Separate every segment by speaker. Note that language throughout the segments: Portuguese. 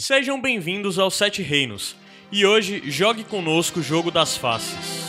Speaker 1: Sejam bem-vindos aos Sete Reinos e hoje jogue conosco o jogo das faces.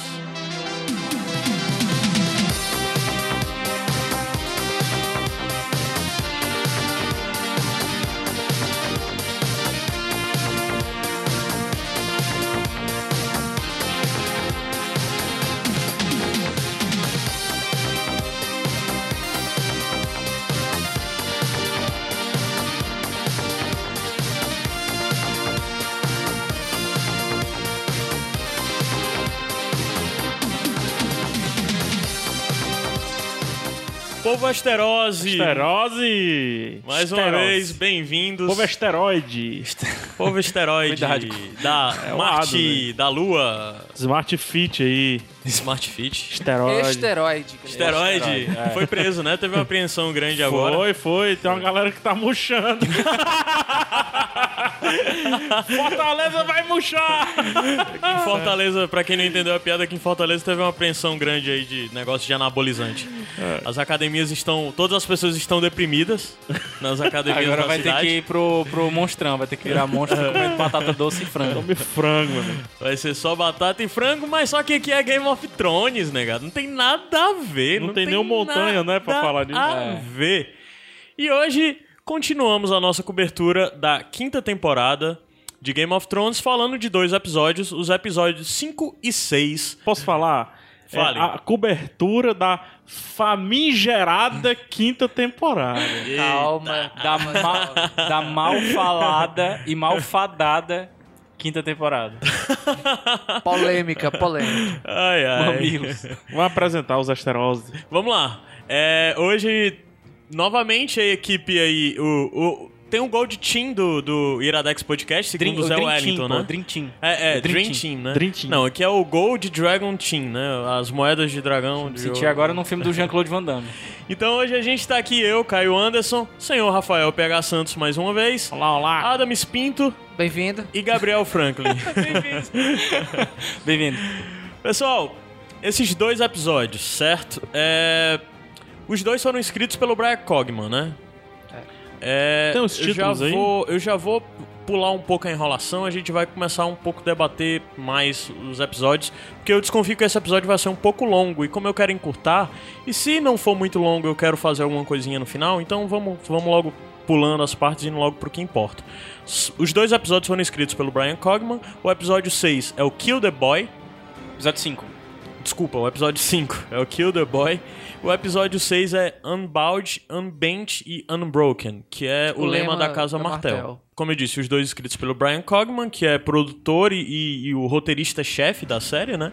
Speaker 1: Povo Asterose,
Speaker 2: Esterose!
Speaker 1: mais uma
Speaker 2: Esterose.
Speaker 1: vez, bem-vindos.
Speaker 2: Povo é esteroide.
Speaker 1: Povo asteroide
Speaker 3: Cuidado.
Speaker 1: da
Speaker 2: É um
Speaker 1: Marte,
Speaker 2: lado, velho.
Speaker 1: da Lua,
Speaker 2: Smart Fit aí.
Speaker 1: Smart Fit.
Speaker 2: Esteroide.
Speaker 3: Esteroide. cara.
Speaker 1: Asteroide
Speaker 4: É.
Speaker 1: foi preso, né? Teve uma apreensão grande agora.
Speaker 2: Foi, foi. Tem uma galera que tá murchando. Fortaleza vai murchar!
Speaker 1: Em Fortaleza, pra quem não entendeu a piada, aqui em Fortaleza teve uma apreensão grande aí de negócio de anabolizante. As academias estão. Todas as pessoas estão deprimidas nas academias
Speaker 3: Agora
Speaker 1: da
Speaker 3: vai ter
Speaker 1: cidade.
Speaker 3: que ir pro, pro monstrão, vai ter que virar monstro comendo batata doce e frango.
Speaker 2: Come frango, mano.
Speaker 1: Vai ser só batata e frango, mas só que aqui é Game of Thrones, negado. Não tem nada a ver.
Speaker 2: Não tem nenhum montanha, né, pra
Speaker 1: nada
Speaker 2: falar disso.
Speaker 1: a
Speaker 3: É.
Speaker 1: ver. E hoje continuamos a nossa cobertura da quinta temporada de Game of Thrones, falando de dois episódios, os episódios 5 e 6.
Speaker 2: Posso falar?
Speaker 1: Fale.
Speaker 2: É a cobertura da famigerada quinta temporada.
Speaker 3: Calma, da, ma, da mal falada e malfadada quinta temporada.
Speaker 4: Polêmica, polêmica.
Speaker 1: Ai,
Speaker 3: Um
Speaker 1: ai.
Speaker 3: Mamilos.
Speaker 2: Vamos apresentar os Asterose.
Speaker 1: Vamos lá. É, hoje, novamente, a equipe aí. O, o- tem um gol de team do, do Iradex Podcast, segundo
Speaker 3: Dream,
Speaker 1: o
Speaker 3: o
Speaker 1: Zé
Speaker 3: Dream
Speaker 1: Wellington,
Speaker 3: Team,
Speaker 1: né?
Speaker 3: pô, Dream Team.
Speaker 1: É, é,
Speaker 3: O Dream
Speaker 1: Dream,
Speaker 3: Team.
Speaker 1: Team, né?
Speaker 2: Dream Team.
Speaker 1: Não, aqui é o Gold Dragon Team, né? As moedas de dragão. de
Speaker 3: Senti
Speaker 1: ouro.
Speaker 3: agora num filme do Jean-Claude Van Damme.
Speaker 1: Então hoje a gente tá aqui, eu, Caio Anderson, senhor Rafael PH Santos mais uma vez,
Speaker 2: Olá, olá.
Speaker 1: Adam Espinto
Speaker 4: Bem-vindo.
Speaker 1: e Gabriel Franklin.
Speaker 3: Bem-vindo.
Speaker 1: Pessoal, esses dois episódios, certo? É, Os dois foram escritos pelo Brian Cogman, né? É,
Speaker 2: Tem uns
Speaker 1: eu já
Speaker 2: títulos aí?
Speaker 1: Vou, eu já vou pular um pouco a enrolação, a gente vai começar um pouco a debater mais os episódios, porque eu desconfio que esse episódio vai ser um pouco longo, e como eu quero encurtar, e se não for muito longo eu quero fazer alguma coisinha no final, então vamos, vamos logo pulando as partes e indo logo pro que importa. S- Os dois episódios foram escritos pelo Brian Cogman, o episódio 6 é o Kill the Boy,
Speaker 3: Episódio 5.
Speaker 1: Desculpa, o episódio 5 é o Kill the Boy. O episódio 6 é Unbound, Unbent e Unbroken, que é o,
Speaker 4: O
Speaker 1: lema,
Speaker 4: lema
Speaker 1: da Casa
Speaker 4: da
Speaker 1: Martel.
Speaker 4: Martel.
Speaker 1: Como eu disse, os dois escritos pelo Brian Cogman, que é produtor e, e- e o roteirista-chefe da série, né?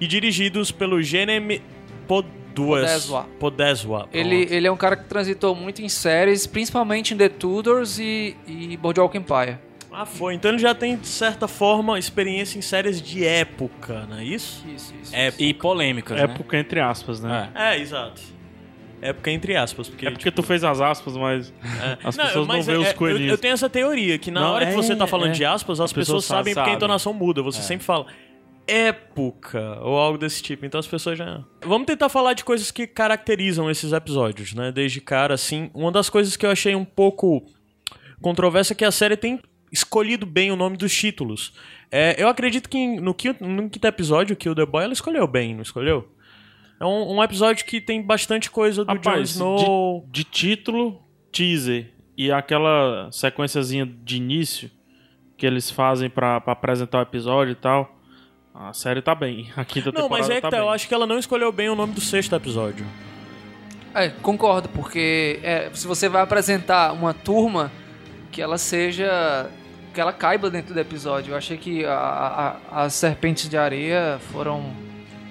Speaker 1: E dirigidos pelo Jeremy Podeswa.
Speaker 4: Podeswa.
Speaker 1: Podeswa.
Speaker 4: Ele, ele é um cara que transitou muito em séries, principalmente em The Tudors e, e Boardwalk Empire.
Speaker 1: Ah, foi. Então ele já tem, de certa forma, experiência em séries de época, não é isso?
Speaker 4: Isso, isso.
Speaker 1: Época.
Speaker 3: E polêmicas, né?
Speaker 2: Época É entre aspas, né?
Speaker 3: É.
Speaker 1: É, exato. Época entre aspas, porque...
Speaker 2: É porque tu fez as aspas, mas as pessoas não,
Speaker 1: mas
Speaker 2: veem
Speaker 1: é-
Speaker 2: os
Speaker 1: é-
Speaker 2: coelhinhos.
Speaker 1: Eu, eu tenho essa teoria, que na
Speaker 2: Não,
Speaker 1: hora que
Speaker 2: é,
Speaker 1: você tá falando
Speaker 2: é.
Speaker 1: de aspas, as,
Speaker 2: As
Speaker 1: pessoas,
Speaker 2: pessoas É.
Speaker 1: sabem porque a
Speaker 3: sabem.
Speaker 1: entonação muda. Você sempre fala época ou algo desse tipo. Então as pessoas já. Vamos tentar falar de coisas que caracterizam esses episódios, né? Desde cara, assim. Uma das coisas que eu achei um pouco controversa é que a série tem escolhido bem o nome dos títulos. É, eu acredito que em- no quinto, no quinto episódio, que o The Boy, ela escolheu bem, não escolheu? É um, um episódio que tem bastante coisa do Jon
Speaker 2: Rapaz,
Speaker 1: Snow.
Speaker 2: de, de título, teaser e aquela sequenciazinha de início que eles fazem pra, pra apresentar o episódio e tal. A série tá bem. A quinta
Speaker 1: Não,
Speaker 2: temporada
Speaker 1: mas é que
Speaker 2: tá,
Speaker 1: tá,
Speaker 2: bem.
Speaker 1: eu acho que ela não escolheu bem o nome do sexto episódio.
Speaker 4: É, concordo, porque é, se você vai apresentar uma turma, que ela seja. que ela caiba dentro do episódio. Eu achei que a- a- a- as serpentes de areia foram.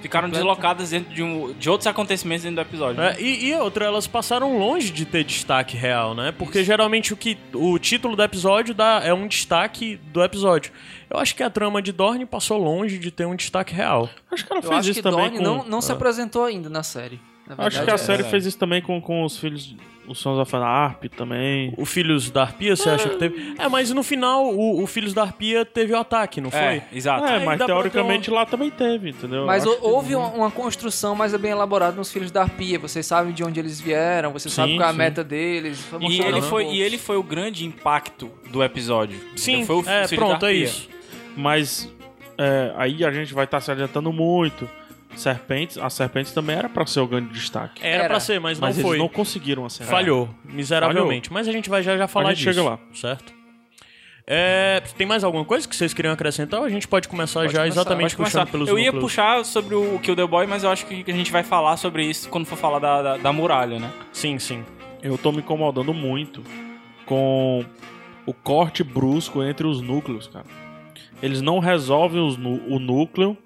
Speaker 3: Ficaram deslocadas dentro de, um, de outros acontecimentos dentro do episódio. né?
Speaker 1: É, e, e outra, elas passaram longe de ter destaque real, né? Porque geralmente o que o título do episódio dá é um destaque do episódio. Eu acho que a trama de Dorne passou longe de ter um destaque real.
Speaker 2: Acho que ela
Speaker 4: Eu
Speaker 2: fez
Speaker 4: acho
Speaker 2: isso
Speaker 4: que
Speaker 2: também
Speaker 4: Dorne
Speaker 2: com.
Speaker 4: não, não se apresentou ainda na série.
Speaker 2: Acho
Speaker 4: na Ah. É verdade,
Speaker 2: que a
Speaker 4: é.
Speaker 2: série
Speaker 3: é.
Speaker 2: fez isso também com, com os filhos O Sons of Anarp também.
Speaker 1: O Filhos da Arpia, você acha que teve? É, mas no final, o, o Filhos da Arpia teve o ataque, não foi?
Speaker 3: É, exato.
Speaker 2: É,
Speaker 1: Aí
Speaker 2: mas
Speaker 1: dá pra
Speaker 2: teoricamente
Speaker 1: ter
Speaker 2: lá também teve, entendeu?
Speaker 4: É. Mas
Speaker 2: Eu
Speaker 4: hou-
Speaker 2: acho que-
Speaker 4: houve uma, uma construção mais bem elaborada nos Filhos da Arpia. Vocês sabem de onde eles vieram, vocês
Speaker 2: Sim,
Speaker 4: sabem qual é a
Speaker 2: sim.
Speaker 4: meta deles. foi
Speaker 3: E
Speaker 4: mostrado
Speaker 3: ele,
Speaker 4: aos
Speaker 3: foi,
Speaker 4: poucos.
Speaker 3: e ele foi o grande impacto do episódio.
Speaker 1: Sim,
Speaker 3: foi o
Speaker 1: é,
Speaker 3: Filhos da
Speaker 1: pronto, é
Speaker 3: Arpia.
Speaker 1: isso.
Speaker 2: Mas é, aí a gente vai estar se adiantando muito. Serpentes, a Serpentes também era pra ser o grande destaque.
Speaker 1: Era,
Speaker 4: Era.
Speaker 1: pra ser, mas,
Speaker 2: mas
Speaker 1: não
Speaker 2: eles
Speaker 1: foi.
Speaker 2: não conseguiram acertar.
Speaker 1: Falhou, miseravelmente. Mas a gente vai já, já falar
Speaker 2: É. gente
Speaker 1: disso.
Speaker 2: chega lá.
Speaker 1: Certo? É, tem mais alguma coisa que vocês queriam acrescentar? Ou a gente pode começar já
Speaker 4: começar,
Speaker 1: exatamente
Speaker 3: Pode começar.
Speaker 1: puxando pelos
Speaker 3: Eu ia
Speaker 1: núcleos?
Speaker 3: puxar sobre o Kill the Boy, mas eu acho que a gente vai falar sobre isso quando for falar da, da, da muralha, né?
Speaker 1: Sim, sim.
Speaker 2: Eu tô me incomodando muito com o corte brusco entre os núcleos, cara. Eles não resolvem os nu- o núcleo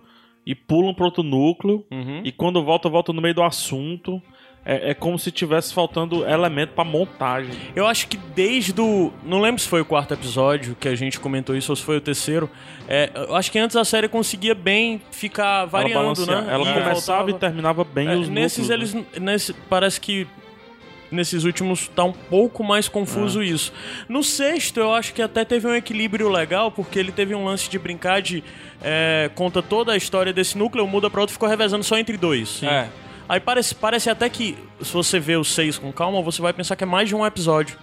Speaker 2: e pulam pro outro núcleo.
Speaker 1: Uhum.
Speaker 2: E quando volta, volta no meio do assunto. É, é como se tivesse faltando elemento pra montagem.
Speaker 1: Eu acho que desde o. Não lembro se foi o quarto episódio que a gente comentou isso ou se foi o terceiro. É, eu acho que antes a série conseguia bem ficar
Speaker 2: ela
Speaker 1: variando,
Speaker 2: balanceava.
Speaker 1: né?
Speaker 2: Ela
Speaker 1: E
Speaker 2: começava
Speaker 1: voltava.
Speaker 2: e terminava bem
Speaker 1: É,
Speaker 2: os
Speaker 1: nesses
Speaker 2: núcleos. né?
Speaker 1: eles nesse, parece que nesses últimos tá um pouco mais confuso
Speaker 2: É.
Speaker 1: isso. No sexto eu acho que até teve um equilíbrio legal porque ele teve um lance de brincar de é, conta toda a história desse núcleo um muda pra outro ficou revezando só entre dois.
Speaker 3: É.
Speaker 1: Aí parece parece até que se você vê os seis com calma você vai pensar que é mais de um episódio.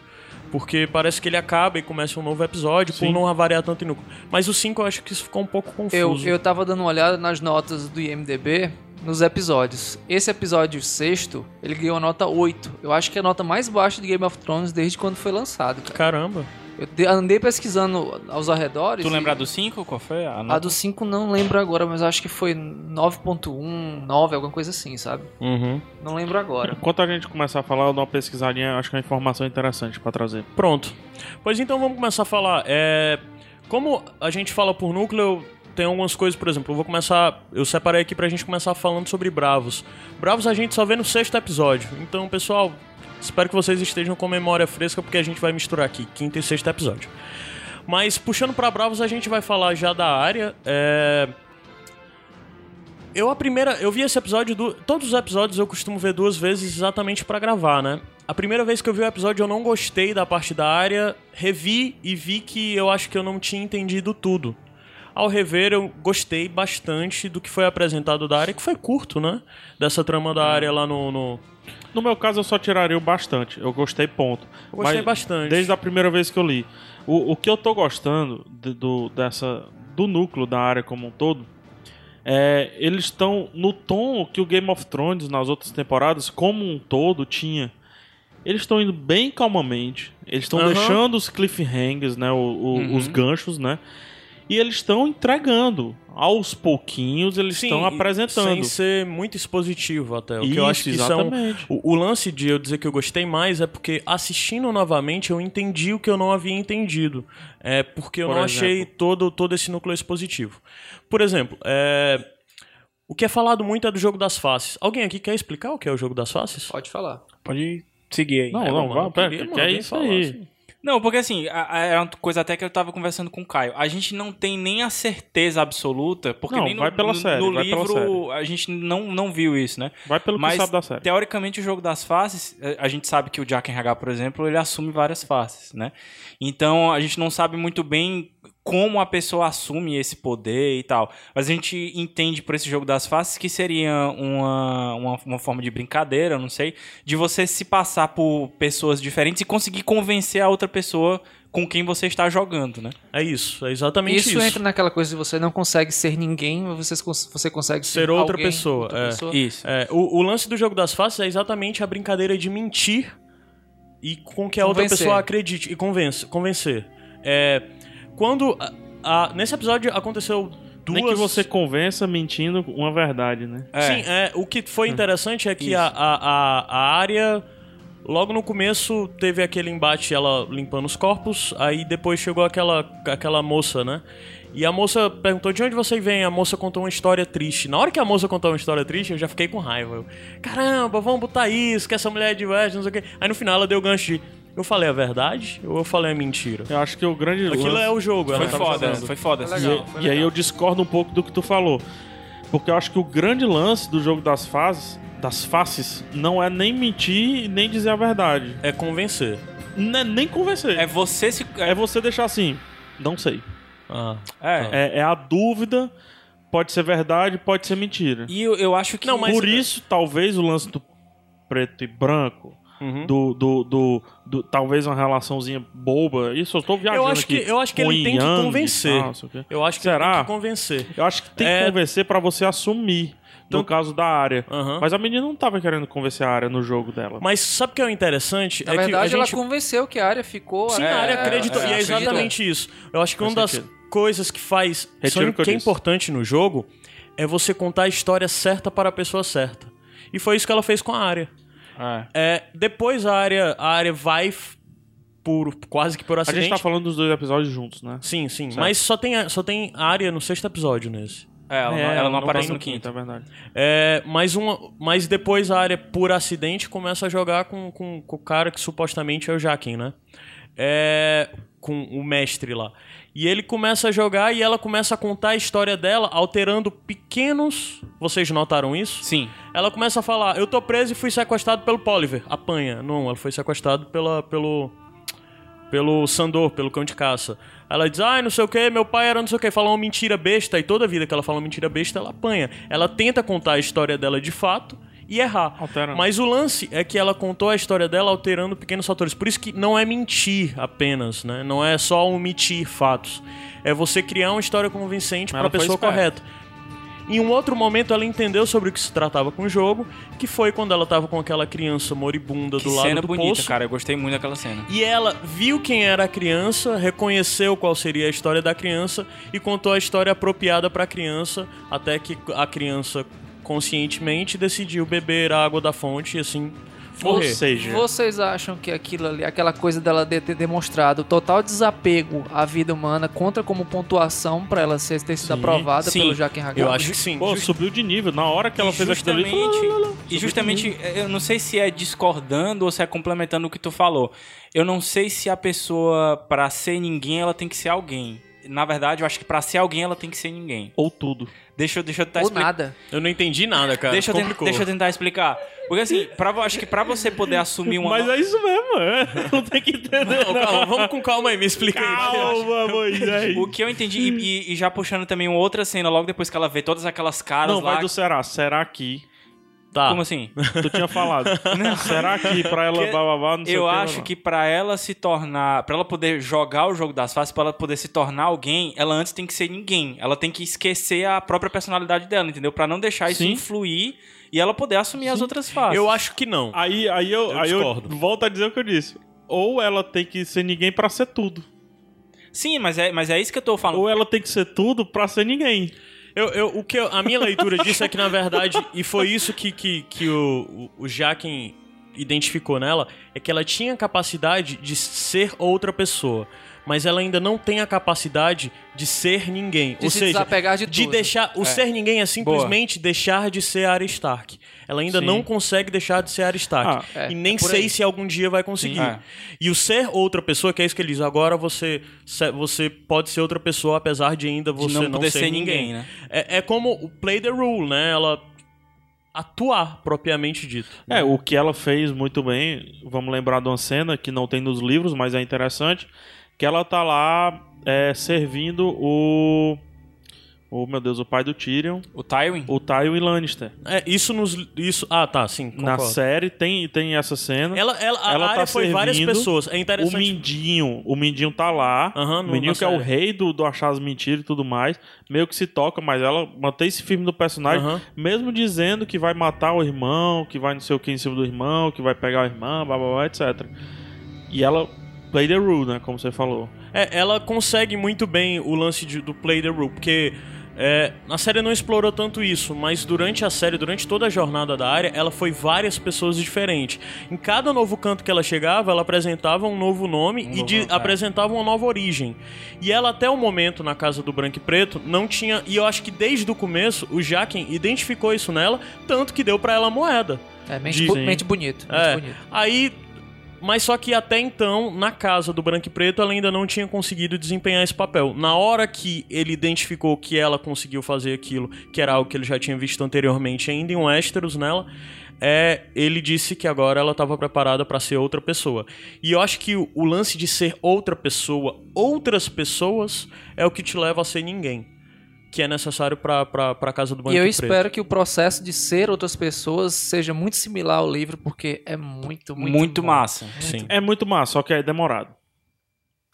Speaker 1: Porque parece que ele acaba e começa um novo episódio por
Speaker 2: Sim.
Speaker 1: não variar tanto em núcleo. Mas o cinco eu acho que isso ficou um pouco
Speaker 4: Eu,
Speaker 1: confuso.
Speaker 4: eu tava dando uma olhada nas notas do IMDB nos episódios. Esse episódio sexto, ele ganhou a nota 8. Eu acho que é a nota mais baixa de Game of Thrones desde quando foi lançado, cara.
Speaker 1: Caramba.
Speaker 4: Eu de- andei pesquisando aos arredores.
Speaker 3: Tu
Speaker 4: e-
Speaker 3: lembrar do 5? Qual foi? A,
Speaker 4: A
Speaker 3: nota?
Speaker 4: do 5 não lembro agora, mas eu acho que foi 9.1, 9, alguma coisa assim, sabe?
Speaker 1: Uhum.
Speaker 4: Não lembro agora.
Speaker 2: Enquanto a gente começar a falar, eu dou uma pesquisadinha, acho que é uma informação interessante pra trazer.
Speaker 1: Pronto. Pois então vamos começar a falar. É, como a gente fala por núcleo, tem algumas coisas, por exemplo, eu vou começar. Eu separei aqui pra gente começar falando sobre Bravos. Bravos a gente só vê no sexto episódio. Então, pessoal, espero que vocês estejam com memória fresca, porque a gente vai misturar aqui, quinto e sexto episódio. Mas puxando pra Bravos, a gente vai falar já da área. É, eu a primeira, eu vi esse episódio do, todos os episódios eu costumo ver duas vezes exatamente pra gravar, né? A primeira vez que eu vi o episódio eu não gostei da parte da área, revi e vi que eu acho que eu não tinha entendido tudo. Ao rever eu gostei bastante do que foi apresentado da área, que foi curto, né? Dessa trama da área lá no, no-
Speaker 2: No meu caso, eu só tiraria o bastante. Eu gostei, ponto.
Speaker 1: Eu gostei
Speaker 2: Mas
Speaker 1: bastante.
Speaker 2: Desde a primeira vez que eu li. O, o que eu tô gostando de- do, dessa, do núcleo da área como um todo é eles estão no tom que o Game of Thrones nas outras temporadas, como um todo, tinha. Eles estão indo bem calmamente. Eles estão
Speaker 1: Aham.
Speaker 2: deixando os cliffhangers, né? o- o-
Speaker 3: Uhum.
Speaker 2: Os ganchos, né? E eles estão entregando. Aos pouquinhos, eles
Speaker 1: Sim,
Speaker 2: estão
Speaker 1: e- Sem
Speaker 2: apresentando.
Speaker 1: ser muito expositivo até. O que eu acho que são
Speaker 2: exatamente.
Speaker 1: O, o lance de eu dizer que eu gostei mais é porque assistindo novamente eu entendi o que eu não havia entendido. É porque eu
Speaker 2: Por
Speaker 1: não
Speaker 2: exemplo.
Speaker 1: achei todo, todo esse núcleo expositivo. Por exemplo, é, o que é falado muito é do jogo das faces. Alguém aqui quer explicar o que é o jogo das faces?
Speaker 4: Pode falar.
Speaker 3: Pode seguir aí.
Speaker 2: Não,
Speaker 1: É,
Speaker 2: não,
Speaker 1: mano, eu
Speaker 2: vá, pera,
Speaker 1: queria,
Speaker 2: que
Speaker 1: mano,
Speaker 2: é
Speaker 1: alguém
Speaker 2: isso
Speaker 1: falar,
Speaker 2: aí.
Speaker 1: assim.
Speaker 3: Não, porque assim, a- a- era uma coisa até que eu tava conversando com o Caio. A gente não tem nem a certeza absoluta, porque
Speaker 2: Não,
Speaker 3: nem no,
Speaker 2: vai pela
Speaker 3: no-
Speaker 2: série,
Speaker 3: no
Speaker 2: vai pela
Speaker 3: livro a gente não, não viu isso, né?
Speaker 2: Vai pelo que
Speaker 3: Mas,
Speaker 2: sabe da série.
Speaker 3: Teoricamente, o jogo das faces, eh, a gente sabe que o Jack RH, por exemplo, ele assume várias faces, né? Então, a gente não sabe muito bem como a pessoa assume esse poder e tal. Mas a gente entende por esse jogo das faces que seria uma, uma, uma forma de brincadeira, não sei, de você se passar por pessoas diferentes e conseguir convencer a outra pessoa com quem você está jogando, né?
Speaker 1: É isso, é exatamente
Speaker 4: Isso,
Speaker 1: isso.
Speaker 4: entra naquela coisa de você não consegue ser ninguém, mas você, cons- você consegue ser,
Speaker 1: Ser outra
Speaker 4: alguém,
Speaker 1: pessoa,
Speaker 4: outra
Speaker 1: é.
Speaker 4: pessoa.
Speaker 3: Isso.
Speaker 1: É, o, o lance do jogo das faces é exatamente a brincadeira de mentir e com que a outra
Speaker 4: Convencer.
Speaker 1: pessoa acredite e convença, convencer. É, quando a- a- nesse episódio aconteceu duas
Speaker 2: Nem que você convença mentindo uma verdade, né?
Speaker 3: É.
Speaker 1: Sim, é, o que foi interessante é que
Speaker 3: Isso.
Speaker 1: a, a, a, a área, logo no começo, teve aquele embate, ela limpando os corpos, aí depois chegou aquela, aquela moça, né? E a moça perguntou de onde você vem, a moça contou uma história triste. Na hora que a moça contou uma história triste, eu já fiquei com raiva. Eu, Caramba, vamos botar isso, que essa mulher é de West, não sei o quê. Aí no final ela deu o gancho de, eu falei a verdade ou eu falei a mentira?
Speaker 2: Eu acho que o grande
Speaker 1: Aquilo
Speaker 2: lance-
Speaker 1: é o jogo, ela
Speaker 3: Foi
Speaker 1: tava É
Speaker 3: foda,
Speaker 1: jogando.
Speaker 3: foi foda.
Speaker 4: Foi
Speaker 3: assim.
Speaker 4: legal.
Speaker 2: E aí eu discordo um pouco do que tu falou. Porque eu acho que o grande lance do jogo das fases, das faces não é nem mentir e nem dizer a verdade.
Speaker 1: É convencer.
Speaker 2: Não é nem convencer.
Speaker 3: É você se.
Speaker 2: É, você deixar assim, não sei.
Speaker 1: Ah.
Speaker 3: É.
Speaker 2: É, é a dúvida, pode ser verdade, pode ser mentira.
Speaker 3: E eu, eu acho que.
Speaker 1: Não, mas-
Speaker 2: Por isso, talvez o lance do preto e branco,
Speaker 1: Uhum.
Speaker 2: do, do, do, do- talvez uma relaçãozinha boba. Isso eu tô viajando
Speaker 1: Eu acho que-
Speaker 2: aqui.
Speaker 1: eu acho que
Speaker 2: Com
Speaker 1: ele tem que
Speaker 2: yin-yang e
Speaker 1: convencer.
Speaker 2: tal, não sei o quê.
Speaker 1: Eu acho que
Speaker 2: Será?
Speaker 1: tem que convencer.
Speaker 2: Eu acho que tem
Speaker 1: É.
Speaker 2: que convencer pra você assumir.
Speaker 1: Então-
Speaker 2: No caso da área.
Speaker 1: Aham.
Speaker 2: Mas a menina não tava querendo convencer a área no jogo dela.
Speaker 1: Mas sabe o que é o interessante?
Speaker 4: Na
Speaker 1: é
Speaker 4: verdade,
Speaker 1: que a
Speaker 4: ela
Speaker 1: gente...
Speaker 4: convenceu que a área ficou.
Speaker 1: Sim,
Speaker 4: é,
Speaker 1: a área acreditou.
Speaker 3: é,
Speaker 1: e é
Speaker 3: acreditou.
Speaker 1: exatamente isso. Eu acho que
Speaker 2: Faz
Speaker 1: uma das
Speaker 2: sentido.
Speaker 1: coisas que faz.
Speaker 2: Retiro
Speaker 1: são-
Speaker 2: o que eu
Speaker 1: que é
Speaker 2: disse.
Speaker 1: importante no jogo é você contar a história certa para a pessoa certa. E foi isso que ela fez com a área.
Speaker 3: É.
Speaker 1: É, depois a área, a área vai f- por quase que por
Speaker 2: A gente
Speaker 1: acidente.
Speaker 2: tá falando dos dois episódios juntos, né?
Speaker 1: Sim, sim. Mas só tem, a- só tem a área no sexto episódio nesse.
Speaker 3: É, ela, não,
Speaker 2: É,
Speaker 3: ela não aparece
Speaker 2: tem
Speaker 3: no quinto.
Speaker 2: é verdade.
Speaker 1: É, mas, uma, mas depois a área, por acidente, começa a jogar com, com, com o cara que supostamente é o Jaquim, né? É, com o mestre lá. E ele começa a jogar e ela começa a contar a história dela, alterando pequenos. Vocês notaram isso?
Speaker 3: Sim.
Speaker 1: Ela começa a falar: Eu tô preso e fui sequestrado pelo Poliver. Apanha. Não, ela foi sequestrado pela, pelo. Pelo Sandor, pelo cão de caça. Ela diz, ai, não sei o que, meu pai era não sei o que, fala uma mentira besta, e toda vida que ela fala uma mentira besta, ela apanha. Ela tenta contar a história dela de fato e errar.
Speaker 2: Alterando.
Speaker 1: Mas o lance é que ela contou a história dela alterando pequenos fatores. Por isso que não é mentir apenas, né? Não é só omitir fatos. É você criar uma história convincente
Speaker 2: Mas
Speaker 1: para a
Speaker 2: ela foi
Speaker 1: pessoa
Speaker 2: esperta.
Speaker 1: correta. Em um outro momento, ela entendeu sobre o que se tratava com o jogo, que foi quando ela tava com aquela criança moribunda
Speaker 3: Que
Speaker 1: do lado
Speaker 3: cena
Speaker 1: do
Speaker 3: bonita,
Speaker 1: poço.
Speaker 3: cara. Eu gostei muito daquela cena.
Speaker 1: E ela viu quem era a criança, reconheceu qual seria a história da criança e contou a história apropriada para a criança, até que a criança conscientemente decidiu beber a água da fonte e assim
Speaker 2: Ou
Speaker 1: morrer.
Speaker 2: seja,
Speaker 4: Vocês acham que aquilo ali, aquela coisa dela de ter demonstrado total desapego à vida humana conta como pontuação pra ela ser, ter sido
Speaker 2: Sim,
Speaker 4: aprovada
Speaker 3: sim.
Speaker 4: pelo Jaquen Hagar?
Speaker 1: Eu acho que sim.
Speaker 2: pô, subiu de nível. Na hora que ela fez aquilo ali, falou,
Speaker 3: justamente, e justamente, eu não sei se é discordando ou se é complementando o que tu falou. Eu não sei se a pessoa, pra ser ninguém, ela tem que ser alguém. Na verdade, eu acho que pra ser alguém, ela tem que ser ninguém.
Speaker 2: ou tudo.
Speaker 3: Deixa, eu- deixa
Speaker 1: tá
Speaker 3: eu tentar
Speaker 4: Ou
Speaker 3: explicar.
Speaker 4: nada.
Speaker 1: Eu não entendi nada, cara.
Speaker 3: Deixa eu, ten-
Speaker 1: Complicou.
Speaker 3: deixa eu tentar explicar. Porque assim, pra, vo- acho que pra você poder assumir uma.
Speaker 2: Mas é isso mesmo, é. Não tem que entender.
Speaker 1: Ô, calma, vamos com calma aí, me explica aí.
Speaker 2: Calma, é Moisés.
Speaker 3: O que eu entendi, e, e- e já puxando também uma outra cena, logo depois que ela vê todas aquelas caras
Speaker 2: Não,
Speaker 3: lá.
Speaker 2: vai do será. Será que...
Speaker 1: Tá.
Speaker 3: Como assim?
Speaker 2: Tu tinha falado. Será que pra ela
Speaker 3: Porque
Speaker 2: bababá, não sei
Speaker 3: Eu
Speaker 2: o que,
Speaker 3: acho
Speaker 2: bababá.
Speaker 3: que pra ela se tornar, Pra ela poder jogar o jogo das faces, pra ela poder se tornar alguém, ela antes tem que ser ninguém. Ela tem que esquecer a própria personalidade dela, entendeu? Pra não deixar isso
Speaker 2: Sim.
Speaker 3: influir e ela poder assumir as outras faces.
Speaker 1: Eu acho que não.
Speaker 2: Aí, aí, eu,
Speaker 1: Eu
Speaker 2: aí eu
Speaker 1: discordo.
Speaker 2: volto a dizer o que eu disse. Ou ela tem que ser ninguém pra ser tudo.
Speaker 3: Sim, mas é, mas é isso que eu tô falando.
Speaker 2: Ou ela tem que ser tudo pra ser ninguém.
Speaker 1: Eu, eu- o que eu- a minha leitura disso é que, na verdade, e foi isso que, que, que o, o, o Jaquen identificou nela, é que ela tinha a capacidade de ser outra pessoa, mas ela ainda não tem a capacidade de ser ninguém.
Speaker 4: De
Speaker 1: Ou
Speaker 4: se
Speaker 1: seja,
Speaker 4: desapegar de,
Speaker 1: de
Speaker 4: tudo.
Speaker 1: deixar. O ser ninguém é simplesmente deixar de ser Arya Stark. Ela ainda
Speaker 2: Sim.
Speaker 1: não consegue deixar de ser Arya Stark.
Speaker 4: Ah, é,
Speaker 1: e nem
Speaker 4: é por
Speaker 1: sei
Speaker 4: aí.
Speaker 1: se algum dia vai conseguir.
Speaker 3: Sim. É.
Speaker 1: E o ser outra pessoa, que é isso que ele diz, agora você, se- você pode ser outra pessoa, apesar de ainda você
Speaker 3: de
Speaker 1: não,
Speaker 3: não poder
Speaker 1: ser,
Speaker 3: ninguém,
Speaker 1: ninguém.
Speaker 3: né?
Speaker 1: É, é como o play the rule, né? Ela atuar, propriamente dito.
Speaker 2: É, o que ela fez muito bem, vamos lembrar de uma cena que não tem nos livros, mas é interessante, que ela tá lá é, servindo o... O, meu Deus, o pai do Tyrion,
Speaker 3: O Tywin?
Speaker 2: o Tywin Lannister.
Speaker 1: É, isso nos... Isso, ah, tá, sim,
Speaker 2: Na
Speaker 1: concordo.
Speaker 2: série tem, tem essa cena.
Speaker 1: Ela, ela, a
Speaker 2: Ela tá
Speaker 1: área foi várias
Speaker 2: servindo
Speaker 1: pessoas. É
Speaker 2: o
Speaker 1: interessante.
Speaker 2: Mindinho, o Mindinho tá lá.
Speaker 1: Aham, no-
Speaker 2: o Mindinho
Speaker 1: na
Speaker 2: que é o
Speaker 1: série.
Speaker 2: rei do, do achar as mentiras e tudo mais. Meio que se toca, mas ela mantém esse filme do personagem.
Speaker 1: Aham.
Speaker 2: Mesmo dizendo que vai matar o irmão, que vai não sei o que em cima do irmão, que vai pegar o irmão, blá blá blá, etc. E ela play the rule, né? Como você falou.
Speaker 1: É, ela consegue muito bem o lance de- do play the rule, porque é, na série não explorou tanto isso, mas durante a série, durante toda a jornada da área, ela foi várias pessoas diferentes. Em cada novo canto que ela chegava, ela apresentava um novo nome e
Speaker 3: novo
Speaker 1: de-
Speaker 3: nome, é.
Speaker 1: apresentava uma nova origem. E ela, até o momento, na casa do Branco e Preto, não tinha. E eu acho que desde o começo, o Jaquen identificou isso nela, tanto que deu pra ela a moeda.
Speaker 4: É, mente,
Speaker 2: Dizem.
Speaker 4: bu- mente bonita. Mente
Speaker 1: É.
Speaker 4: bonita.
Speaker 1: Aí. Mas só que até então, na casa do Branco e Preto, ela ainda não tinha conseguido desempenhar esse papel. Na hora que ele identificou que ela conseguiu fazer aquilo, que era algo que ele já tinha visto anteriormente ainda em Westeros nela, é ele disse que agora ela estava preparada para ser outra pessoa. E eu acho que o, o lance de ser outra pessoa, outras pessoas, é o que te leva a ser ninguém. Que é necessário pra, pra, pra casa do
Speaker 4: E
Speaker 1: banheiro.
Speaker 4: eu espero que o processo de ser outras pessoas seja muito similar ao livro, porque é muito, muito.
Speaker 3: Muito,
Speaker 4: bom.
Speaker 3: massa.
Speaker 1: Sim.
Speaker 2: É muito massa, só que é demorado.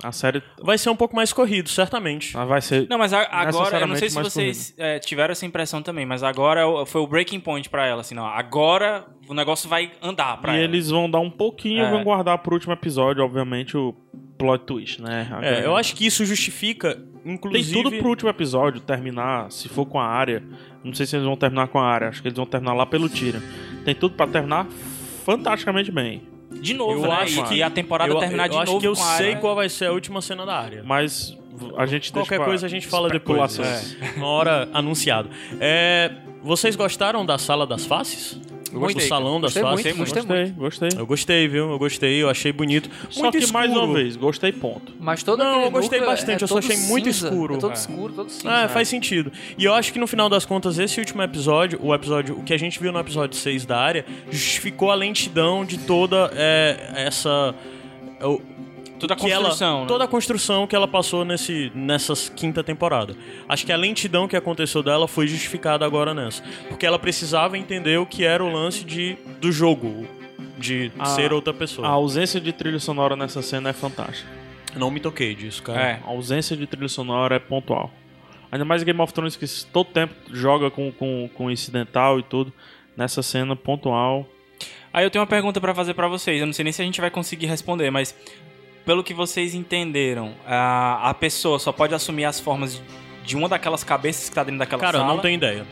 Speaker 2: A série
Speaker 1: Vai ser um pouco mais corrido, certamente.
Speaker 2: ela vai ser.
Speaker 3: Não, mas
Speaker 1: é
Speaker 3: a- agora, eu não sei
Speaker 2: Necessariamente
Speaker 3: se
Speaker 2: mais
Speaker 3: vocês eh, tiveram essa impressão também, mas agora é o- foi o breaking point pra ela, assim, não, agora o negócio vai andar pra
Speaker 2: e
Speaker 3: ela.
Speaker 2: eles vão dar um pouquinho,
Speaker 3: É.
Speaker 2: vão guardar pro último episódio, obviamente, o plot twist, né?
Speaker 1: É, eu acho que isso justifica, inclusive.
Speaker 2: Tem tudo pro último episódio terminar, se for com a área. Não sei se eles vão terminar com a área, acho que eles vão terminar lá pelo Tira. Tem tudo pra terminar fantasticamente bem.
Speaker 3: De novo,
Speaker 1: Eu
Speaker 3: né?
Speaker 1: acho
Speaker 3: e,
Speaker 1: que-
Speaker 3: e a temporada
Speaker 1: eu,
Speaker 3: terminar
Speaker 1: eu
Speaker 3: de
Speaker 1: acho
Speaker 3: novo
Speaker 1: que eu
Speaker 3: com a
Speaker 1: sei
Speaker 3: área.
Speaker 1: qual vai ser a última cena da área.
Speaker 2: Mas v- a
Speaker 1: Qualquer
Speaker 2: gente deixa pra né?
Speaker 1: coisa a gente fala depois.
Speaker 2: especulações.
Speaker 1: É, uma hora anunciado. É, vocês gostaram da sala das faces?
Speaker 4: gostei,
Speaker 1: Do salão das
Speaker 4: gostei muito,
Speaker 1: faces?
Speaker 4: gostei muito.
Speaker 2: Gostei, gostei.
Speaker 1: Eu gostei, viu? Eu gostei, eu achei bonito.
Speaker 2: Só
Speaker 1: muito
Speaker 2: que mais
Speaker 1: escuro.
Speaker 2: uma vez, gostei ponto.
Speaker 4: Mas todo
Speaker 1: Não,
Speaker 4: aquele
Speaker 1: eu gostei
Speaker 4: núcleo
Speaker 1: bastante,
Speaker 4: é
Speaker 1: eu só
Speaker 4: todo
Speaker 1: achei muito
Speaker 4: cinza,
Speaker 1: escuro.
Speaker 4: É todo
Speaker 1: É.
Speaker 4: escuro, todo cinza.
Speaker 1: Ah, faz sentido. E eu acho que no final das contas, esse último episódio, o episódio, o que a gente viu no episódio 6 da área, justificou a lentidão de toda é, essa. o-
Speaker 3: Toda a
Speaker 1: que ela,
Speaker 3: construção. né?
Speaker 1: Toda a construção que ela passou nesse, nessas quinta temporada. Acho que a lentidão que aconteceu dela foi justificada agora nessa. Porque ela precisava entender o que era o lance de, do jogo. De
Speaker 3: Ah,
Speaker 2: A-
Speaker 1: ser outra
Speaker 2: A
Speaker 1: pessoa.
Speaker 2: ausência de trilha sonora nessa cena é fantástica.
Speaker 1: Não me toquei disso, cara.
Speaker 3: É.
Speaker 2: A ausência de trilha sonora é pontual. Ainda mais Game of Thrones, que todo tempo joga com, com, com incidental e tudo. Nessa cena pontual.
Speaker 3: Aí eu tenho uma pergunta pra fazer pra vocês. Eu não sei nem se a gente vai conseguir responder, mas pelo que vocês entenderam, a, a pessoa só pode assumir as formas de uma daquelas cabeças que tá dentro daquela
Speaker 1: Cara, eu
Speaker 3: sala.
Speaker 1: não tenho ideia.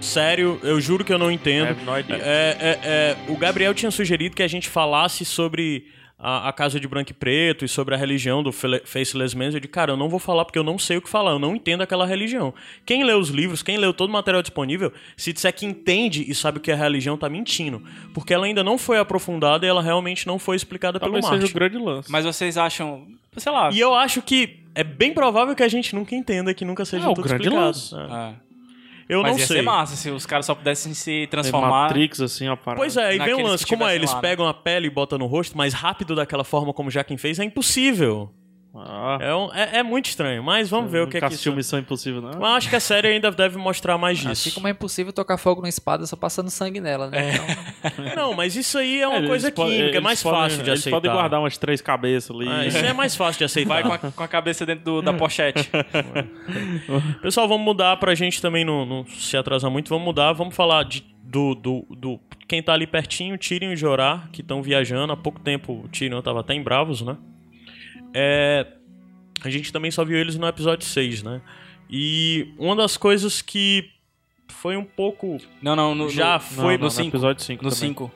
Speaker 1: Sério, eu juro que eu não entendo.
Speaker 2: É, no idea.
Speaker 1: É, é, é, o Gabriel tinha sugerido que a gente falasse sobre a, a Casa de Branco e Preto e sobre a religião do Fele- Faceless Man. Eu disse, cara, eu não vou falar porque eu não sei o que falar, eu não entendo aquela religião. Quem leu os livros, quem leu todo o material disponível, se disser que entende e sabe o que é religião, tá mentindo. Porque ela ainda não foi aprofundada e ela realmente não foi explicada
Speaker 2: Talvez
Speaker 1: é pelo
Speaker 2: seja
Speaker 1: Martin.
Speaker 2: o grande lance.
Speaker 3: Mas vocês acham, sei lá.
Speaker 1: E eu acho que é bem provável que a gente nunca entenda, que nunca seja
Speaker 2: É, o
Speaker 1: tudo
Speaker 2: grande
Speaker 1: explicado.
Speaker 2: lance.
Speaker 1: É.
Speaker 3: Ah,
Speaker 1: Eu
Speaker 3: mas
Speaker 1: não
Speaker 3: ia
Speaker 1: sei.
Speaker 3: ser massa se os caras só pudessem se
Speaker 2: Tem
Speaker 3: transformar.
Speaker 2: Matrix, assim, a parada.
Speaker 1: Pois é, e vem um
Speaker 3: Naqueles
Speaker 1: lance,
Speaker 3: que
Speaker 1: como é,
Speaker 3: tivessem
Speaker 1: eles
Speaker 3: lá, né?
Speaker 1: pegam a pele e botam no rosto, mas rápido daquela forma como já quem fez, é impossível.
Speaker 2: Ah,
Speaker 1: É, um- é- é muito estranho, mas vamos ver o que é que
Speaker 2: Nunca assistiu
Speaker 1: isso...
Speaker 2: Missão Impossível, né? não?
Speaker 1: Mas acho que a série ainda deve mostrar mais disso.
Speaker 4: Assim como é impossível tocar fogo na espada só passando sangue nela, né?
Speaker 1: É.
Speaker 4: Então,
Speaker 1: Não, mas isso aí é
Speaker 2: É,
Speaker 1: uma
Speaker 2: eles
Speaker 1: coisa
Speaker 2: po-
Speaker 1: química, é
Speaker 2: eles
Speaker 1: mais
Speaker 2: podem-
Speaker 1: fácil de
Speaker 2: eles
Speaker 1: aceitar.
Speaker 2: podem guardar umas três cabeças ali. né?
Speaker 1: Ah, isso aí é mais fácil de aceitar.
Speaker 3: Vai com a, com a cabeça dentro do- da pochete.
Speaker 1: Pessoal, vamos mudar pra gente também não, não se atrasar muito. Vamos mudar, vamos falar de, do, do, do- Quem tá ali pertinho, Tyrion e Jorah, que estão viajando. Há pouco tempo o Tyrion tava até em Bravos, né? É, a gente também só viu eles no episódio 6, né? E uma das coisas que foi um pouco.
Speaker 3: Não, não, no,
Speaker 1: Já
Speaker 3: no-
Speaker 2: Não,
Speaker 1: foi
Speaker 2: não,
Speaker 3: no 5.
Speaker 2: episódio 5
Speaker 3: No 5.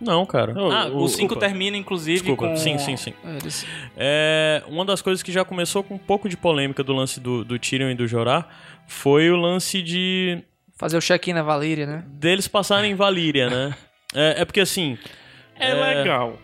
Speaker 1: Não, cara.
Speaker 2: Não,
Speaker 1: ah,
Speaker 2: o-
Speaker 3: O 5
Speaker 1: desculpa.
Speaker 3: termina, inclusive,
Speaker 1: Desculpa,
Speaker 3: com...
Speaker 1: sim, sim, sim.
Speaker 4: eles-
Speaker 1: É, uma das coisas que já começou com um pouco de polêmica do lance do, do Tyrion e do Jorah foi o lance de
Speaker 4: fazer o check-in na Valíria, né?
Speaker 1: deles passarem em Valíria, né? É, é porque assim.
Speaker 2: É legal.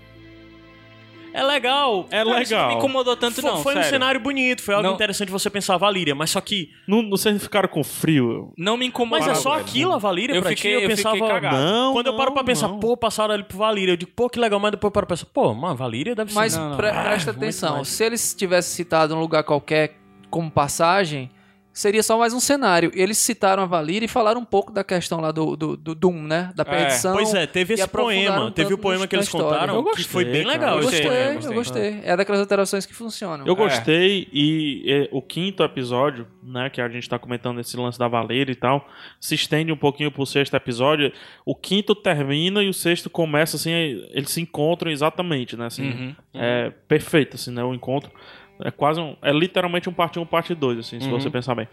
Speaker 1: É legal.
Speaker 2: É
Speaker 3: Cara, isso não me
Speaker 2: legal.
Speaker 3: incomodou tanto,
Speaker 1: Foi-
Speaker 3: não,
Speaker 1: foi um
Speaker 3: sério.
Speaker 1: cenário bonito, foi algo
Speaker 3: Não.
Speaker 1: interessante você pensar Valíria, mas só que.
Speaker 2: Não, não vocês ficaram com frio?
Speaker 3: Não me incomodou.
Speaker 1: Mas é só
Speaker 3: velho.
Speaker 1: aquilo a Valíria
Speaker 3: Eu
Speaker 1: pra
Speaker 3: fiquei-
Speaker 1: ti? Eu
Speaker 3: eu fiquei
Speaker 1: pensava.
Speaker 3: cagado.
Speaker 2: Não,
Speaker 1: Quando eu paro
Speaker 2: não,
Speaker 1: pra pensar,
Speaker 2: não.
Speaker 1: pô, passaram ele pro Valíria. Eu digo, pô, que legal, mas depois eu paro pra pensar, pô, mas Valíria deve ser.
Speaker 4: Mas
Speaker 3: Não, não.
Speaker 4: pre- presta atenção, se eles tivessem citado um lugar qualquer como passagem, seria só mais um cenário. Eles citaram a Valíria e falaram um pouco da questão lá do, do, do Doom, né? Da perdição.
Speaker 1: Pois é, teve
Speaker 4: e
Speaker 1: esse
Speaker 4: aprofundaram
Speaker 1: poema,
Speaker 4: um
Speaker 1: teve o
Speaker 4: tanto
Speaker 1: poema
Speaker 4: na
Speaker 1: que eles
Speaker 4: história.
Speaker 1: contaram,
Speaker 2: Eu
Speaker 1: que foi
Speaker 2: gostei,
Speaker 1: bem
Speaker 2: cara,
Speaker 1: legal.
Speaker 4: Eu
Speaker 1: esse
Speaker 4: gostei,
Speaker 1: poema.
Speaker 4: eu gostei. É daquelas alterações que funcionam.
Speaker 1: é.
Speaker 2: Eu gostei e, é, o quinto episódio, né, que a gente tá comentando esse lance da Valeira e tal, se estende um pouquinho pro sexto episódio. O quinto termina e o sexto começa assim, eles se encontram exatamente, né, assim,
Speaker 3: Uhum.
Speaker 2: é perfeito, assim, né, o encontro é quase um, é literalmente um parte 1, parte 2, assim, se
Speaker 3: Uhum.
Speaker 2: você pensar bem.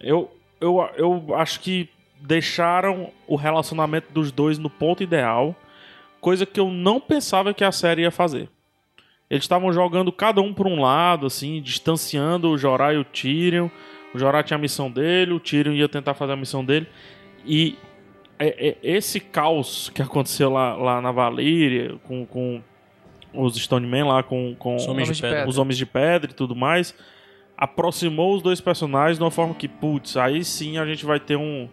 Speaker 2: Eu, eu, eu acho que deixaram o relacionamento dos dois no ponto ideal, coisa que eu não pensava que a série ia fazer. Eles estavam jogando cada um por um lado, assim, distanciando o Jorah e o Tyrion. O Jorah tinha a missão dele, o Tyrion ia tentar fazer a missão dele. E é- é- esse caos que aconteceu lá, lá na Valíria, com, com os Stonemen lá, com, com
Speaker 1: Os Homens de Pedra.
Speaker 2: os Homens de Pedra e tudo mais, aproximou os dois personagens de uma forma que, putz, aí sim a gente vai ter um,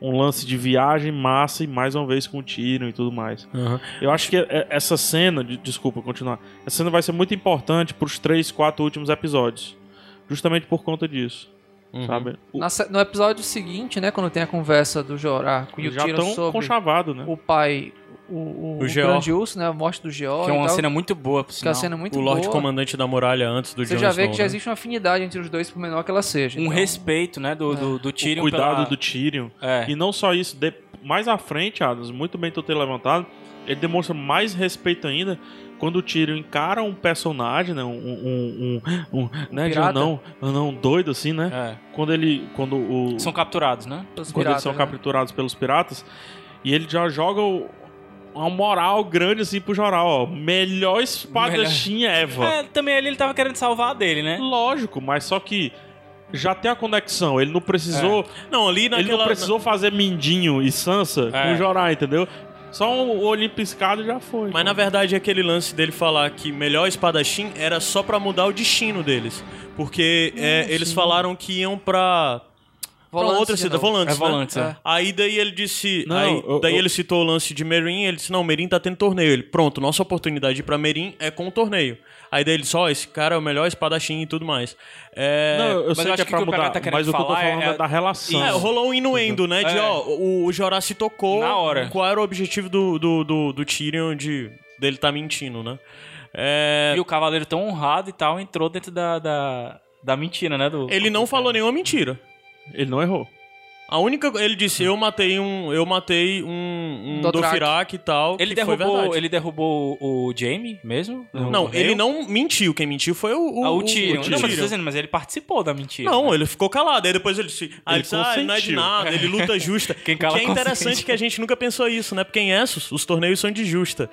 Speaker 2: um lance de viagem massa e mais uma vez com tiro e tudo mais.
Speaker 1: Aham.
Speaker 2: Eu acho que é- essa cena, de- desculpa, continuar. Essa cena vai ser muito importante pros três, quatro últimos episódios. Justamente por conta disso,
Speaker 1: Uhum.
Speaker 2: sabe? O-
Speaker 4: Na se- no episódio seguinte, né, quando tem a conversa do Jorá e o
Speaker 2: já
Speaker 4: Tiro
Speaker 2: estão
Speaker 4: sobre
Speaker 2: conchavados, né?
Speaker 4: o pai, o, o, o,
Speaker 1: Geó.
Speaker 4: grande urso, né, a morte do Geó
Speaker 3: Que é
Speaker 4: e
Speaker 3: uma
Speaker 4: tal,
Speaker 3: cena muito boa, por
Speaker 4: que é
Speaker 3: sinal.
Speaker 4: uma cena muito
Speaker 1: Uhum. o Lorde
Speaker 4: boa.
Speaker 1: Comandante da Muralha antes do
Speaker 4: Você
Speaker 1: Jon
Speaker 4: já
Speaker 1: Snow,
Speaker 4: vê que já
Speaker 1: né?
Speaker 4: existe uma afinidade entre os dois, por menor que ela seja.
Speaker 3: Um
Speaker 4: então.
Speaker 3: respeito, né, do, do, do
Speaker 2: O
Speaker 3: Tyrion
Speaker 2: cuidado
Speaker 3: pela-
Speaker 2: do Tyrion.
Speaker 3: É.
Speaker 2: E não só isso, de- mais à frente, Adams, muito bem tu ter levantado, ele demonstra mais respeito ainda quando o Tyrion encara um personagem, né? Um, um, um, um, né, de
Speaker 4: pirata.
Speaker 2: anão, anão doido assim, né?
Speaker 3: É.
Speaker 2: Quando ele, quando o...
Speaker 3: São capturados, né?
Speaker 4: Os
Speaker 2: quando eles
Speaker 4: piratas,
Speaker 2: são
Speaker 4: né?
Speaker 2: capturados pelos piratas, e ele já joga o- uma moral grande assim pro Jorá, ó. Melhor espadachim Eva.
Speaker 3: É, também ali ele tava querendo salvar a dele, né?
Speaker 2: Lógico, mas só que já tem a conexão. Ele não precisou.
Speaker 1: Não, ali
Speaker 2: Ele não
Speaker 1: naquela...
Speaker 2: precisou fazer Mindinho e Sansa
Speaker 3: É.
Speaker 2: com o Jorá, entendeu? Só um olhinho piscado já foi.
Speaker 1: Mas na verdade aquele lance dele falar que melhor espadachim era só pra mudar o destino deles. Porque
Speaker 3: Hum,
Speaker 1: é, eles falaram que iam pra, pra
Speaker 4: Volantes
Speaker 1: outra
Speaker 4: de
Speaker 1: cidade,
Speaker 4: novo.
Speaker 1: Volantes,
Speaker 3: É Volantes,
Speaker 1: né?
Speaker 3: é.
Speaker 1: Aí daí ele disse,
Speaker 2: Não,
Speaker 1: aí,
Speaker 2: eu-
Speaker 1: daí
Speaker 2: eu-
Speaker 1: ele citou o lance de Merin, ele disse, não, Merin tá tendo torneio. Ele, pronto, nossa oportunidade de ir pra Merin é com o torneio. Aí daí ele disse, ó, esse cara é o melhor espadachim e tudo mais. É...
Speaker 2: Não, eu
Speaker 3: mas
Speaker 2: sei
Speaker 3: eu
Speaker 2: que
Speaker 3: acho
Speaker 2: é
Speaker 3: que
Speaker 2: pra
Speaker 3: o que o
Speaker 2: mudar,
Speaker 3: Pepe tá querendo
Speaker 2: mas o que eu tô
Speaker 3: falar é-
Speaker 2: falando é,
Speaker 3: é-
Speaker 2: da relação.
Speaker 1: É, rolou um inuendo, né? De,
Speaker 3: É.
Speaker 1: ó, o, o Jorá se tocou.
Speaker 3: Na hora.
Speaker 1: Qual era o objetivo do, do, do, do Tyrion de, dele tá mentindo, né? É,
Speaker 3: E o cavaleiro tão honrado e tal entrou dentro da, da, da mentira, né? Do,
Speaker 1: ele não falou nenhuma mentira.
Speaker 2: Ele não errou.
Speaker 1: A única. Ele disse, eu matei um. Eu matei um, um
Speaker 4: Dothraki.
Speaker 1: Dofirak e tal.
Speaker 3: Ele
Speaker 1: que foi
Speaker 3: derrubou,
Speaker 1: verdade.
Speaker 3: ele derrubou o Jamie mesmo?
Speaker 1: Não,
Speaker 3: Morreu?
Speaker 1: ele não mentiu. Quem mentiu foi o. O,
Speaker 3: Ah, o
Speaker 1: o-
Speaker 3: Tyrion.
Speaker 1: o
Speaker 3: Não, mas, né? eu
Speaker 1: Tyrion.
Speaker 3: tô dizendo, mas ele participou da mentira.
Speaker 1: Não, ele ficou calado. Aí depois ele disse, ah,
Speaker 2: Ele
Speaker 1: ele disse, ah, ele não é de
Speaker 2: consentiu.
Speaker 1: nada, ele luta justa.
Speaker 3: Quem
Speaker 1: O
Speaker 3: cala,
Speaker 1: que é interessante
Speaker 3: consente.
Speaker 1: que a gente nunca pensou isso, né? Porque em Essos, os torneios são de justa.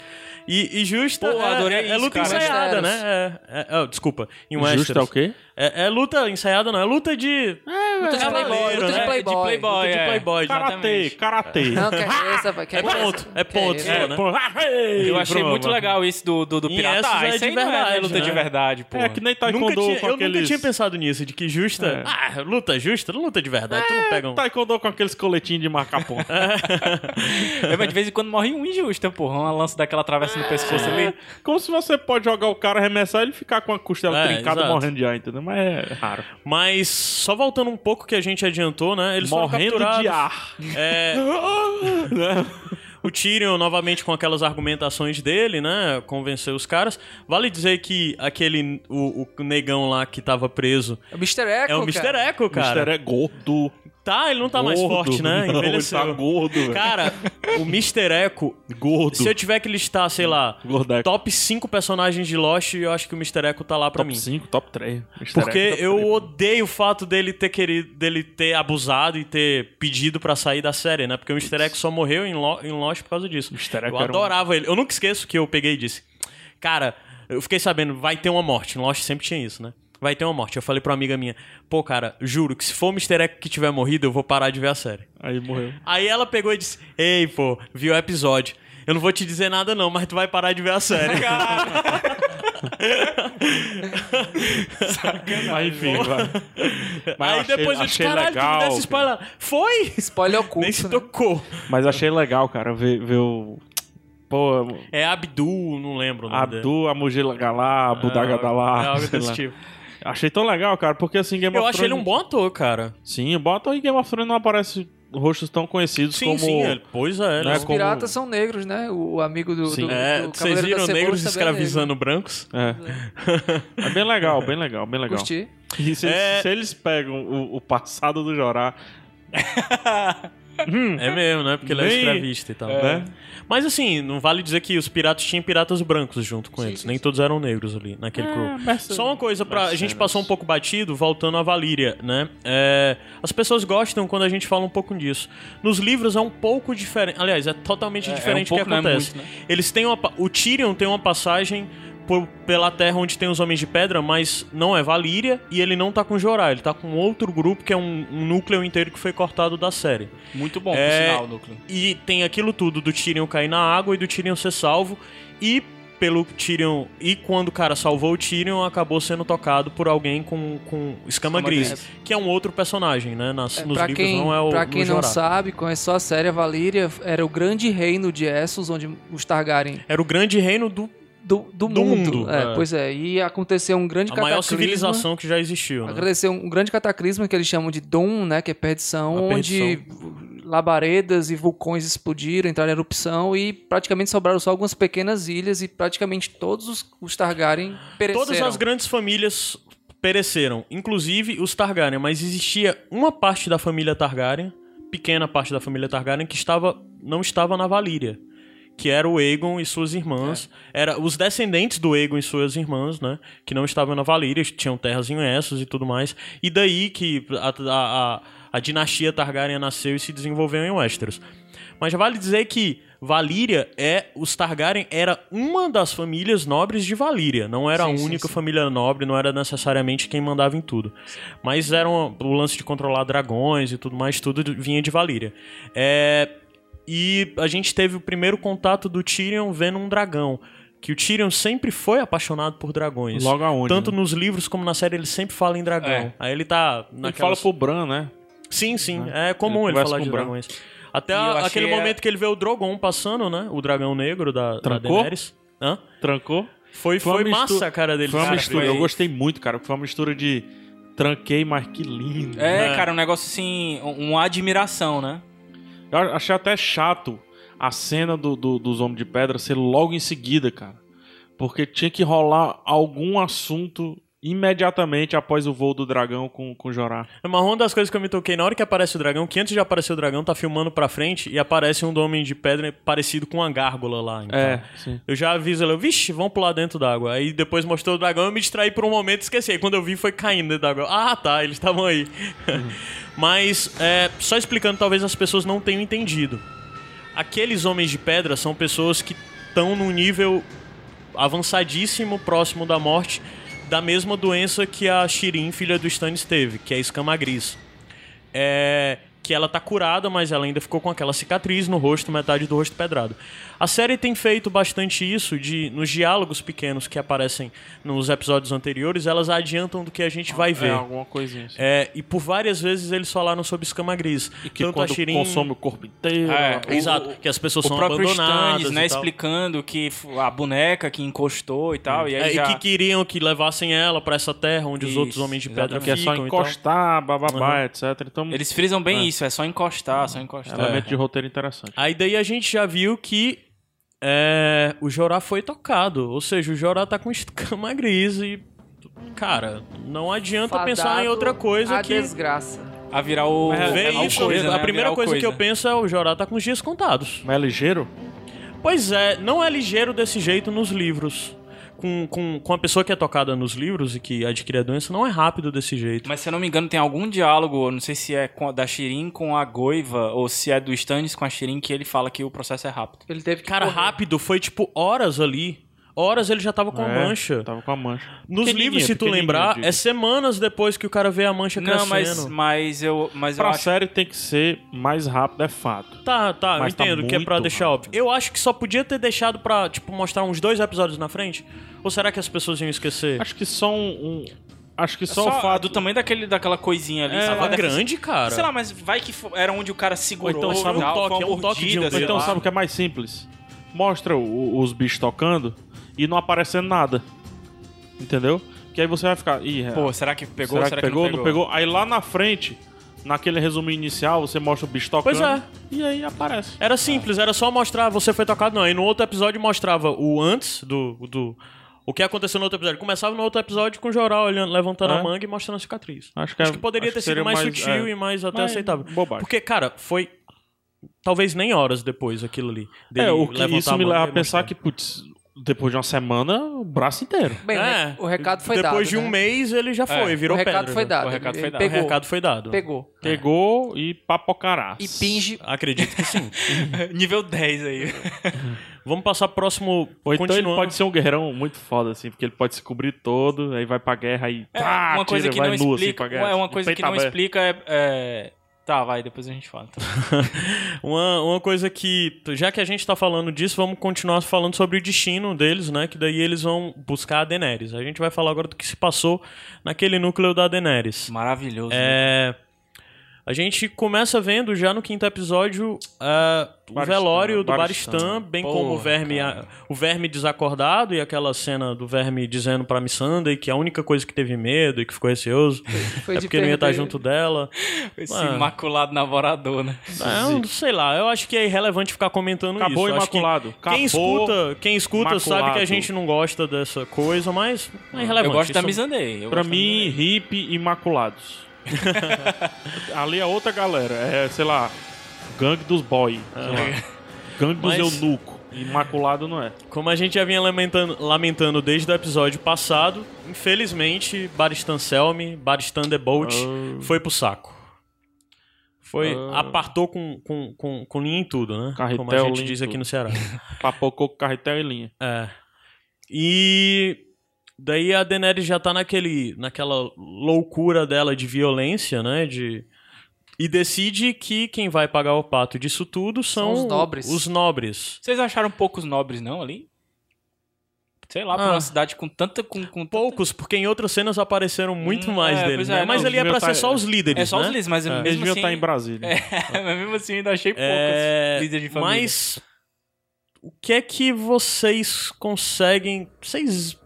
Speaker 1: E, e justa
Speaker 3: Pô,
Speaker 1: é,
Speaker 3: adorei
Speaker 1: é- é
Speaker 3: isso,
Speaker 1: luta
Speaker 3: cara.
Speaker 1: ensaiada,
Speaker 4: Westeros.
Speaker 1: né? É, é- é- desculpa, em Westeros.
Speaker 2: Justo é o quê?
Speaker 1: É, é luta ensaiada não, é luta de...
Speaker 4: Luta de
Speaker 1: Cavaleiro,
Speaker 4: playboy, luta de
Speaker 1: né?
Speaker 4: playboy.
Speaker 3: De playboy,
Speaker 1: luta de
Speaker 3: é.
Speaker 1: playboy.
Speaker 2: Karatê,
Speaker 3: Exatamente.
Speaker 2: karatê.
Speaker 4: Não, que é essa, vai, que
Speaker 1: É
Speaker 4: essa,
Speaker 1: ponto, é
Speaker 4: que
Speaker 1: ponto,
Speaker 4: isso.
Speaker 1: é.
Speaker 2: É,
Speaker 1: né?
Speaker 2: pô,
Speaker 3: Eu achei muito legal isso do, do, do
Speaker 1: Em
Speaker 3: pirata.
Speaker 1: essas
Speaker 3: Ah,
Speaker 1: é
Speaker 3: isso
Speaker 1: de
Speaker 3: aí não é- não é
Speaker 1: verdade,
Speaker 3: luta
Speaker 1: né?
Speaker 3: de verdade, pô.
Speaker 2: É que nem
Speaker 1: Nunca
Speaker 2: Taekwondo
Speaker 1: tinha-
Speaker 2: com
Speaker 1: eu nunca
Speaker 2: aqueles...
Speaker 1: tinha pensado nisso, de que justa...
Speaker 2: É. Tá.
Speaker 1: Ah, luta justa, luta de verdade, tu
Speaker 4: É.
Speaker 1: não pega um...
Speaker 2: Taekwondo com aqueles coletinhos de né? marcar ponto.
Speaker 3: É, mas de vez em quando morre um injusta, porra. Uma lança daquela travessa no
Speaker 1: É.
Speaker 3: pescoço ali.
Speaker 2: Como se você pode jogar o cara, arremessar ele e ficar com a costela
Speaker 1: É,
Speaker 2: trincada
Speaker 1: exato.
Speaker 2: morrendo de ar, entendeu? Mas é raro.
Speaker 1: Mas, só voltando um pouco que a gente adiantou, né? Eles
Speaker 2: morrendo
Speaker 1: foram capturados...
Speaker 2: de ar.
Speaker 1: É, o Tyrion novamente com aquelas argumentações dele, né? Convenceu os caras. Vale dizer que aquele o, o negão lá que tava preso
Speaker 4: É o Mr. Echo,
Speaker 1: é o Mr.
Speaker 4: cara.
Speaker 1: Echo,
Speaker 2: O
Speaker 1: cara.
Speaker 2: Mister é gordo.
Speaker 1: Tá, ele não tá mais
Speaker 2: gordo.
Speaker 1: forte, né?
Speaker 2: Não, ele tá
Speaker 1: Envelheceu.
Speaker 2: gordo, velho.
Speaker 1: Cara, o Mr. Echo,
Speaker 2: gordo.
Speaker 1: se eu tiver que listar, sei lá,
Speaker 2: Gordeco.
Speaker 1: top 5 personagens de Lost, eu acho que o Mr. Echo tá lá pra
Speaker 2: top
Speaker 1: mim.
Speaker 2: 5, top 3.
Speaker 1: Porque eu odeio o fato dele ter querido, dele ter abusado e ter pedido pra sair da série, né? Porque o Mr. X só morreu em, Lo- em Lost por causa disso.
Speaker 2: Mr. X
Speaker 1: Eu
Speaker 2: era um-
Speaker 1: adorava ele. Eu nunca esqueço que eu peguei e disse: Cara, eu fiquei sabendo, vai ter uma morte. Em Lost sempre tinha isso, né? Vai ter uma morte. Eu falei pra uma amiga minha: Pô, cara, juro que se for o Mr. X que tiver morrido, eu vou parar de ver a série.
Speaker 2: Aí morreu.
Speaker 1: Aí ela pegou e disse: Ei, pô, viu o episódio. Eu não vou te dizer nada, não, mas tu vai parar de ver a série.
Speaker 2: Mas enfim, vai. Mas
Speaker 1: Aí
Speaker 2: eu achei-
Speaker 1: depois eu disse:
Speaker 2: achei
Speaker 1: Caralho, é tu me
Speaker 2: legal,
Speaker 1: desse spoiler. Foi!
Speaker 4: Spoiler oculto,
Speaker 1: Nem se
Speaker 4: né?
Speaker 1: tocou.
Speaker 2: Mas achei legal, cara, ver, ver o... Pô,
Speaker 1: É Abdu, não lembro o nome dele.
Speaker 2: Abdu, a Mugila Galá, a Budaga Dalá.
Speaker 1: É algo
Speaker 2: sei
Speaker 1: desse
Speaker 2: lá.
Speaker 1: tipo.
Speaker 2: Achei tão legal, cara, porque assim, Game
Speaker 1: Eu
Speaker 2: of
Speaker 1: acho ele
Speaker 2: Thrones-
Speaker 1: um bom ator, cara.
Speaker 2: Sim, bota aí Game of Thrones não aparece rostos tão conhecidos
Speaker 1: Sim,
Speaker 2: como.
Speaker 1: sim. Ele, pois é.
Speaker 2: Né,
Speaker 1: Né?
Speaker 4: Os
Speaker 2: como-
Speaker 4: piratas são negros, né? O, o amigo do,
Speaker 2: Sim.
Speaker 4: do,
Speaker 1: É, né?
Speaker 4: do
Speaker 1: vocês
Speaker 4: Cavaleiro da
Speaker 1: viram
Speaker 4: Cebola
Speaker 1: negros
Speaker 4: também é negro.
Speaker 1: escravizando brancos?
Speaker 2: É. é bem legal, bem legal, bem legal.
Speaker 4: Curti.
Speaker 2: E se,
Speaker 1: É.
Speaker 2: se eles pegam o, o passado do Jorá,
Speaker 1: É mesmo, né? Porque ele é
Speaker 2: Bem-
Speaker 1: escravista e tal.
Speaker 2: né?
Speaker 1: Mas assim, não vale dizer que os piratas tinham piratas brancos junto com eles. Nem todos eram negros ali naquele crew. Só uma coisa, pra, a gente
Speaker 2: mercenários.
Speaker 1: passou um pouco batido, voltando à Valíria, né? É, as pessoas gostam quando a gente fala um pouco disso. Nos livros é um pouco diferente. Aliás, é totalmente
Speaker 3: É, é um
Speaker 1: diferente o
Speaker 3: pouco,
Speaker 1: que
Speaker 3: não é
Speaker 1: acontece.
Speaker 3: muito,
Speaker 1: Eles têm uma. pa- O Tyrion tem uma passagem por- pela terra onde tem os Homens de Pedra, mas não é Valíria e ele não tá com Jorah, ele tá com outro grupo que é um- um núcleo inteiro que foi cortado da série.
Speaker 3: Muito bom,
Speaker 1: É.
Speaker 3: por sinal, o núcleo.
Speaker 1: E tem aquilo tudo do Tyrion cair na água e do Tyrion ser salvo. E pelo Tyrion e quando o cara salvou o Tyrion, acabou sendo tocado por alguém com, com escama,
Speaker 4: Escama
Speaker 1: gris,
Speaker 4: gris.
Speaker 1: que é um outro personagem, né? Nas, nos
Speaker 4: pra
Speaker 1: livros
Speaker 4: quem,
Speaker 1: não é o
Speaker 4: pra
Speaker 1: no
Speaker 4: quem não
Speaker 1: Jorah.
Speaker 4: sabe, conhece só a série, a Valíria era o grande reino de Essos, onde os Targaryen
Speaker 1: Era o grande reino do
Speaker 4: do, do,
Speaker 1: Do
Speaker 4: mundo.
Speaker 1: mundo,
Speaker 4: É,
Speaker 1: é.
Speaker 4: Pois é, e aconteceu um grande
Speaker 1: a
Speaker 4: cataclismo.
Speaker 1: maior civilização que já existiu. né?
Speaker 4: Aconteceu um grande cataclisma que eles chamam de Doom, né, que é perdição,
Speaker 1: A
Speaker 4: onde labaredas e vulcões explodiram, entraram em erupção e praticamente sobraram só algumas pequenas ilhas e praticamente todos os, os Targaryen pereceram.
Speaker 1: Todas as grandes famílias pereceram, inclusive os Targaryen, mas existia uma parte da família Targaryen, pequena parte da família Targaryen que estava não estava na Valíria, que era o Aegon e suas irmãs,
Speaker 4: É.
Speaker 1: era os descendentes do Aegon e suas irmãs, né, que não estavam na Valíria, tinham terras em Essos e tudo mais, e daí que a, a, a- a dinastia Targaryen nasceu e se desenvolveu em Westeros. Mas já vale dizer que Valíria é os Targaryen era uma das famílias nobres de Valíria, não era a
Speaker 4: Sim, sim,
Speaker 1: única
Speaker 4: sim.
Speaker 1: família nobre, não era necessariamente quem mandava em tudo. Mas era uma- o lance de controlar dragões e tudo mais, tudo de- vinha de Valíria. É, e a gente teve o primeiro contato do Tyrion vendo um dragão. Que o Tyrion sempre foi apaixonado por dragões.
Speaker 2: Logo aonde?
Speaker 1: Tanto
Speaker 2: né?
Speaker 1: nos livros como na série, ele sempre fala em dragão.
Speaker 3: É.
Speaker 1: Aí ele tá
Speaker 2: Ele
Speaker 1: naquela.
Speaker 2: fala pro Bran, né?
Speaker 1: Sim, sim. É comum
Speaker 2: Ele
Speaker 1: ele,
Speaker 2: conversa
Speaker 1: falar
Speaker 2: com
Speaker 1: de
Speaker 2: o Bran.
Speaker 1: dragões. Até
Speaker 3: E eu
Speaker 1: a-
Speaker 3: achei
Speaker 1: aquele
Speaker 3: a-
Speaker 1: momento que ele vê o Drogon passando, né? O dragão negro da, da
Speaker 2: Trancou?
Speaker 1: Daenerys. Hã?
Speaker 2: Trancou.
Speaker 1: Foi,
Speaker 2: Foi
Speaker 1: foi,
Speaker 2: uma mistu-
Speaker 1: massa a cara dele.
Speaker 2: foi uma
Speaker 1: cara.
Speaker 2: mistura.
Speaker 1: Foi-
Speaker 2: Eu gostei muito, cara. Foi uma mistura de tranquei, mas que lindo.
Speaker 3: É,
Speaker 1: É.
Speaker 3: cara, um negócio assim, um- uma admiração, né?
Speaker 2: Eu achei até chato a cena do, do- dos Homens de Pedra ser logo em seguida, cara. Porque tinha que rolar algum assunto imediatamente após o voo do dragão com, com Jorá.
Speaker 1: Mas uma das coisas que eu me toquei, na hora que aparece o dragão, que antes de aparecer o dragão, tá filmando pra frente e aparece um homem de pedra parecido com uma gárgula lá. Então.
Speaker 2: sim.
Speaker 1: Eu já aviso ele, vixe, vamos pular dentro d'água. Aí depois mostrou o dragão, eu me distraí por um momento e esqueci. Aí quando eu vi, foi caindo dentro d'água. Ah, tá, eles estavam aí. Mas, é, só explicando, talvez as pessoas não tenham entendido. Aqueles homens de pedra são pessoas que estão num nível avançadíssimo, próximo da morte, da mesma doença que a Shirin, filha do Stannis, teve, que é a escama gris. É, que ela tá curada, mas ela ainda ficou com aquela cicatriz no rosto, metade do rosto pedrado. A série tem feito bastante isso de nos diálogos pequenos que aparecem nos episódios anteriores, elas adiantam do que a gente vai
Speaker 2: É
Speaker 1: ver.
Speaker 2: alguma coisinha assim.
Speaker 1: É, e por várias vezes eles falaram sobre escama gris.
Speaker 2: E É, que
Speaker 1: Tanto
Speaker 2: quando
Speaker 1: a Shirin...
Speaker 2: consome o corpo inteiro.
Speaker 3: É.
Speaker 2: o-
Speaker 1: Exato, que as pessoas
Speaker 3: O
Speaker 1: são
Speaker 3: próprio
Speaker 1: abandonadas
Speaker 3: Stannis,
Speaker 1: e
Speaker 3: né,
Speaker 1: tal.
Speaker 3: explicando que f- a boneca que encostou e tal, e aí
Speaker 1: É,
Speaker 3: já...
Speaker 1: E que queriam que levassem ela pra essa terra onde os
Speaker 3: Isso,
Speaker 1: outros homens de pedra
Speaker 2: Que é só
Speaker 1: ficam então. e tal.
Speaker 2: encostar,
Speaker 1: Uhum.
Speaker 2: bababá, etc. Então, é um
Speaker 3: Eles frisam
Speaker 1: Ah.
Speaker 3: bem isso, é só encostar, só encostar.
Speaker 1: É.
Speaker 2: elemento de roteiro interessante.
Speaker 1: Aí daí a gente já viu que é, o Jorá foi tocado. Ou seja, o Jorá tá com escama gris e. Cara, não adianta
Speaker 4: Fadado
Speaker 1: pensar em outra coisa
Speaker 4: a
Speaker 1: que.
Speaker 4: desgraça.
Speaker 3: A virar o...
Speaker 1: É, vê
Speaker 3: ao
Speaker 1: isso,
Speaker 3: coisa, né,
Speaker 1: a primeira
Speaker 3: virar o
Speaker 1: coisa, que eu penso é o Jorá tá com os dias contados.
Speaker 2: Mas é ligeiro?
Speaker 1: Pois é, não é ligeiro desse jeito nos livros. Com, com, com a pessoa que é tocada nos livros e que adquire a doença, não é rápido desse jeito.
Speaker 3: Mas se eu não me engano, tem algum diálogo, não sei se é com a- da Shirin com a Goiva, ou se é do Stannis com a Shirin, que ele fala que o processo é rápido.
Speaker 4: Ele teve que
Speaker 1: Cara,
Speaker 4: correr.
Speaker 1: rápido, foi tipo horas ali. Horas ele já tava com a
Speaker 2: É,
Speaker 1: mancha.
Speaker 2: Tava com a mancha.
Speaker 1: Nos
Speaker 2: Pequenininha,
Speaker 1: livros, se tu
Speaker 2: pequenininha, eu
Speaker 1: lembrar,
Speaker 2: digo.
Speaker 1: é semanas depois que o cara vê a mancha
Speaker 3: Não, mas,
Speaker 1: tá crescendo.
Speaker 3: mas eu... Mas eu
Speaker 2: Pra
Speaker 3: acho...
Speaker 2: série tem que ser mais rápido, é fato.
Speaker 1: Tá, tá, eu
Speaker 2: Mas tá
Speaker 1: entendo que é pra
Speaker 2: muito
Speaker 1: deixar óbvio. Eu acho que só podia ter deixado pra, tipo, mostrar uns dois episódios na frente. Ou será que as pessoas iam esquecer?
Speaker 2: Acho que só um. um- acho que
Speaker 1: É
Speaker 2: só,
Speaker 3: Só
Speaker 2: o fato.
Speaker 3: do tamanho daquele, daquela coisinha ali. sabe?
Speaker 1: Tava
Speaker 3: Deve-
Speaker 1: grande, cara.
Speaker 3: Sei lá, mas vai que fo- era onde o cara segurou.
Speaker 2: Ou então sabe
Speaker 3: e tal,
Speaker 1: um toque,
Speaker 3: foi uma
Speaker 1: é um toque de
Speaker 3: mordida,
Speaker 1: um-
Speaker 2: Ou
Speaker 3: sei
Speaker 2: então
Speaker 3: lá.
Speaker 2: sabe o que é mais simples? Mostra o- os bichos tocando e não aparecendo nada. Entendeu? Que aí você vai ficar. Ih, é,
Speaker 3: Pô, será que pegou?
Speaker 2: será que pegou? Não pegou? Aí lá na frente, naquele resumo inicial, você mostra o bicho tocando.
Speaker 1: Pois é.
Speaker 2: E aí aparece.
Speaker 1: Era simples, era só mostrar você foi tocado, não. E no outro episódio mostrava o antes do. do o que aconteceu no outro episódio. Começava no outro episódio com o Joral olhando, levantando
Speaker 2: É.
Speaker 1: a manga e mostrando a cicatriz.
Speaker 2: Acho que, é-
Speaker 1: Acho que poderia
Speaker 2: acho
Speaker 1: ter sido
Speaker 2: seria
Speaker 1: mais, sutil
Speaker 2: é,
Speaker 1: e mais até
Speaker 2: mas
Speaker 1: aceitável.
Speaker 2: Bobagem.
Speaker 1: Porque, cara, foi. Talvez nem horas depois aquilo ali. dele
Speaker 2: é, o que
Speaker 1: levantar
Speaker 2: isso
Speaker 1: a assim.
Speaker 2: me
Speaker 1: manga
Speaker 2: leva a
Speaker 1: e
Speaker 2: pensar
Speaker 1: mostrar.
Speaker 2: que, putz, depois de uma semana, o braço inteiro.
Speaker 1: É.
Speaker 4: Bem, o re- o recado foi
Speaker 1: depois
Speaker 4: dado.
Speaker 1: Depois de um
Speaker 4: né?
Speaker 1: mês ele já foi,
Speaker 3: É,
Speaker 1: virou
Speaker 4: o recado
Speaker 1: pedra.
Speaker 4: foi
Speaker 2: né?
Speaker 1: já.
Speaker 4: dado.
Speaker 3: O recado
Speaker 4: ele
Speaker 3: foi dado.
Speaker 1: O
Speaker 4: Pegou.
Speaker 1: recado foi dado.
Speaker 4: Pegou.
Speaker 2: Pegou e papocarás.
Speaker 4: E pinge.
Speaker 1: Acredito que sim.
Speaker 3: Nível 10 aí.
Speaker 1: Vamos passar pro próximo.
Speaker 2: Ou então ele
Speaker 1: continuando.
Speaker 2: pode ser um guerreirão muito foda, assim, porque ele pode se cobrir todo, aí vai pra guerra e.
Speaker 3: É,
Speaker 2: pá,
Speaker 3: uma coisa
Speaker 2: Ah, tira,
Speaker 3: que
Speaker 2: vai
Speaker 3: não
Speaker 2: nu, assim,
Speaker 3: explica,
Speaker 2: pra guerra,
Speaker 3: é uma
Speaker 2: de
Speaker 3: coisa que
Speaker 2: peito
Speaker 3: não
Speaker 2: aberto.
Speaker 3: explica é, é, Tá, vai, depois a gente fala. então.
Speaker 1: Uma, uma coisa que, já que a gente tá falando disso, vamos continuar falando sobre o destino deles, né? Que daí eles vão buscar a Daenerys. A gente vai falar agora do que se passou naquele núcleo da Daenerys.
Speaker 3: Maravilhoso. né?
Speaker 1: É, a gente começa vendo já no quinto episódio ah, o
Speaker 2: Baristan,
Speaker 1: velório do
Speaker 2: Baristan.
Speaker 1: Baristan, bem
Speaker 3: Porra,
Speaker 1: como o verme,
Speaker 3: cara.
Speaker 1: ah, o verme desacordado e aquela cena do verme dizendo pra Missandei que a única coisa que teve medo e que ficou receoso
Speaker 4: Foi
Speaker 1: é
Speaker 4: de
Speaker 1: porque não ia estar
Speaker 4: perder.
Speaker 1: junto dela.
Speaker 3: né? Esse
Speaker 1: mano.
Speaker 3: imaculado namorador, né?
Speaker 1: Ah, eu não sei lá, eu acho que é irrelevante ficar comentando
Speaker 2: Acabou
Speaker 1: isso. Acho que
Speaker 2: imaculado.
Speaker 1: Quem
Speaker 2: Acabou
Speaker 1: escuta, quem escuta sabe que a
Speaker 2: maculado.
Speaker 1: gente não gosta dessa coisa, mas é irrelevante.
Speaker 3: Eu gosto da
Speaker 1: Isso-
Speaker 3: Mizandei. eu
Speaker 2: Pra
Speaker 3: gosto da
Speaker 2: mim,
Speaker 3: Mizandei.
Speaker 2: hippie imaculados. Ali é outra galera. É, sei lá, gangue dos boy. sei lá.
Speaker 3: É.
Speaker 2: Gangue dos
Speaker 1: Mas-
Speaker 2: eunuco. Imaculado não é.
Speaker 1: Como a gente já vinha lamentando, lamentando desde o episódio passado, infelizmente, Baristan Selmy, Baristan Debolt,
Speaker 2: Ah.
Speaker 1: foi pro saco. Foi,
Speaker 2: Ah.
Speaker 1: apartou com, com, com, com linha em tudo, né? Como a
Speaker 2: Carretel,
Speaker 1: gente
Speaker 2: linha em
Speaker 1: diz aqui
Speaker 2: tudo.
Speaker 1: no Ceará.
Speaker 3: Ah.
Speaker 2: Papou coco, carretel e linha.
Speaker 1: É. E daí a Daenerys já tá naquele, naquela loucura dela de violência, né? De, e decide que quem vai pagar o pato disso tudo são,
Speaker 4: São os nobres.
Speaker 1: Os nobres.
Speaker 3: Vocês acharam poucos nobres, não, ali? Sei lá, pra
Speaker 1: Ah.
Speaker 3: uma cidade com tanta... Com, com tanta-
Speaker 1: Poucos, porque em outras cenas apareceram muito
Speaker 3: Então Hum,
Speaker 1: mais
Speaker 3: é,
Speaker 1: deles.
Speaker 3: pois é,
Speaker 1: né? Mas
Speaker 3: não,
Speaker 1: ali é
Speaker 2: meu
Speaker 1: pra ser
Speaker 2: tá-
Speaker 1: só os líderes,
Speaker 3: É só
Speaker 1: né?
Speaker 3: os líderes, mas
Speaker 2: Eles
Speaker 3: mesmo
Speaker 2: deviam tá
Speaker 3: assim...
Speaker 2: estar em Brasília.
Speaker 3: mas mesmo assim ainda achei poucos
Speaker 1: É,
Speaker 3: líderes de família.
Speaker 1: Mas o que é que vocês conseguem... Vocês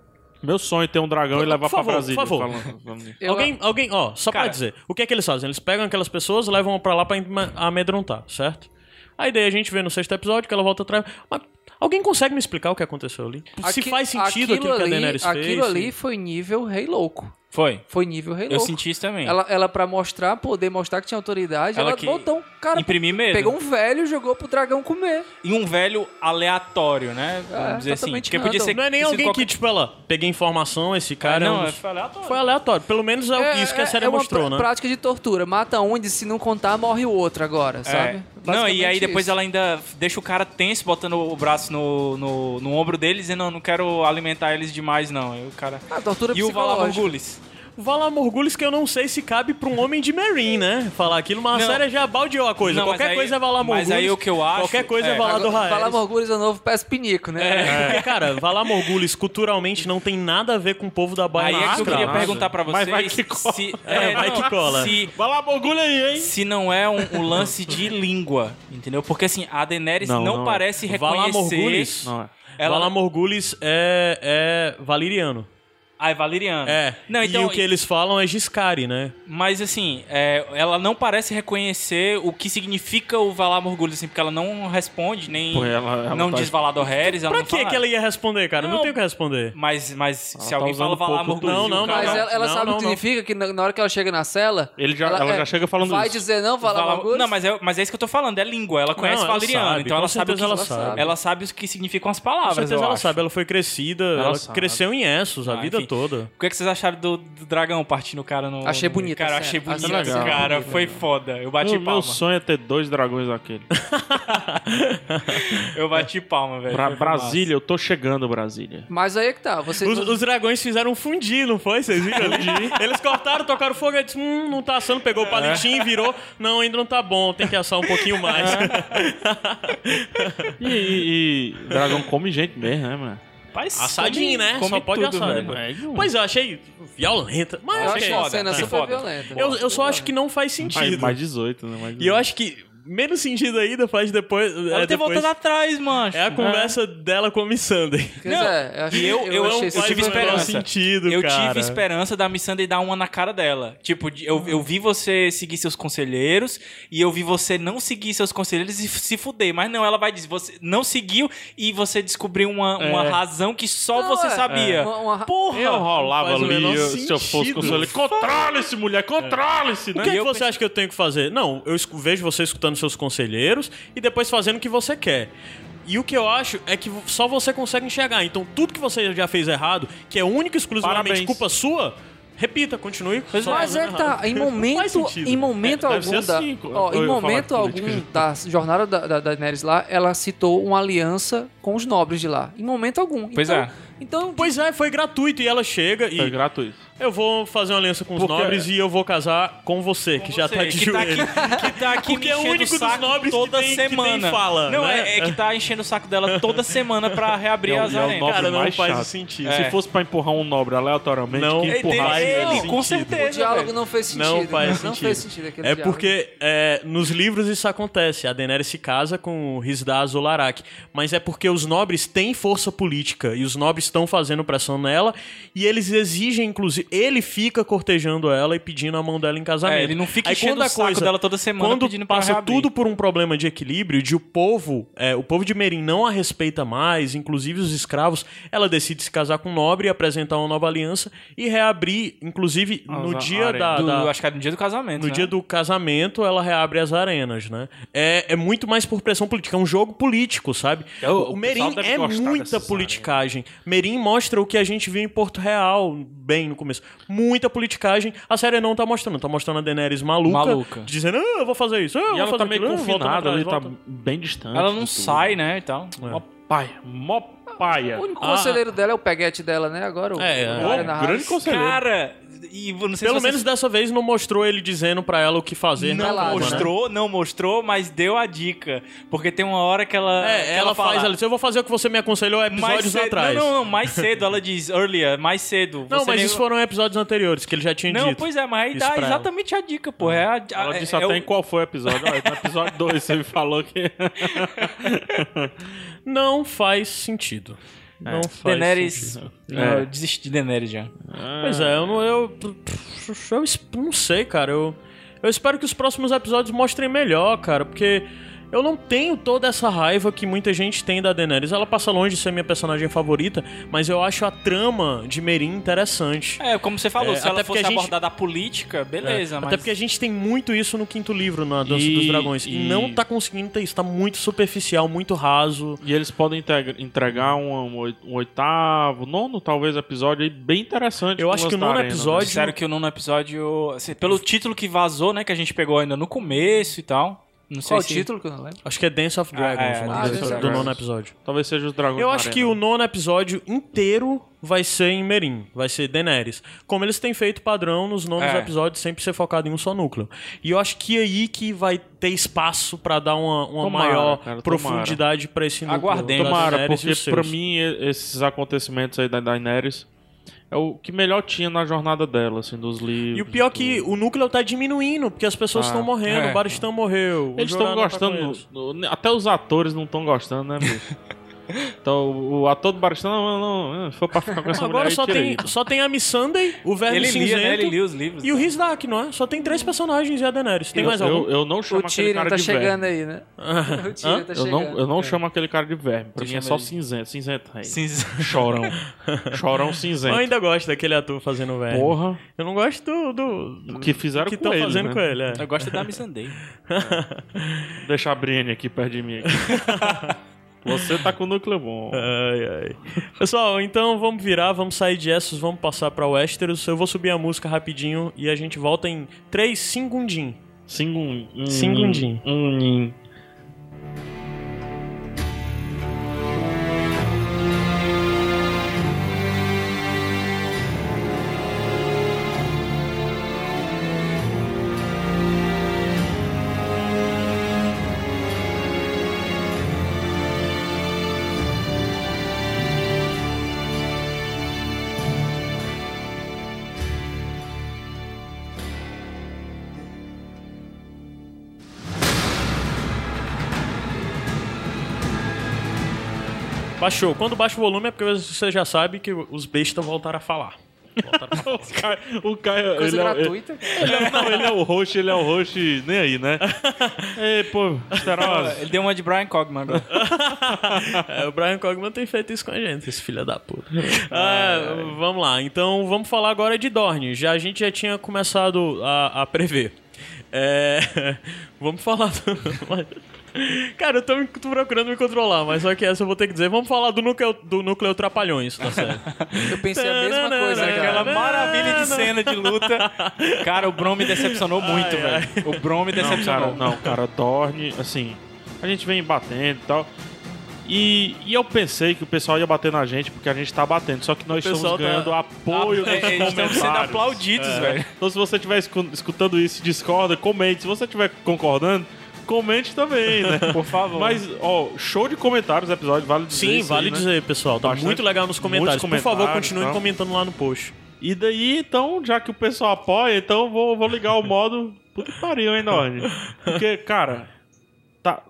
Speaker 2: Meu sonho é ter um dragão
Speaker 1: Por-
Speaker 2: e levar
Speaker 1: por favor,
Speaker 2: pra Brasília.
Speaker 1: por favor.
Speaker 2: Falando- falando-
Speaker 4: Eu-
Speaker 1: Alguém, alguém, ó, só
Speaker 3: Cara-
Speaker 1: pra dizer, o que é que eles fazem? Eles pegam aquelas pessoas, levam pra lá pra am- amedrontar, certo? Aí daí a gente vê no sexto episódio que ela volta atrás. Mas alguém consegue me explicar o que aconteceu ali? Se
Speaker 4: Aqui-
Speaker 1: faz sentido aquilo, que a Daenerys fez?
Speaker 4: Aquilo ali foi nível rei louco.
Speaker 3: Foi.
Speaker 4: Foi nível rei
Speaker 3: Eu
Speaker 4: louco.
Speaker 3: senti isso também.
Speaker 4: Ela, ela pra mostrar, poder mostrar que tinha autoridade,
Speaker 3: Ela
Speaker 4: ela,
Speaker 3: que-
Speaker 4: botou um cara...
Speaker 3: Imprimir medo.
Speaker 4: Pegou um velho e jogou pro dragão comer.
Speaker 3: E um velho aleatório, né? Vamos
Speaker 4: É,
Speaker 3: dizer assim.
Speaker 4: totalmente
Speaker 3: Porque podia
Speaker 4: random.
Speaker 3: ser
Speaker 1: Não é nem
Speaker 3: sido
Speaker 1: alguém
Speaker 3: qualquer-
Speaker 1: que, tipo, ela, peguei informação, esse cara é um
Speaker 3: Não,
Speaker 1: dos-
Speaker 3: foi aleatório.
Speaker 1: Foi aleatório, pelo menos é, o- isso que a série
Speaker 4: é uma
Speaker 1: mostrou,
Speaker 4: prá-
Speaker 1: né?
Speaker 4: prática de tortura. Mata um e diz, se não contar, morre o outro agora,
Speaker 3: É.
Speaker 4: sabe?
Speaker 3: Não, e aí
Speaker 4: Basicamente
Speaker 3: depois
Speaker 4: isso.
Speaker 3: ela ainda deixa o cara tenso, botando o braço no, no, no ombro dele, dizendo, não, não quero alimentar eles demais, não. E o cara...
Speaker 4: Ah, tortura
Speaker 3: e o
Speaker 4: psicológica.
Speaker 3: Valamorgulis.
Speaker 1: Vala Morgulis que eu não sei se cabe pra um homem de Marine, né? Falar aquilo, mas
Speaker 3: Não.
Speaker 1: a série já baldeou a coisa.
Speaker 3: Não, mas
Speaker 1: Qualquer
Speaker 3: aí-
Speaker 1: coisa é Vala Morgulis.
Speaker 3: mas aí o que eu acho-
Speaker 1: Qualquer coisa
Speaker 3: é,
Speaker 1: é, Valar do É.
Speaker 4: Agora,
Speaker 1: Rael.
Speaker 4: Fala Morgulis é o novo peça pinico, né?
Speaker 1: Porque, cara, Valar Morgulis culturalmente não tem nada a ver com o povo da
Speaker 3: Aí
Speaker 1: Baia.
Speaker 3: é que eu
Speaker 1: Astra,
Speaker 3: queria
Speaker 1: nada.
Speaker 3: perguntar pra vocês
Speaker 2: Mas vai que cola.
Speaker 3: se,
Speaker 1: É, vai que cola.
Speaker 3: se,
Speaker 2: Vai lá, bagulho aí, hein?
Speaker 3: se não é um, um lance de língua, entendeu? Porque assim, a Daenerys não,
Speaker 2: Não, não é.
Speaker 3: parece
Speaker 1: Valar
Speaker 3: reconhecer...
Speaker 1: Morgulis?
Speaker 2: Não é.
Speaker 3: Ela-
Speaker 1: Valar Morgulis é, é valiriano.
Speaker 3: Ah, é valeriana.
Speaker 1: É.
Speaker 3: Não, então,
Speaker 1: e o que eles falam é Giscari, né?
Speaker 3: Mas assim, é, ela não parece reconhecer o que significa o Valar Morgulho, assim, porque ela não responde, nem
Speaker 2: Pô, ela- ela
Speaker 3: não
Speaker 2: tá-
Speaker 3: diz Valador Harris, ela
Speaker 1: Pra
Speaker 3: não
Speaker 1: que
Speaker 3: fala
Speaker 1: que ela ia responder, cara? Não,
Speaker 3: Não.
Speaker 1: tem o que responder.
Speaker 3: Mas, mas se
Speaker 2: tá
Speaker 3: alguém
Speaker 2: usando
Speaker 3: fala Valar
Speaker 2: pouco do-
Speaker 1: Não,
Speaker 3: Morgulho,
Speaker 1: não,
Speaker 3: o
Speaker 1: não,
Speaker 3: cara-
Speaker 4: Mas
Speaker 1: não.
Speaker 4: ela, ela sabe o
Speaker 1: não,
Speaker 4: que
Speaker 1: não.
Speaker 4: significa que na na hora que ela chega na cela.
Speaker 2: Ele já- ela já chega falando
Speaker 4: vai
Speaker 2: isso.
Speaker 4: dizer não, Vala
Speaker 3: Valar-
Speaker 4: Morgulis?
Speaker 3: Não, mas é, mas é isso que eu tô falando, é língua. Ela conhece
Speaker 1: ela
Speaker 3: Valeriano,
Speaker 1: sabe,
Speaker 3: então
Speaker 1: com
Speaker 3: ela sabe, o que,
Speaker 1: certeza
Speaker 4: ela sabe.
Speaker 3: ela sabe o que significam as
Speaker 1: Com
Speaker 3: palavras.
Speaker 1: certeza
Speaker 3: Ah, eu
Speaker 1: ela
Speaker 3: acho.
Speaker 1: sabe, ela foi crescida, ela,
Speaker 2: sabe.
Speaker 1: cresceu em Essos a
Speaker 3: Ah,
Speaker 1: vida toda.
Speaker 3: enfim. O que, é que vocês acharam do, do dragão partindo o cara no.
Speaker 4: Achei
Speaker 3: no-
Speaker 4: bonita
Speaker 3: Cara,
Speaker 4: essa-
Speaker 3: achei
Speaker 4: essa
Speaker 3: bonito,
Speaker 2: legal.
Speaker 3: cara. Foi foda. Eu
Speaker 2: Meu,
Speaker 3: bati
Speaker 2: meu
Speaker 3: palma.
Speaker 2: sonho é ter dois dragões daquele.
Speaker 3: Eu bati palma, velho.
Speaker 2: Pra
Speaker 3: Foi massa.
Speaker 2: Brasília, eu tô chegando, Brasília.
Speaker 4: Mas aí é que tá. Você,
Speaker 1: Os, os dragões fizeram um fundir, não foi? Vocês viram ali? Eles cortaram, tocaram fogo, aí disse, hum, não tá assando, pegou o
Speaker 3: É.
Speaker 1: palitinho, virou, não, ainda não tá bom, tem que assar um pouquinho mais.
Speaker 3: É.
Speaker 2: E, e- e dragão come gente mesmo, né, mano?
Speaker 3: Rapaz,
Speaker 1: Assadinho,
Speaker 3: come-
Speaker 1: né?
Speaker 3: come
Speaker 1: Só pode
Speaker 3: tudo,
Speaker 1: assar
Speaker 3: velho.
Speaker 1: depois. Pois é, eu achei violenta. Mas
Speaker 4: eu
Speaker 1: ok.
Speaker 4: acho
Speaker 3: achei
Speaker 4: uma
Speaker 3: foda,
Speaker 4: cena
Speaker 3: tá.
Speaker 4: super
Speaker 3: Foda.
Speaker 4: violenta.
Speaker 1: Eu, eu só acho que não faz sentido.
Speaker 2: Mais, mais 18, né? Mais
Speaker 1: E eu
Speaker 2: 18.
Speaker 1: acho que menos sentido ainda faz depois.
Speaker 3: Ela
Speaker 1: é,
Speaker 3: tem
Speaker 1: depois-
Speaker 3: voltado atrás, mancho.
Speaker 1: é a conversa dela com a Missandei.
Speaker 4: Pois
Speaker 3: Não,
Speaker 4: é, eu achei-
Speaker 3: e eu-
Speaker 1: um-
Speaker 3: eu-
Speaker 4: achei
Speaker 3: eu
Speaker 4: super
Speaker 3: tive
Speaker 1: o menor
Speaker 3: esperança.
Speaker 1: sentido,
Speaker 3: Eu
Speaker 1: cara.
Speaker 3: tive esperança da Missandei dar uma na cara dela. Tipo, de- eu, eu vi você seguir seus conselheiros e eu vi você não seguir seus conselheiros e f- se fuder. Mas não, ela vai dizer, você não seguiu e você descobriu uma,
Speaker 1: É.
Speaker 3: uma razão que só
Speaker 4: Não,
Speaker 3: você
Speaker 4: é.
Speaker 3: sabia.
Speaker 4: É. Uma- uma-
Speaker 3: Porra!
Speaker 2: Eu rolava
Speaker 1: faz o
Speaker 2: ali,
Speaker 1: menor
Speaker 2: eu- se eu fosse
Speaker 1: sentido.
Speaker 2: conselho, controle-se, mulher, controle-se,
Speaker 1: O
Speaker 2: né?
Speaker 1: que, é que
Speaker 3: eu
Speaker 1: você acha que eu tenho que fazer? Não, eu escu- vejo você escutando seus conselheiros e depois fazendo o que você quer. E o que eu acho é que vo- só você consegue enxergar. Então, tudo que você já fez errado, que é única e exclusivamente
Speaker 2: Parabéns.
Speaker 1: culpa sua, repita, continue. só
Speaker 4: Mas é
Speaker 1: fazendo
Speaker 4: que tá,
Speaker 1: errado.
Speaker 4: em
Speaker 1: Não faz
Speaker 4: momento,
Speaker 1: sentido.
Speaker 4: em momento
Speaker 2: É, deve
Speaker 4: algum,
Speaker 2: ser
Speaker 4: da,
Speaker 2: assim,
Speaker 4: ó,
Speaker 2: eu
Speaker 4: em
Speaker 2: ia falar
Speaker 4: momento
Speaker 2: de política.
Speaker 4: algum da jornada da, da, da Daenerys lá, ela citou uma aliança com os nobres de lá. Em momento algum.
Speaker 3: Pois
Speaker 4: então,
Speaker 3: é.
Speaker 4: Então,
Speaker 1: Pois é, foi gratuito e ela chega e
Speaker 2: Foi gratuito.
Speaker 1: Eu vou fazer uma aliança com os
Speaker 2: Porque-
Speaker 1: nobres e eu vou casar com você, que já
Speaker 3: Você,
Speaker 1: tá de
Speaker 3: que
Speaker 1: joelho.
Speaker 3: Tá aqui, que tá aqui
Speaker 1: Porque é o
Speaker 3: me enchendo
Speaker 1: único dos
Speaker 3: saco
Speaker 1: nobres que
Speaker 3: toda
Speaker 1: tem- que tem
Speaker 3: semana.
Speaker 1: fala,
Speaker 3: Não,
Speaker 1: né?
Speaker 3: é, é que tá enchendo o saco dela toda semana pra reabrir
Speaker 2: É o-
Speaker 3: as
Speaker 2: é o
Speaker 3: arenas.
Speaker 2: nobre
Speaker 1: Cara, não
Speaker 2: mais
Speaker 1: faz
Speaker 2: chato.
Speaker 1: sentido.
Speaker 3: É.
Speaker 2: Se fosse pra empurrar um nobre aleatoriamente,
Speaker 1: Não.
Speaker 2: que
Speaker 1: Ei,
Speaker 2: empurrar
Speaker 1: tem-
Speaker 2: ele.
Speaker 1: Ei,
Speaker 3: com
Speaker 1: sentido.
Speaker 4: O
Speaker 3: certeza.
Speaker 4: diálogo
Speaker 3: é, velho.
Speaker 4: não fez sentido. né?
Speaker 1: Não faz
Speaker 4: não
Speaker 1: sentido.
Speaker 4: fez sentido aquele
Speaker 1: É
Speaker 4: diálogo.
Speaker 1: porque é, nos livros isso acontece. A Daenerys se casa com o Hisdar Zolarak. Mas é porque os nobres têm força política e os nobres estão fazendo pressão nela e eles exigem, inclusive... Ele fica cortejando ela e pedindo a mão dela em casamento.
Speaker 3: É, ele não fica
Speaker 1: Aí
Speaker 3: enchendo
Speaker 1: quando a
Speaker 3: o saco
Speaker 1: coisa-
Speaker 3: dela toda semana
Speaker 1: quando
Speaker 3: pedindo pra
Speaker 1: passa
Speaker 3: reabrir.
Speaker 1: tudo por um problema de equilíbrio, de o povo, é, o povo de Merim não a respeita mais, inclusive os escravos, ela decide se casar com o nobre, apresentar uma nova aliança e reabrir, inclusive
Speaker 3: Ah,
Speaker 1: no
Speaker 2: As
Speaker 1: dia
Speaker 2: arenas.
Speaker 1: da-
Speaker 3: Do-
Speaker 1: da,
Speaker 3: Acho que é no dia do casamento.
Speaker 1: no
Speaker 3: né?
Speaker 1: dia do casamento, ela reabre as arenas, né? É, é muito mais por pressão política, é um jogo político, sabe?
Speaker 2: Eu-
Speaker 1: o
Speaker 2: o
Speaker 1: Merim
Speaker 2: pessoal deve
Speaker 1: é
Speaker 2: gostar
Speaker 1: muita
Speaker 2: dessas
Speaker 1: politicagem. Merim mostra o que a gente viu em Porto Real, bem no começo. Muita politicagem. A série não tá mostrando, tá mostrando a Daenerys maluca,
Speaker 3: Maluca.
Speaker 1: dizendo, ah, eu vou fazer isso, ah, eu
Speaker 2: E
Speaker 1: vou
Speaker 2: ela
Speaker 1: fazer
Speaker 2: tá meio
Speaker 1: aquilo, ah, volta pra
Speaker 2: confinada
Speaker 1: trás,
Speaker 2: ali, tá
Speaker 1: volta."
Speaker 2: bem distante.
Speaker 3: Ela
Speaker 2: de
Speaker 3: não
Speaker 2: tudo.
Speaker 3: sai, né? E tal.
Speaker 2: Mó paia, mó paia.
Speaker 4: O único
Speaker 1: Ah.
Speaker 4: conselheiro dela é o peguete dela, né? Agora o,
Speaker 1: É, é.
Speaker 4: o
Speaker 2: Ó,
Speaker 4: Arena
Speaker 2: grande
Speaker 4: Harris.
Speaker 2: conselheiro.
Speaker 3: Cara, e eu não sei
Speaker 1: Pelo
Speaker 3: se vocês-
Speaker 1: menos dessa vez não mostrou ele dizendo pra ela o que fazer.
Speaker 4: Não
Speaker 1: na cama, né?
Speaker 3: mostrou, não mostrou, mas deu a dica. Porque tem uma hora que ela.
Speaker 1: É,
Speaker 3: que
Speaker 1: ela, faz
Speaker 3: fala,
Speaker 1: ali, eu vou fazer o que você me aconselhou é
Speaker 3: mais
Speaker 1: episódios
Speaker 3: cedo,
Speaker 1: atrás.
Speaker 3: Não, não, não, mais cedo, ela diz, earlier, mais cedo.
Speaker 1: Não,
Speaker 3: você
Speaker 1: mas
Speaker 3: nem-
Speaker 1: isso foram episódios anteriores, que ele já tinha
Speaker 3: Não,
Speaker 1: dito.
Speaker 3: pois é, mas aí
Speaker 1: Isso
Speaker 3: dá
Speaker 1: pra ela.
Speaker 3: exatamente a dica, pô. É a, a-
Speaker 2: Ela
Speaker 3: é-
Speaker 2: disse
Speaker 3: é
Speaker 2: até
Speaker 3: o-
Speaker 2: em qual foi o episódio. Olha, no episódio 2 você me falou que.
Speaker 1: Não faz sentido.
Speaker 2: É.
Speaker 1: Não faz
Speaker 3: Daenerys.
Speaker 1: sentido.
Speaker 3: Não, Eu desisti de Daenerys já.
Speaker 1: Pois
Speaker 2: Ah.
Speaker 1: é, eu não, eu, eu es- não sei, cara. Eu, eu espero que os próximos episódios mostrem melhor, cara, porque eu não tenho toda essa raiva que muita gente tem da Daenerys. Ela passa longe de ser minha personagem favorita, mas eu acho a trama de Meereen interessante.
Speaker 3: É, como você falou,
Speaker 1: É,
Speaker 3: se ela
Speaker 1: até porque
Speaker 3: fosse
Speaker 1: a gente-
Speaker 3: abordar da política, É, beleza, mas.
Speaker 1: Até porque a gente tem muito isso no quinto livro, na Dança
Speaker 2: E-
Speaker 1: dos Dragões. E,
Speaker 2: e-
Speaker 1: não tá conseguindo ter isso. Tá muito superficial, muito raso.
Speaker 2: E eles podem integra- entregar um, um oi- um oitavo, nono, talvez, episódio aí bem interessante.
Speaker 1: Eu
Speaker 2: com
Speaker 1: acho
Speaker 2: o
Speaker 1: que o
Speaker 2: lance da
Speaker 1: nono
Speaker 2: arena, né?
Speaker 1: episódio-
Speaker 3: Disseram que o nono episódio. assim, pelo título que vazou, né? Que a gente pegou ainda no começo e tal. Não sei
Speaker 4: Qual o
Speaker 3: se-
Speaker 4: título que eu não lembro?
Speaker 1: Acho que é Dance of Dragons,
Speaker 3: é,
Speaker 1: o nome
Speaker 4: Dance
Speaker 1: do-
Speaker 4: of
Speaker 1: do
Speaker 4: Dragons.
Speaker 1: nono episódio.
Speaker 2: Talvez seja os dragões.
Speaker 1: Eu
Speaker 2: da
Speaker 1: acho
Speaker 2: arena,
Speaker 1: que o
Speaker 2: né?
Speaker 1: nono episódio inteiro vai ser em Merim, vai ser Daenerys. Como eles têm feito padrão nos nonos
Speaker 3: É.
Speaker 1: episódios, sempre ser focado em um só núcleo. E eu acho que é aí que vai ter espaço pra dar uma, uma
Speaker 2: Tomara,
Speaker 1: maior
Speaker 2: cara, tomara.
Speaker 1: profundidade pra esse núcleo.
Speaker 3: Aguardemos.
Speaker 1: da
Speaker 2: Tomara,
Speaker 1: Daenerys e
Speaker 2: porque
Speaker 1: os
Speaker 2: pra
Speaker 1: seus.
Speaker 2: mim e- esses acontecimentos aí da Daenerys é o que melhor tinha na jornada dela, assim, dos livros.
Speaker 1: E o pior é
Speaker 2: do-
Speaker 1: que o núcleo tá diminuindo, porque as pessoas
Speaker 2: Tá.
Speaker 1: estão morrendo,
Speaker 3: É.
Speaker 1: o Baristão morreu. o
Speaker 2: Eles
Speaker 1: Jorah não tá
Speaker 2: estão
Speaker 1: com
Speaker 2: gostando.
Speaker 1: eles.
Speaker 2: do- do- até os atores não estão gostando, né, bicho? então, o, o ator do Baristão, não, não, não, foi pra ficar com essa mulher
Speaker 1: Agora
Speaker 2: aí,
Speaker 1: só
Speaker 2: tira
Speaker 1: tem,
Speaker 2: aí.
Speaker 1: só tem a Miss Sunday, o Verme
Speaker 3: Ele lia,
Speaker 1: Cinzento
Speaker 3: né? Ele lia os livros.
Speaker 1: e o Hisdak, não é? Só tem três personagens e a Daenerys. Tem mais
Speaker 2: eu,
Speaker 1: algum?
Speaker 2: eu não chamo
Speaker 4: o
Speaker 2: aquele
Speaker 4: Tyrion
Speaker 2: cara
Speaker 4: tá
Speaker 2: de
Speaker 4: chegando
Speaker 2: verme.
Speaker 4: aí, né? O Tyrion
Speaker 1: Hã?
Speaker 4: tá
Speaker 2: Eu
Speaker 4: chegando.
Speaker 2: não, eu não
Speaker 4: É.
Speaker 2: chamo aquele cara de verme. Pra
Speaker 3: Tu
Speaker 2: mim é
Speaker 3: chama
Speaker 2: só
Speaker 3: ele de-
Speaker 2: cinzento. Cinzento aí.
Speaker 3: Cinza.
Speaker 2: Chorão. Chorão
Speaker 1: Eu
Speaker 2: cinzento.
Speaker 1: ainda gosto daquele ator fazendo o Verme.
Speaker 2: Porra.
Speaker 1: Eu não gosto do. do...
Speaker 2: O que fizeram
Speaker 1: que
Speaker 2: com
Speaker 1: tão
Speaker 2: ele,
Speaker 1: fazendo
Speaker 2: né?
Speaker 1: com ele, é.
Speaker 3: Eu gosto da Miss Sunday.
Speaker 2: Deixa a Brienne aqui perto de mim. aqui. Você tá com o núcleo bom.
Speaker 1: Ai, ai. Pessoal, então vamos virar, vamos sair de Essos, vamos passar pra Westeros. Eu vou subir a música rapidinho e a gente volta em 3 segundim.
Speaker 2: Singun. um-
Speaker 1: Singundim.
Speaker 2: um- um-
Speaker 1: Baixou. Quando baixa o volume é porque você já sabe que os bestas voltaram a falar. Voltaram a falar.
Speaker 2: Os cara- O Caio.
Speaker 4: Coisa
Speaker 2: ele é-
Speaker 4: gratuita.
Speaker 2: ele é- não, ele é o roxo, ele é o roxo e nem aí, né? Ei, pô, esterose.
Speaker 3: Ele deu uma de Brian Cogman agora.
Speaker 1: É, o Brian Cogman tem feito isso com a gente, esse filho da puta. Ah, vamos lá, então vamos falar agora de Dorne. Já, a gente já tinha começado a, a prever. É, vamos falar do... Cara, eu tô, me- tô procurando me controlar, mas só que essa eu vou ter que dizer. Vamos falar do núcleo, do núcleo Trapalhões, tá certo?
Speaker 4: Eu pensei a mesma coisa,
Speaker 1: Tananana,
Speaker 4: cara.
Speaker 3: Aquela maravilha de
Speaker 1: Não.
Speaker 3: cena de luta. Cara, o Brom me decepcionou muito,
Speaker 1: Ai,
Speaker 3: velho. O Brom me
Speaker 2: Não,
Speaker 3: decepcionou.
Speaker 2: cara, não, cara, Dorne, assim. A gente vem batendo e tal. E, e eu pensei que o pessoal ia bater na gente, porque a gente tá batendo, só que nós
Speaker 1: pessoal
Speaker 2: estamos
Speaker 1: tá-
Speaker 2: ganhando apoio dos
Speaker 3: Eles estão
Speaker 2: comentários.
Speaker 3: sendo aplaudidos, velho.
Speaker 2: Então se você estiver escu- escutando isso e discorda, comente. Se você estiver concordando, comente também, né?
Speaker 3: Por favor.
Speaker 2: Mas, ó, show de comentários, episódio, vale dizer
Speaker 1: Sim,
Speaker 2: isso
Speaker 1: vale
Speaker 2: aí, né?
Speaker 1: dizer, pessoal. Tá
Speaker 2: Bastante-
Speaker 1: muito legal nos comentários.
Speaker 2: muitos
Speaker 1: Por favor,
Speaker 2: comentários,
Speaker 1: continuem
Speaker 2: tá?
Speaker 1: comentando lá no post.
Speaker 2: E daí, então, já que o pessoal apoia, então eu vou, vou ligar o modo. Puta que pariu, hein, Norne? Porque, cara, tá,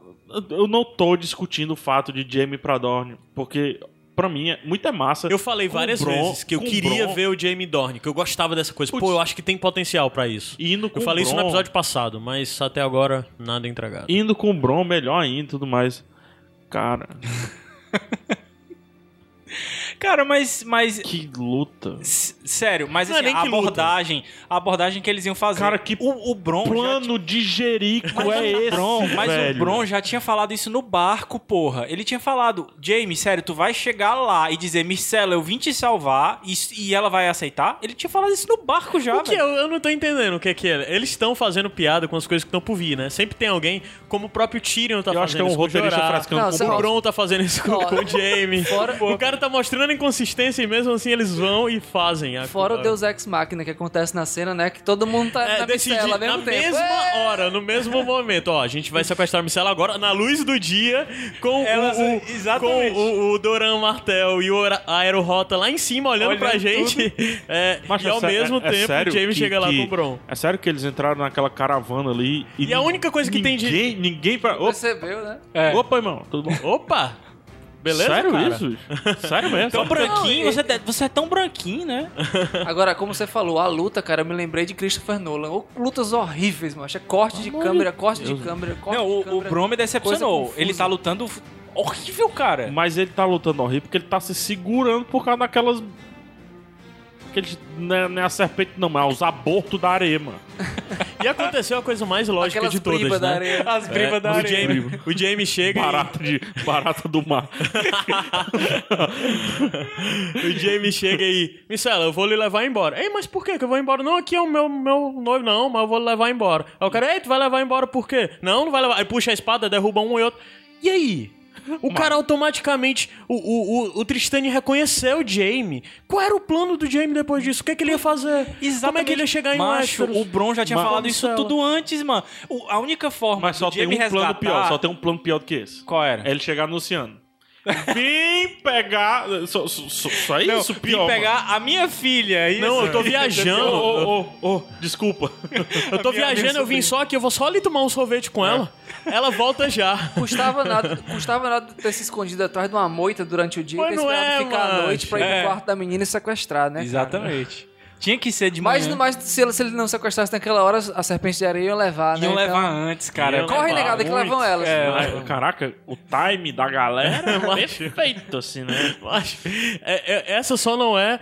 Speaker 2: eu não tô discutindo o fato de Jamie pra Dorne, porque pra mim é muito é massa.
Speaker 1: Eu falei várias
Speaker 2: Com Bron-
Speaker 1: vezes que eu
Speaker 2: com
Speaker 1: queria
Speaker 2: Bron-
Speaker 1: ver o Jamie Dorn, que eu gostava dessa coisa.
Speaker 2: Putz.
Speaker 1: Pô, eu acho que tem potencial pra isso.
Speaker 2: indo com
Speaker 1: Eu falei isso no
Speaker 2: Bron-
Speaker 1: episódio passado, mas até agora nada entregado.
Speaker 2: Indo com o Bron, melhor ainda e tudo mais. Cara,
Speaker 3: Cara, mas, mas
Speaker 2: que luta.
Speaker 3: S- Sério, mas
Speaker 1: Não é
Speaker 3: assim,
Speaker 1: nem
Speaker 3: a
Speaker 1: que luta.
Speaker 3: abordagem, a abordagem que eles iam fazer.
Speaker 2: Cara, que
Speaker 3: o, o Bron já
Speaker 2: Plano de Jerico é esse,
Speaker 3: Bron, mas
Speaker 2: velho.
Speaker 3: o Bron já tinha falado isso no barco, porra. Ele tinha falado, Jamie, sério, tu vai chegar lá e dizer, Micela, eu vim te salvar e, e ela vai aceitar? Ele tinha falado isso no barco já,
Speaker 1: O que
Speaker 3: velho.
Speaker 1: eu, eu não tô entendendo o que é que é. Eles estão fazendo piada com as coisas que estão por vir, né? Sempre tem alguém, como o próprio Tyrion tá
Speaker 2: Eu
Speaker 1: fazendo
Speaker 2: acho que é um
Speaker 1: isso com o
Speaker 2: roteirista
Speaker 1: Jorah,
Speaker 2: frascando
Speaker 4: Não,
Speaker 2: com
Speaker 4: sei
Speaker 2: o
Speaker 1: O
Speaker 4: lá.
Speaker 2: Bron.
Speaker 1: Bron tá fazendo isso com,
Speaker 4: Ó,
Speaker 1: com o Jamie.
Speaker 4: fora-
Speaker 1: O cara tá mostrando a inconsistência e mesmo assim eles vão e fazem. A,
Speaker 4: Fora
Speaker 1: Né, a-
Speaker 4: o Deus Ex Machina que acontece na cena, né? Que todo mundo tá
Speaker 1: É,
Speaker 4: na
Speaker 1: decidir
Speaker 4: mistela ao
Speaker 1: na
Speaker 4: mesmo tempo.
Speaker 1: mesma
Speaker 4: É.
Speaker 1: hora, no mesmo momento. Ó, a gente vai sequestrar a Micela agora, na luz do dia, com,
Speaker 3: Elas-
Speaker 1: o, o,
Speaker 3: exatamente.
Speaker 1: com o, o Doran Martel e o Ora- Aerorota lá em cima olhando,
Speaker 3: Olhando
Speaker 1: pra gente. É,
Speaker 2: Mas
Speaker 1: e ao
Speaker 2: sé-
Speaker 1: mesmo tempo o
Speaker 2: sério
Speaker 1: Jamie
Speaker 2: que-
Speaker 1: chega lá
Speaker 2: que-
Speaker 1: com o Bron.
Speaker 2: É sério que eles entraram naquela caravana ali e,
Speaker 1: E a única coisa que tem de-
Speaker 2: ninguém, Ninguém pra... Opa,
Speaker 4: Percebeu, né?
Speaker 3: É.
Speaker 2: opa, irmão, tudo bom?
Speaker 1: Opa! Beleza?
Speaker 2: sério
Speaker 1: cara?
Speaker 2: isso? Então, bicho? Sério mesmo?
Speaker 3: Tão branquinho,
Speaker 4: Não, e-
Speaker 3: você, é- você é tão branquinho, né?
Speaker 4: Agora, como você falou, a luta, cara, eu me lembrei de Christopher Nolan. Ô, Lutas horríveis, mano. É corte de câmera, corte de câmera, corte
Speaker 3: Não,
Speaker 4: de
Speaker 3: o, é
Speaker 4: câmera.
Speaker 3: o Bron me decepcionou.
Speaker 4: confusa.
Speaker 3: Ele tá lutando f- horrível, cara.
Speaker 2: Mas ele tá lutando horrível porque ele tá se segurando por causa daquelas... Aqueles, não, é, não é a serpente não, mas é os abortos da areia, mano.
Speaker 1: E aconteceu a coisa mais lógica
Speaker 4: Aquelas
Speaker 1: de todas,
Speaker 4: bribas
Speaker 1: né?
Speaker 4: da areia.
Speaker 3: As
Speaker 1: É,
Speaker 3: bribas da
Speaker 1: o,
Speaker 3: areia.
Speaker 1: Jamie, o Jamie chega e-
Speaker 2: Barata, de, barata do mar.
Speaker 1: O Jamie chega e. Micela, eu vou lhe levar embora. Ei, mas por que que eu vou embora? Não, aqui é o meu, meu noivo. Não, mas eu vou levar embora. Aí o cara, ei, tu vai levar embora por quê? Não, não vai levar. Aí puxa a espada, derruba um e outro. E aí? O cara automaticamente. O, o, o, o Tristane reconheceu o Jamie. Qual era o plano do Jamie depois disso? O que, é que ele ia fazer? Como é que ele ia chegar em
Speaker 3: Macho,
Speaker 1: Westeros?
Speaker 3: o Bron já tinha
Speaker 1: Mas-
Speaker 3: falado isso
Speaker 1: Marcela.
Speaker 3: tudo antes, mano. O- a única forma
Speaker 2: Mas só
Speaker 3: do
Speaker 2: tem um
Speaker 3: Jamie
Speaker 2: plano
Speaker 3: resgatar-
Speaker 2: pior, só tem um plano pior do que esse.
Speaker 3: Qual era?
Speaker 2: É ele chegar anunciando. Vim pegar. Só, só, só- só é
Speaker 3: Não,
Speaker 2: isso,
Speaker 3: vim
Speaker 2: pior. mano.
Speaker 3: pegar a minha filha. é Isso.
Speaker 1: Não, eu tô viajando.
Speaker 2: Ô, ô, ô, desculpa.
Speaker 1: Eu tô
Speaker 3: minha- É. minha
Speaker 1: viajando, eu vim
Speaker 3: sobrinha.
Speaker 1: só aqui, eu vou só ali tomar um sorvete com ela. Ela volta já.
Speaker 4: Custava nada, custava nada ter se escondido atrás de uma moita durante o dia
Speaker 1: Pois
Speaker 4: e ter
Speaker 1: não
Speaker 4: esperado
Speaker 1: é,
Speaker 4: ficar à
Speaker 1: macho.
Speaker 4: noite pra ir
Speaker 3: É.
Speaker 4: pro quarto da menina e sequestrar, né? cara?
Speaker 3: Exatamente. Tinha que ser de
Speaker 4: Mas,
Speaker 3: manhã.
Speaker 4: mas se, ele, se ele não sequestrasse naquela hora, a serpente de areia iam levar, né?
Speaker 3: Iam
Speaker 4: Então-
Speaker 3: levar antes, cara.
Speaker 2: Iam
Speaker 4: Corre,
Speaker 2: levar
Speaker 4: negada, que
Speaker 2: muito. É,
Speaker 4: levam elas.
Speaker 2: Ai, Caraca, o time da galera é perfeito, assim, né?
Speaker 1: Mas, é- é- essa só não é.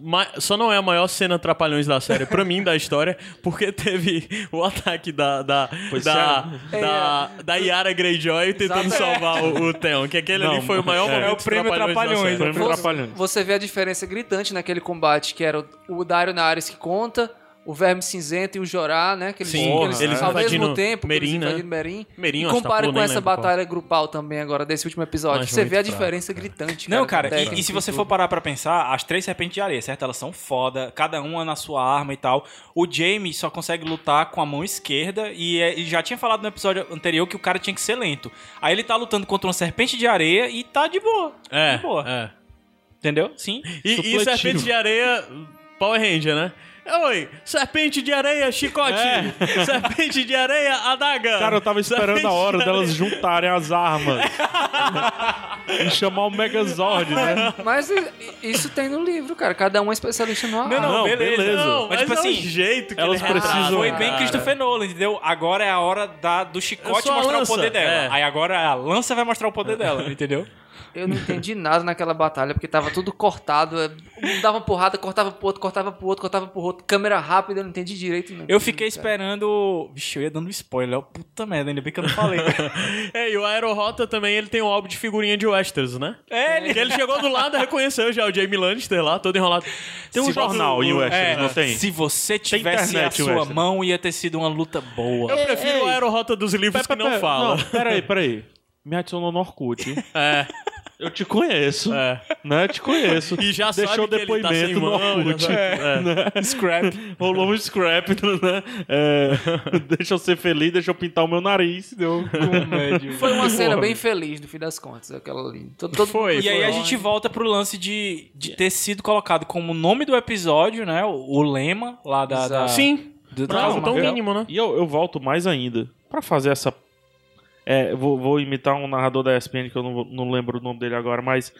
Speaker 1: ma- Só não é a maior cena trapalhões da série, pra mim, da história, porque teve o ataque da. Da,
Speaker 2: Pois
Speaker 1: da,
Speaker 4: é.
Speaker 1: da, da Yara Greyjoy tentando
Speaker 4: Exato.
Speaker 1: salvar o, o Theon, que aquele
Speaker 2: Não,
Speaker 1: ali foi o maior
Speaker 2: é.
Speaker 1: momento.
Speaker 2: É
Speaker 3: o prêmio Trapalhões,
Speaker 1: da
Speaker 3: é o
Speaker 1: série.
Speaker 2: Foi me atrapalhando.
Speaker 4: Você vê a diferença gritante naquele combate, que era o, o Dario Nares que conta, o Verme Cinzento e o Jorá, né? Que eles,
Speaker 1: Sim,
Speaker 4: que eles-
Speaker 1: eles
Speaker 4: ao
Speaker 1: invadindo
Speaker 4: mesmo tempo, que eles
Speaker 1: Merim, né?
Speaker 4: invadindo Merim.
Speaker 1: Merim,
Speaker 4: e
Speaker 1: eu acho que tá
Speaker 4: compara
Speaker 1: por,
Speaker 4: com
Speaker 1: nem
Speaker 4: essa
Speaker 1: lembro qual.
Speaker 4: batalha grupal também agora, desse último episódio.
Speaker 1: Acho
Speaker 4: você
Speaker 1: muito
Speaker 4: vê a
Speaker 1: fraco,
Speaker 4: diferença gritante. né,
Speaker 3: Não, cara,
Speaker 4: com
Speaker 3: e, e
Speaker 4: técnica
Speaker 3: se você
Speaker 4: tudo.
Speaker 3: for parar pra pensar, as três serpentes de areia, certo? Elas são foda, cada uma na sua arma e tal. O Jamie só consegue lutar com a mão esquerda e, é- e já tinha falado no episódio anterior que o cara tinha que ser lento. Aí ele tá lutando contra uma serpente de areia e tá de boa.
Speaker 1: É,
Speaker 3: De boa.
Speaker 1: é.
Speaker 3: Entendeu? Sim.
Speaker 1: E, e
Speaker 2: Supletivo.
Speaker 1: Serpente de Areia, Power Ranger, né? Oi, Serpente de Areia, Chicote! Serpente de Areia, Adaga!
Speaker 2: É. Cara, eu tava esperando
Speaker 1: Serpente
Speaker 2: a hora
Speaker 1: de
Speaker 2: delas
Speaker 1: areia.
Speaker 2: juntarem as armas. e chamar o Megazord,
Speaker 1: É
Speaker 2: né?
Speaker 4: Mas e- e- isso tem no livro, cara. Cada um é especialista numa
Speaker 3: Não,
Speaker 4: arma.
Speaker 2: Não,
Speaker 3: beleza.
Speaker 2: beleza.
Speaker 1: Ah, Não,
Speaker 3: Mas,
Speaker 1: mas,
Speaker 3: tipo
Speaker 1: é
Speaker 3: assim, ah,
Speaker 1: o jeito que
Speaker 2: elas
Speaker 1: ele retrata,
Speaker 2: precisam-
Speaker 3: Foi bem
Speaker 1: cara.
Speaker 3: Christopher Nolan, entendeu? Agora é a hora da- do
Speaker 1: É
Speaker 3: chicote
Speaker 1: só a
Speaker 3: mostrar
Speaker 1: lança,
Speaker 3: o poder dela.
Speaker 1: é.
Speaker 3: Aí agora a lança vai mostrar o poder dela, entendeu?
Speaker 4: Eu não entendi nada naquela batalha, porque tava tudo cortado. é, Um dava uma porrada, cortava pro outro, cortava pro outro, cortava pro outro. Câmera rápida, eu não entendi direito. Não.
Speaker 3: Eu fiquei esperando. Vixe, eu ia dando spoiler. ó. Puta merda, ainda bem que eu não falei.
Speaker 1: É, e o Aerorota também, ele tem um álbum de figurinha de Westeros, né?
Speaker 3: é,
Speaker 1: Que ele chegou do lado, reconheceu já o Jamie Lannister lá, todo enrolado.
Speaker 2: Tem um
Speaker 1: Se
Speaker 2: jornal
Speaker 1: você-
Speaker 2: em Westeros,
Speaker 3: É,
Speaker 2: não tem?
Speaker 3: Se você tivesse
Speaker 2: internet,
Speaker 3: a sua
Speaker 2: Wesley.
Speaker 3: mão, ia ter sido uma luta boa.
Speaker 1: Eu prefiro
Speaker 2: Ei.
Speaker 1: o Aerorota dos livros que não
Speaker 2: Pera-
Speaker 1: fala.
Speaker 2: Não, peraí, peraí. me adicionou no Orkut.
Speaker 1: É,
Speaker 2: Eu te conheço,
Speaker 1: é.
Speaker 2: né? Te conheço.
Speaker 1: E já
Speaker 2: Deixou
Speaker 1: sabe que ele tá
Speaker 2: depoimento
Speaker 1: sem
Speaker 2: no
Speaker 1: mão, já
Speaker 2: Orkut.
Speaker 1: sabe- é.
Speaker 2: né?
Speaker 3: Scrap.
Speaker 2: Rolou um scrap, né? É, deixa eu ser feliz, deixa eu pintar o meu nariz. Deu um médio.
Speaker 4: Foi uma cena bem feliz, no fim das contas, aquela ali. Todo, todo
Speaker 1: Foi,
Speaker 4: mundo
Speaker 1: foi
Speaker 3: E aí a
Speaker 4: longe.
Speaker 3: gente volta pro lance de, de ter sido colocado como nome do episódio, né? O, o lema lá da. da-
Speaker 1: Sim,
Speaker 3: do-
Speaker 1: por
Speaker 3: da-
Speaker 1: causa
Speaker 2: Não,
Speaker 1: tão
Speaker 2: eu-
Speaker 1: mínimo, né?
Speaker 2: E eu, eu volto mais ainda. Pra fazer essa. É, eu vou, vou imitar um narrador da ESPN que eu não, vou- não lembro o nome dele agora, mas.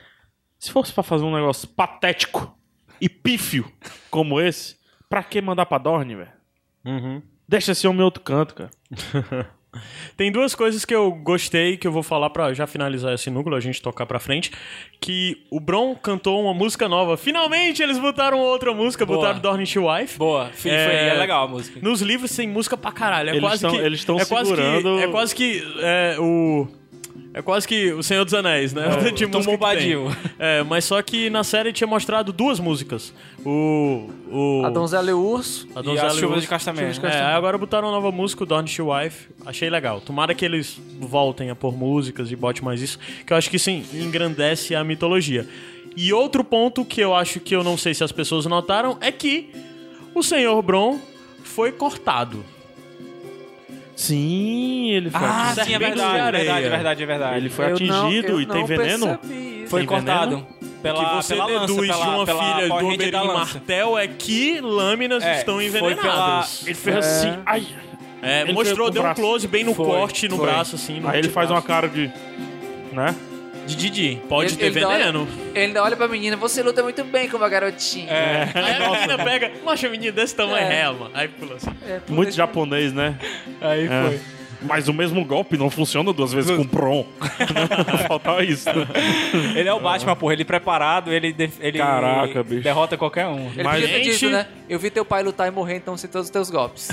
Speaker 2: Se fosse pra fazer um negócio patético e pífio como esse, pra que mandar pra Dorne, velho?
Speaker 1: Uhum.
Speaker 2: Deixa esse homem em outro canto, cara.
Speaker 1: Tem duas coisas que eu gostei que eu vou falar pra já finalizar esse núcleo, a gente tocar pra frente, que o Bron cantou uma música nova. Finalmente eles botaram outra música,
Speaker 3: Boa.
Speaker 1: botaram Dornish Wife.
Speaker 3: Boa, foi,
Speaker 1: É.
Speaker 3: foi- é legal a música.
Speaker 1: Nos livros tem música pra caralho, é
Speaker 2: Eles
Speaker 1: quase
Speaker 2: tão-
Speaker 1: que
Speaker 2: eles tão
Speaker 1: é quase
Speaker 2: segurando-
Speaker 1: que é quase que é, o é quase que o Senhor dos Anéis, né?
Speaker 3: É,
Speaker 1: De
Speaker 3: Tom
Speaker 1: música que
Speaker 3: Bombadil.
Speaker 1: tem. É, mas só que na série tinha mostrado duas músicas. O o
Speaker 4: A donzela e o urso.
Speaker 1: a
Speaker 3: E
Speaker 1: Donzela
Speaker 3: as
Speaker 1: e o
Speaker 3: chuvas de
Speaker 1: Urso.
Speaker 3: Castamento. né?
Speaker 1: É, aí agora botaram uma nova música, o Don't Your Wife. Achei legal. Tomara que eles voltem a pôr músicas e bote mais isso, que eu acho que sim, engrandece a mitologia. E outro ponto que eu acho que eu não sei se as pessoas notaram é que o Senhor Bron foi cortado.
Speaker 2: Sim, ele foi
Speaker 3: Ah,
Speaker 1: Serpentes
Speaker 2: atingido.
Speaker 1: de
Speaker 3: sim, é verdade, é
Speaker 1: areia.
Speaker 3: verdade, é verdade, é verdade.
Speaker 2: Ele foi
Speaker 4: Eu não-
Speaker 2: atingido
Speaker 4: eu
Speaker 2: e tem
Speaker 4: não
Speaker 2: veneno?
Speaker 4: percebi isso.
Speaker 3: foi
Speaker 2: tem
Speaker 3: cortado. Pela,
Speaker 1: que você
Speaker 3: pela lança,
Speaker 1: deduz
Speaker 3: pela,
Speaker 1: de uma
Speaker 3: pela
Speaker 1: filha do
Speaker 3: corrente
Speaker 1: Homem
Speaker 3: da
Speaker 1: de
Speaker 3: lança.
Speaker 1: Martel é que lâminas
Speaker 3: É,
Speaker 1: estão
Speaker 3: foi
Speaker 1: envenenadas.
Speaker 3: pela-
Speaker 2: Ele fez assim. Ai.
Speaker 1: É,
Speaker 2: ele
Speaker 1: mostrou,
Speaker 2: foi com o
Speaker 1: deu um
Speaker 2: braço.
Speaker 1: close bem no
Speaker 3: Foi,
Speaker 1: corte, no
Speaker 3: foi.
Speaker 1: braço, assim. no
Speaker 2: Aí ele faz uma
Speaker 1: antebraço.
Speaker 2: cara de. Né?
Speaker 3: De Didi.
Speaker 1: Pode
Speaker 4: Ele-
Speaker 1: ter
Speaker 4: ele dá-
Speaker 1: veneno.
Speaker 4: Ele ainda olha pra menina, você luta muito bem com uma garotinha.
Speaker 3: É.
Speaker 1: Aí a menina pega, macho, um menino desse tamanho é, mano. Aí pula assim.
Speaker 4: É, por
Speaker 2: Muito
Speaker 4: isso-
Speaker 2: japonês, né?
Speaker 3: Aí
Speaker 2: É.
Speaker 3: foi.
Speaker 2: Mas o mesmo golpe não funciona duas vezes com prom. Faltava isso.
Speaker 3: Ele é o Batman, porra. Ele preparado, ele, def- ele
Speaker 2: Caraca, bicho.
Speaker 3: derrota qualquer um.
Speaker 4: Ele
Speaker 1: Mas,
Speaker 4: podia ter dito,
Speaker 1: gente-
Speaker 4: né? Eu vi teu pai lutar e morrer, então sei todos os teus golpes.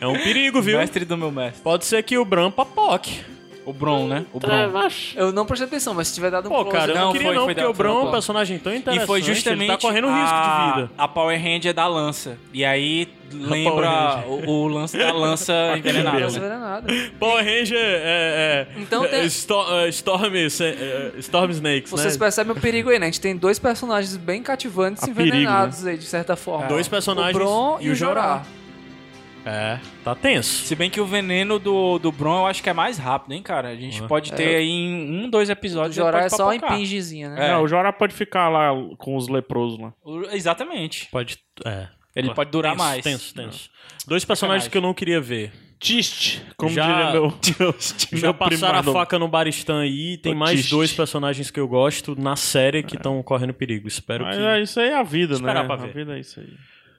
Speaker 1: É um perigo, viu?
Speaker 3: Mestre do meu mestre.
Speaker 1: Pode ser que o Bram papoque.
Speaker 3: O Bron, né? O Bron.
Speaker 4: Eu não prestei atenção, mas se tiver dado um
Speaker 1: Pô,
Speaker 4: close,
Speaker 1: cara, eu não,
Speaker 3: Não,
Speaker 1: queria
Speaker 3: foi-
Speaker 1: não,
Speaker 3: foi
Speaker 1: porque
Speaker 3: da-
Speaker 1: o Bram é
Speaker 3: foi
Speaker 1: um
Speaker 3: da-
Speaker 1: personagem tão interessante.
Speaker 3: E foi justamente.
Speaker 1: Ele tá correndo risco
Speaker 3: a,
Speaker 1: de vida.
Speaker 3: A Power Hand é da lança. E aí lembra
Speaker 1: Power
Speaker 3: o, o lance da lança
Speaker 4: Não
Speaker 3: envenenada.
Speaker 4: se
Speaker 3: né?
Speaker 4: verá nada.
Speaker 1: Power Ranger é. é
Speaker 4: Então
Speaker 1: é,
Speaker 4: tem-
Speaker 1: Sto- é, Storm, é, é, Storm Snakes,
Speaker 4: Vocês
Speaker 1: né?
Speaker 4: percebem o perigo aí, né? A gente tem dois personagens bem cativantes
Speaker 2: Há
Speaker 4: e
Speaker 2: perigo,
Speaker 4: envenenados aí, de certa forma.
Speaker 1: Dois personagens
Speaker 4: o Bron
Speaker 1: e
Speaker 4: e
Speaker 1: o
Speaker 4: o
Speaker 1: Jorah.
Speaker 4: Jorá.
Speaker 1: É, tá tenso.
Speaker 3: Se bem que o veneno do, do Bron eu acho que é mais rápido, hein, cara? A gente
Speaker 1: É.
Speaker 3: pode ter aí em um, dois
Speaker 4: O
Speaker 3: episódios.
Speaker 4: Jorá
Speaker 3: ele
Speaker 4: é
Speaker 3: pode
Speaker 4: só uma
Speaker 3: papocar.
Speaker 4: impingezinha, né?
Speaker 3: É.
Speaker 2: Não, o Jorá pode ficar lá com os leprosos lá.
Speaker 3: O- Exatamente.
Speaker 1: Pode. É.
Speaker 3: Ele pode durar
Speaker 1: Tenso,
Speaker 3: mais.
Speaker 1: Tenso, tenso. Dois personagens
Speaker 3: Sacanagem.
Speaker 1: que eu não queria ver.
Speaker 2: Tist, como
Speaker 1: Já-
Speaker 2: diria meu.
Speaker 1: Já
Speaker 2: meu
Speaker 1: passaram a
Speaker 2: primado.
Speaker 1: faca no Baristã aí. Tem
Speaker 2: Ô,
Speaker 1: mais
Speaker 2: tiste.
Speaker 1: dois personagens que eu gosto na série
Speaker 3: É.
Speaker 1: que estão correndo perigo. Espero
Speaker 2: Mas
Speaker 1: que.
Speaker 2: é isso aí é a vida,
Speaker 1: Esperar
Speaker 2: né?
Speaker 1: pra
Speaker 2: A
Speaker 1: ver.
Speaker 2: vida é isso aí.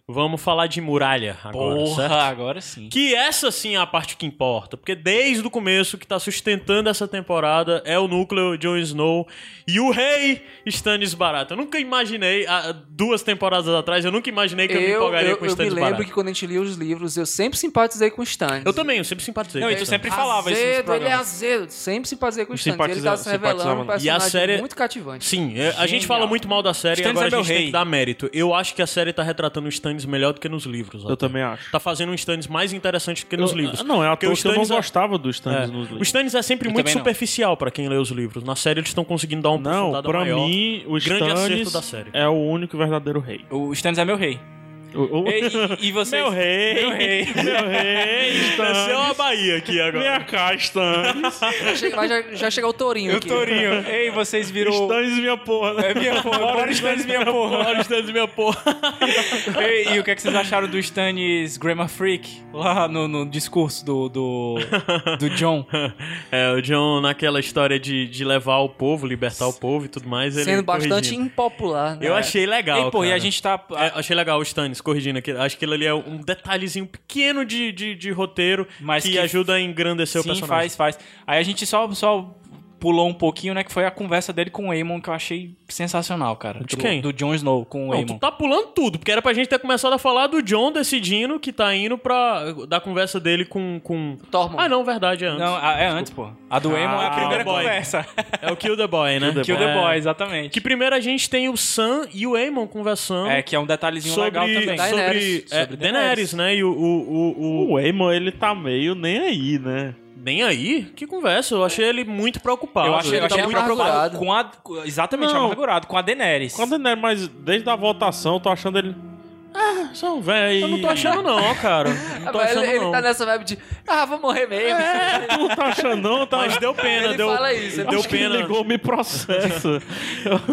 Speaker 1: Vamos falar de muralha agora,
Speaker 3: Porra,
Speaker 1: certo?
Speaker 3: agora sim.
Speaker 1: Que essa sim é a parte que importa, porque desde o começo o que tá sustentando essa temporada é o núcleo Jon Snow e o rei Stannis Baratheon. Eu nunca imaginei, há duas temporadas atrás, eu nunca imaginei que eu, me
Speaker 4: Eu,
Speaker 1: empolgaria
Speaker 4: eu,
Speaker 1: com o
Speaker 4: eu me
Speaker 1: Stannis
Speaker 4: lembro
Speaker 1: Baratheon.
Speaker 4: que quando a gente lia os livros, eu sempre simpatizei com o Stannis.
Speaker 1: Eu também, eu sempre simpatizei.
Speaker 3: Não,
Speaker 1: com
Speaker 3: e tu
Speaker 1: isso.
Speaker 3: sempre falava isso nos
Speaker 4: azedo, ele é
Speaker 3: programas.
Speaker 4: azedo. Sempre simpatizei com o Stannis. Ele
Speaker 2: Simpatiza-
Speaker 4: tá se revelando
Speaker 2: simpatizava,
Speaker 4: um
Speaker 2: não. E a
Speaker 4: personagem
Speaker 1: série-
Speaker 4: muito cativante.
Speaker 1: Sim, é, a gente
Speaker 3: Genial.
Speaker 1: fala muito mal da série e
Speaker 3: Stannis
Speaker 1: agora a
Speaker 3: é
Speaker 1: gente
Speaker 3: meu
Speaker 1: tem
Speaker 3: rei.
Speaker 1: que dar mérito. Eu acho que a série tá retratando o Stannis melhor do que nos livros.
Speaker 2: Eu
Speaker 1: até.
Speaker 2: também acho.
Speaker 1: Tá fazendo um Stannis mais interessante do que nos
Speaker 2: Eu-
Speaker 1: livros.
Speaker 2: Não, é à
Speaker 1: Porque o
Speaker 2: toa que eu não
Speaker 1: Stannis é-
Speaker 2: gostava do Stannis
Speaker 1: É.
Speaker 2: nos
Speaker 1: O
Speaker 2: livros.
Speaker 1: Stannis é sempre
Speaker 3: Eu
Speaker 1: muito
Speaker 3: também não.
Speaker 1: superficial pra quem lê os livros. Na série eles estão conseguindo dar um
Speaker 2: Não, pra mim, o
Speaker 1: Grande acerto
Speaker 2: Stannis
Speaker 1: da série.
Speaker 2: é o único verdadeiro rei.
Speaker 3: O Stannis é meu rei.
Speaker 2: O- o-
Speaker 3: E, e- e vocês...
Speaker 2: Meu rei!
Speaker 3: Meu rei.
Speaker 2: Meu rei,
Speaker 1: Desceu
Speaker 2: Stannis!
Speaker 1: a Bahia aqui agora.
Speaker 2: Minha cá, Stannis!
Speaker 4: Chega- vai já, já chegar o tourinho
Speaker 3: O
Speaker 4: aqui.
Speaker 3: Tourinho. Ei, vocês viram...
Speaker 2: Stannis, minha porra! né?
Speaker 3: É minha porra. Bora Stannis, é minha porra.
Speaker 1: Olha o Stannis, é minha porra.
Speaker 3: Ei, e o que, é que vocês acharam do Stannis Grammar Freak? Lá no, no discurso do, do, do John.
Speaker 1: É, o John, naquela história de, de levar o povo, libertar o povo e tudo mais, ele.
Speaker 4: Sendo bastante
Speaker 1: corrigindo.
Speaker 4: impopular, né?
Speaker 1: Eu achei legal.
Speaker 3: É. Ei, pô, e
Speaker 1: cara.
Speaker 3: a gente tá...
Speaker 1: É, achei legal o Stannis corrigindo aquilo. Acho que ele ali é um detalhezinho pequeno de, de, de roteiro
Speaker 3: Mas
Speaker 1: que,
Speaker 3: que-
Speaker 1: ajuda a engrandecer o
Speaker 3: ah, Sim,
Speaker 1: personagem.
Speaker 3: faz, faz. Aí a gente só, só pulou um pouquinho, né? Que foi a conversa dele com o Aemon que eu achei sensacional, cara.
Speaker 1: De
Speaker 3: do,
Speaker 1: quem?
Speaker 3: Do Jon Snow com o
Speaker 1: Não, tu
Speaker 3: Aemon.
Speaker 1: tá pulando tudo, porque era pra gente ter começado a falar do John decidindo que tá indo pra. da conversa dele com. com...
Speaker 4: Tormund.
Speaker 1: Ah, não, verdade, é antes.
Speaker 3: Não, a- é antes, pô. A do Aemon é a
Speaker 2: Ah,
Speaker 3: primeira
Speaker 1: Kill the Boy.
Speaker 3: conversa.
Speaker 1: É o Kill the Boy, né?
Speaker 3: Kill
Speaker 1: É.
Speaker 3: the Boy, exatamente.
Speaker 1: Que primeiro a gente tem o Sam e o Aemon conversando
Speaker 3: É, que é um detalhezinho
Speaker 1: sobre,
Speaker 3: legal também.
Speaker 1: sobre,
Speaker 4: Daenerys.
Speaker 1: é,
Speaker 3: Sobre
Speaker 1: Daenerys, né? E o, o, o, o-
Speaker 2: O Eamon, ele tá meio nem aí, né?
Speaker 1: Nem aí? Que conversa, eu achei ele muito preocupado.
Speaker 3: Eu achei,
Speaker 1: ele
Speaker 3: eu achei
Speaker 1: tá muito
Speaker 4: amargurado.
Speaker 3: preocupado com a. Exatamente,
Speaker 2: Não.
Speaker 3: amargurado, com a Daenerys.
Speaker 2: Quando ele é, mas desde a votação eu tô achando ele. Ah, são velho.
Speaker 1: Eu não tô achando não, cara. Não tô
Speaker 4: Mas
Speaker 1: achando
Speaker 4: ele, ele
Speaker 1: não.
Speaker 4: tá nessa vibe de, ah, vou morrer mesmo.
Speaker 2: Tu não tá achando não, tá?
Speaker 1: Mas deu pena,
Speaker 4: Ele
Speaker 1: deu,
Speaker 4: fala isso, ele
Speaker 1: deu
Speaker 2: Acho que ele
Speaker 1: pena.
Speaker 2: ligou, me processa.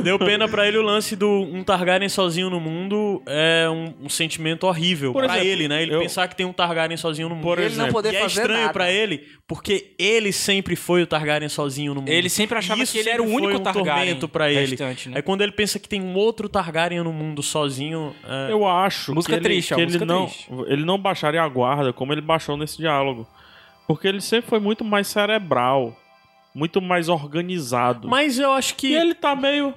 Speaker 1: Deu pena pra ele o lance do um Targaryen sozinho no mundo é um, um sentimento horrível
Speaker 2: Por
Speaker 1: pra
Speaker 2: exemplo,
Speaker 1: ele, né? Ele
Speaker 2: eu-
Speaker 1: pensar que tem um Targaryen sozinho no mundo.
Speaker 2: Por
Speaker 4: Ele não
Speaker 2: exemplo.
Speaker 4: poder
Speaker 1: e é
Speaker 4: fazer
Speaker 1: estranho
Speaker 4: nada.
Speaker 1: pra ele, porque ele sempre foi o Targaryen sozinho no mundo.
Speaker 3: Ele sempre achava
Speaker 1: Isso
Speaker 3: que ele era o
Speaker 1: sempre
Speaker 3: único
Speaker 1: foi um
Speaker 3: Targaryen
Speaker 1: tormento pra ele.
Speaker 3: restante, né?
Speaker 1: Aí quando ele pensa que tem um outro Targaryen no mundo sozinho, é,
Speaker 2: Eu acho
Speaker 3: Música
Speaker 2: que,
Speaker 3: triste, ó,
Speaker 2: ele, que
Speaker 3: música
Speaker 2: ele, não,
Speaker 3: triste.
Speaker 2: ele não baixaria a guarda como ele baixou nesse diálogo. Porque ele sempre foi muito mais cerebral, muito mais organizado.
Speaker 1: Mas eu acho que
Speaker 2: E ele tá meio.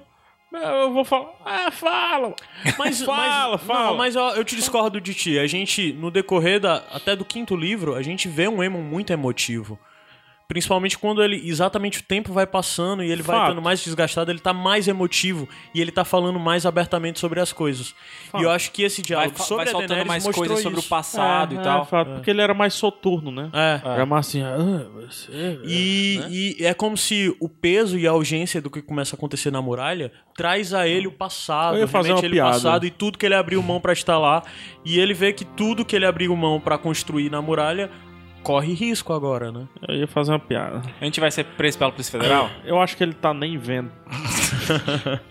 Speaker 2: Eu vou falar. Ah, fala!
Speaker 1: Mas,
Speaker 2: Fala,
Speaker 1: mas-
Speaker 2: fala.
Speaker 1: não, mas eu, eu te discordo de ti. A gente, no decorrer da, até do quinto livro, a gente vê um Emo muito emotivo. Principalmente quando ele, exatamente o tempo vai passando e ele vai
Speaker 2: Fato.
Speaker 1: estando mais desgastado, ele tá mais emotivo e ele tá falando mais abertamente sobre as coisas.
Speaker 2: Fato.
Speaker 1: E eu acho que esse
Speaker 3: vai,
Speaker 1: diálogo
Speaker 3: fa-
Speaker 1: sobre
Speaker 3: vai
Speaker 1: a
Speaker 3: soltando
Speaker 1: Daenerys
Speaker 3: mais
Speaker 1: mostrou
Speaker 3: coisas sobre o
Speaker 1: isso.
Speaker 3: passado
Speaker 2: É,
Speaker 3: e
Speaker 2: é,
Speaker 3: tal.
Speaker 2: fato, Porque ele era mais soturno, né?
Speaker 1: É.
Speaker 2: Era mais assim. Ah, você.
Speaker 1: E,
Speaker 3: né?
Speaker 1: e é como se o peso e a urgência do que começa a acontecer na muralha traz a ele o passado,
Speaker 2: Eu ia fazer
Speaker 1: remete
Speaker 2: uma
Speaker 1: ele
Speaker 2: piada.
Speaker 1: o passado e tudo que ele abriu mão pra estar lá. E ele vê que tudo que ele abriu mão pra construir na muralha corre risco agora, né?
Speaker 2: Eu ia fazer uma piada.
Speaker 3: A gente vai ser preso pela Polícia Federal?
Speaker 2: Eu acho que ele tá nem vendo.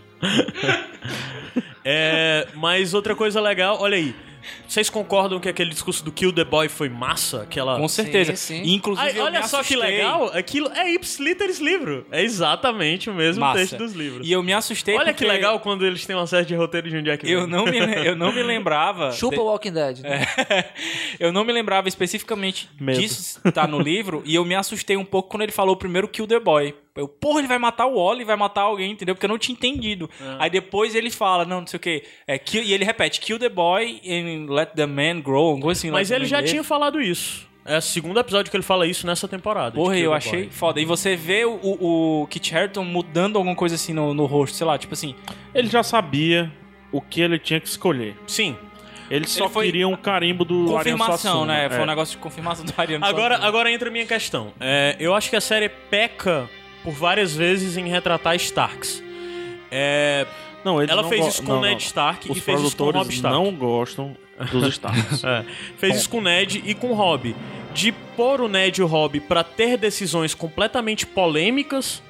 Speaker 1: É, mas outra coisa legal, olha aí. Vocês concordam que aquele discurso do Kill the Boy foi massa? Aquela...
Speaker 3: Com certeza.
Speaker 4: sim.
Speaker 3: E, Inclusive,
Speaker 1: Ai,
Speaker 3: eu
Speaker 1: olha
Speaker 3: me
Speaker 1: só que
Speaker 3: assustei.
Speaker 1: legal, aquilo é Ips Literis livro. É exatamente o mesmo
Speaker 3: Massa.
Speaker 1: um texto dos livros.
Speaker 3: E eu me assustei
Speaker 1: Olha
Speaker 3: porque
Speaker 1: que legal quando eles têm uma série de roteiro de um Jack Ryan.
Speaker 3: Eu não me, eu não me lembrava.
Speaker 4: Chupa o Walking Dead. né?
Speaker 3: eu não me lembrava especificamente
Speaker 2: Medo.
Speaker 3: disso tá no livro e eu me assustei um pouco quando ele falou o primeiro Kill the Boy. Eu, porra, ele vai matar o Wally, vai matar alguém, entendeu? Porque eu não tinha entendido.
Speaker 1: É.
Speaker 3: Aí depois ele fala, não, não sei o que, é, kill, e ele repete, Kill the Boy and let the man grow, alguma coisa assim.
Speaker 1: Mas
Speaker 3: let
Speaker 1: ele
Speaker 3: the man
Speaker 1: já
Speaker 3: live.
Speaker 1: tinha falado isso. É o segundo episódio que ele fala isso nessa temporada. de
Speaker 3: Porra,
Speaker 1: Kill
Speaker 3: eu
Speaker 1: the
Speaker 3: achei
Speaker 1: Boy.
Speaker 3: foda. E você vê o, o, o Kit Harington mudando alguma coisa assim no, no rosto, sei lá, tipo assim,
Speaker 2: Ele já sabia o que ele tinha que escolher.
Speaker 1: Sim.
Speaker 2: Ele só
Speaker 3: Ele foi-
Speaker 2: queria um carimbo do Ariano
Speaker 3: confirmação,
Speaker 2: Suassuna.
Speaker 3: né? Foi
Speaker 2: É.
Speaker 3: um negócio de confirmação do Ariano
Speaker 1: Agora,
Speaker 3: Suassuna.
Speaker 1: agora entra a minha questão. É, eu acho que a série peca por várias vezes em retratar Starks. É,
Speaker 2: Não, eles
Speaker 1: ela
Speaker 2: não
Speaker 1: fez
Speaker 2: go-
Speaker 1: isso com
Speaker 2: não,
Speaker 1: o
Speaker 2: não.
Speaker 1: Ned Stark
Speaker 2: Os
Speaker 1: e fez isso com o Rob
Speaker 2: produtores
Speaker 1: Stark.
Speaker 2: não gostam dos Starks.
Speaker 1: É, fez isso com o Ned e com o Rob. De pôr o Ned e o Rob pra ter decisões completamente polêmicas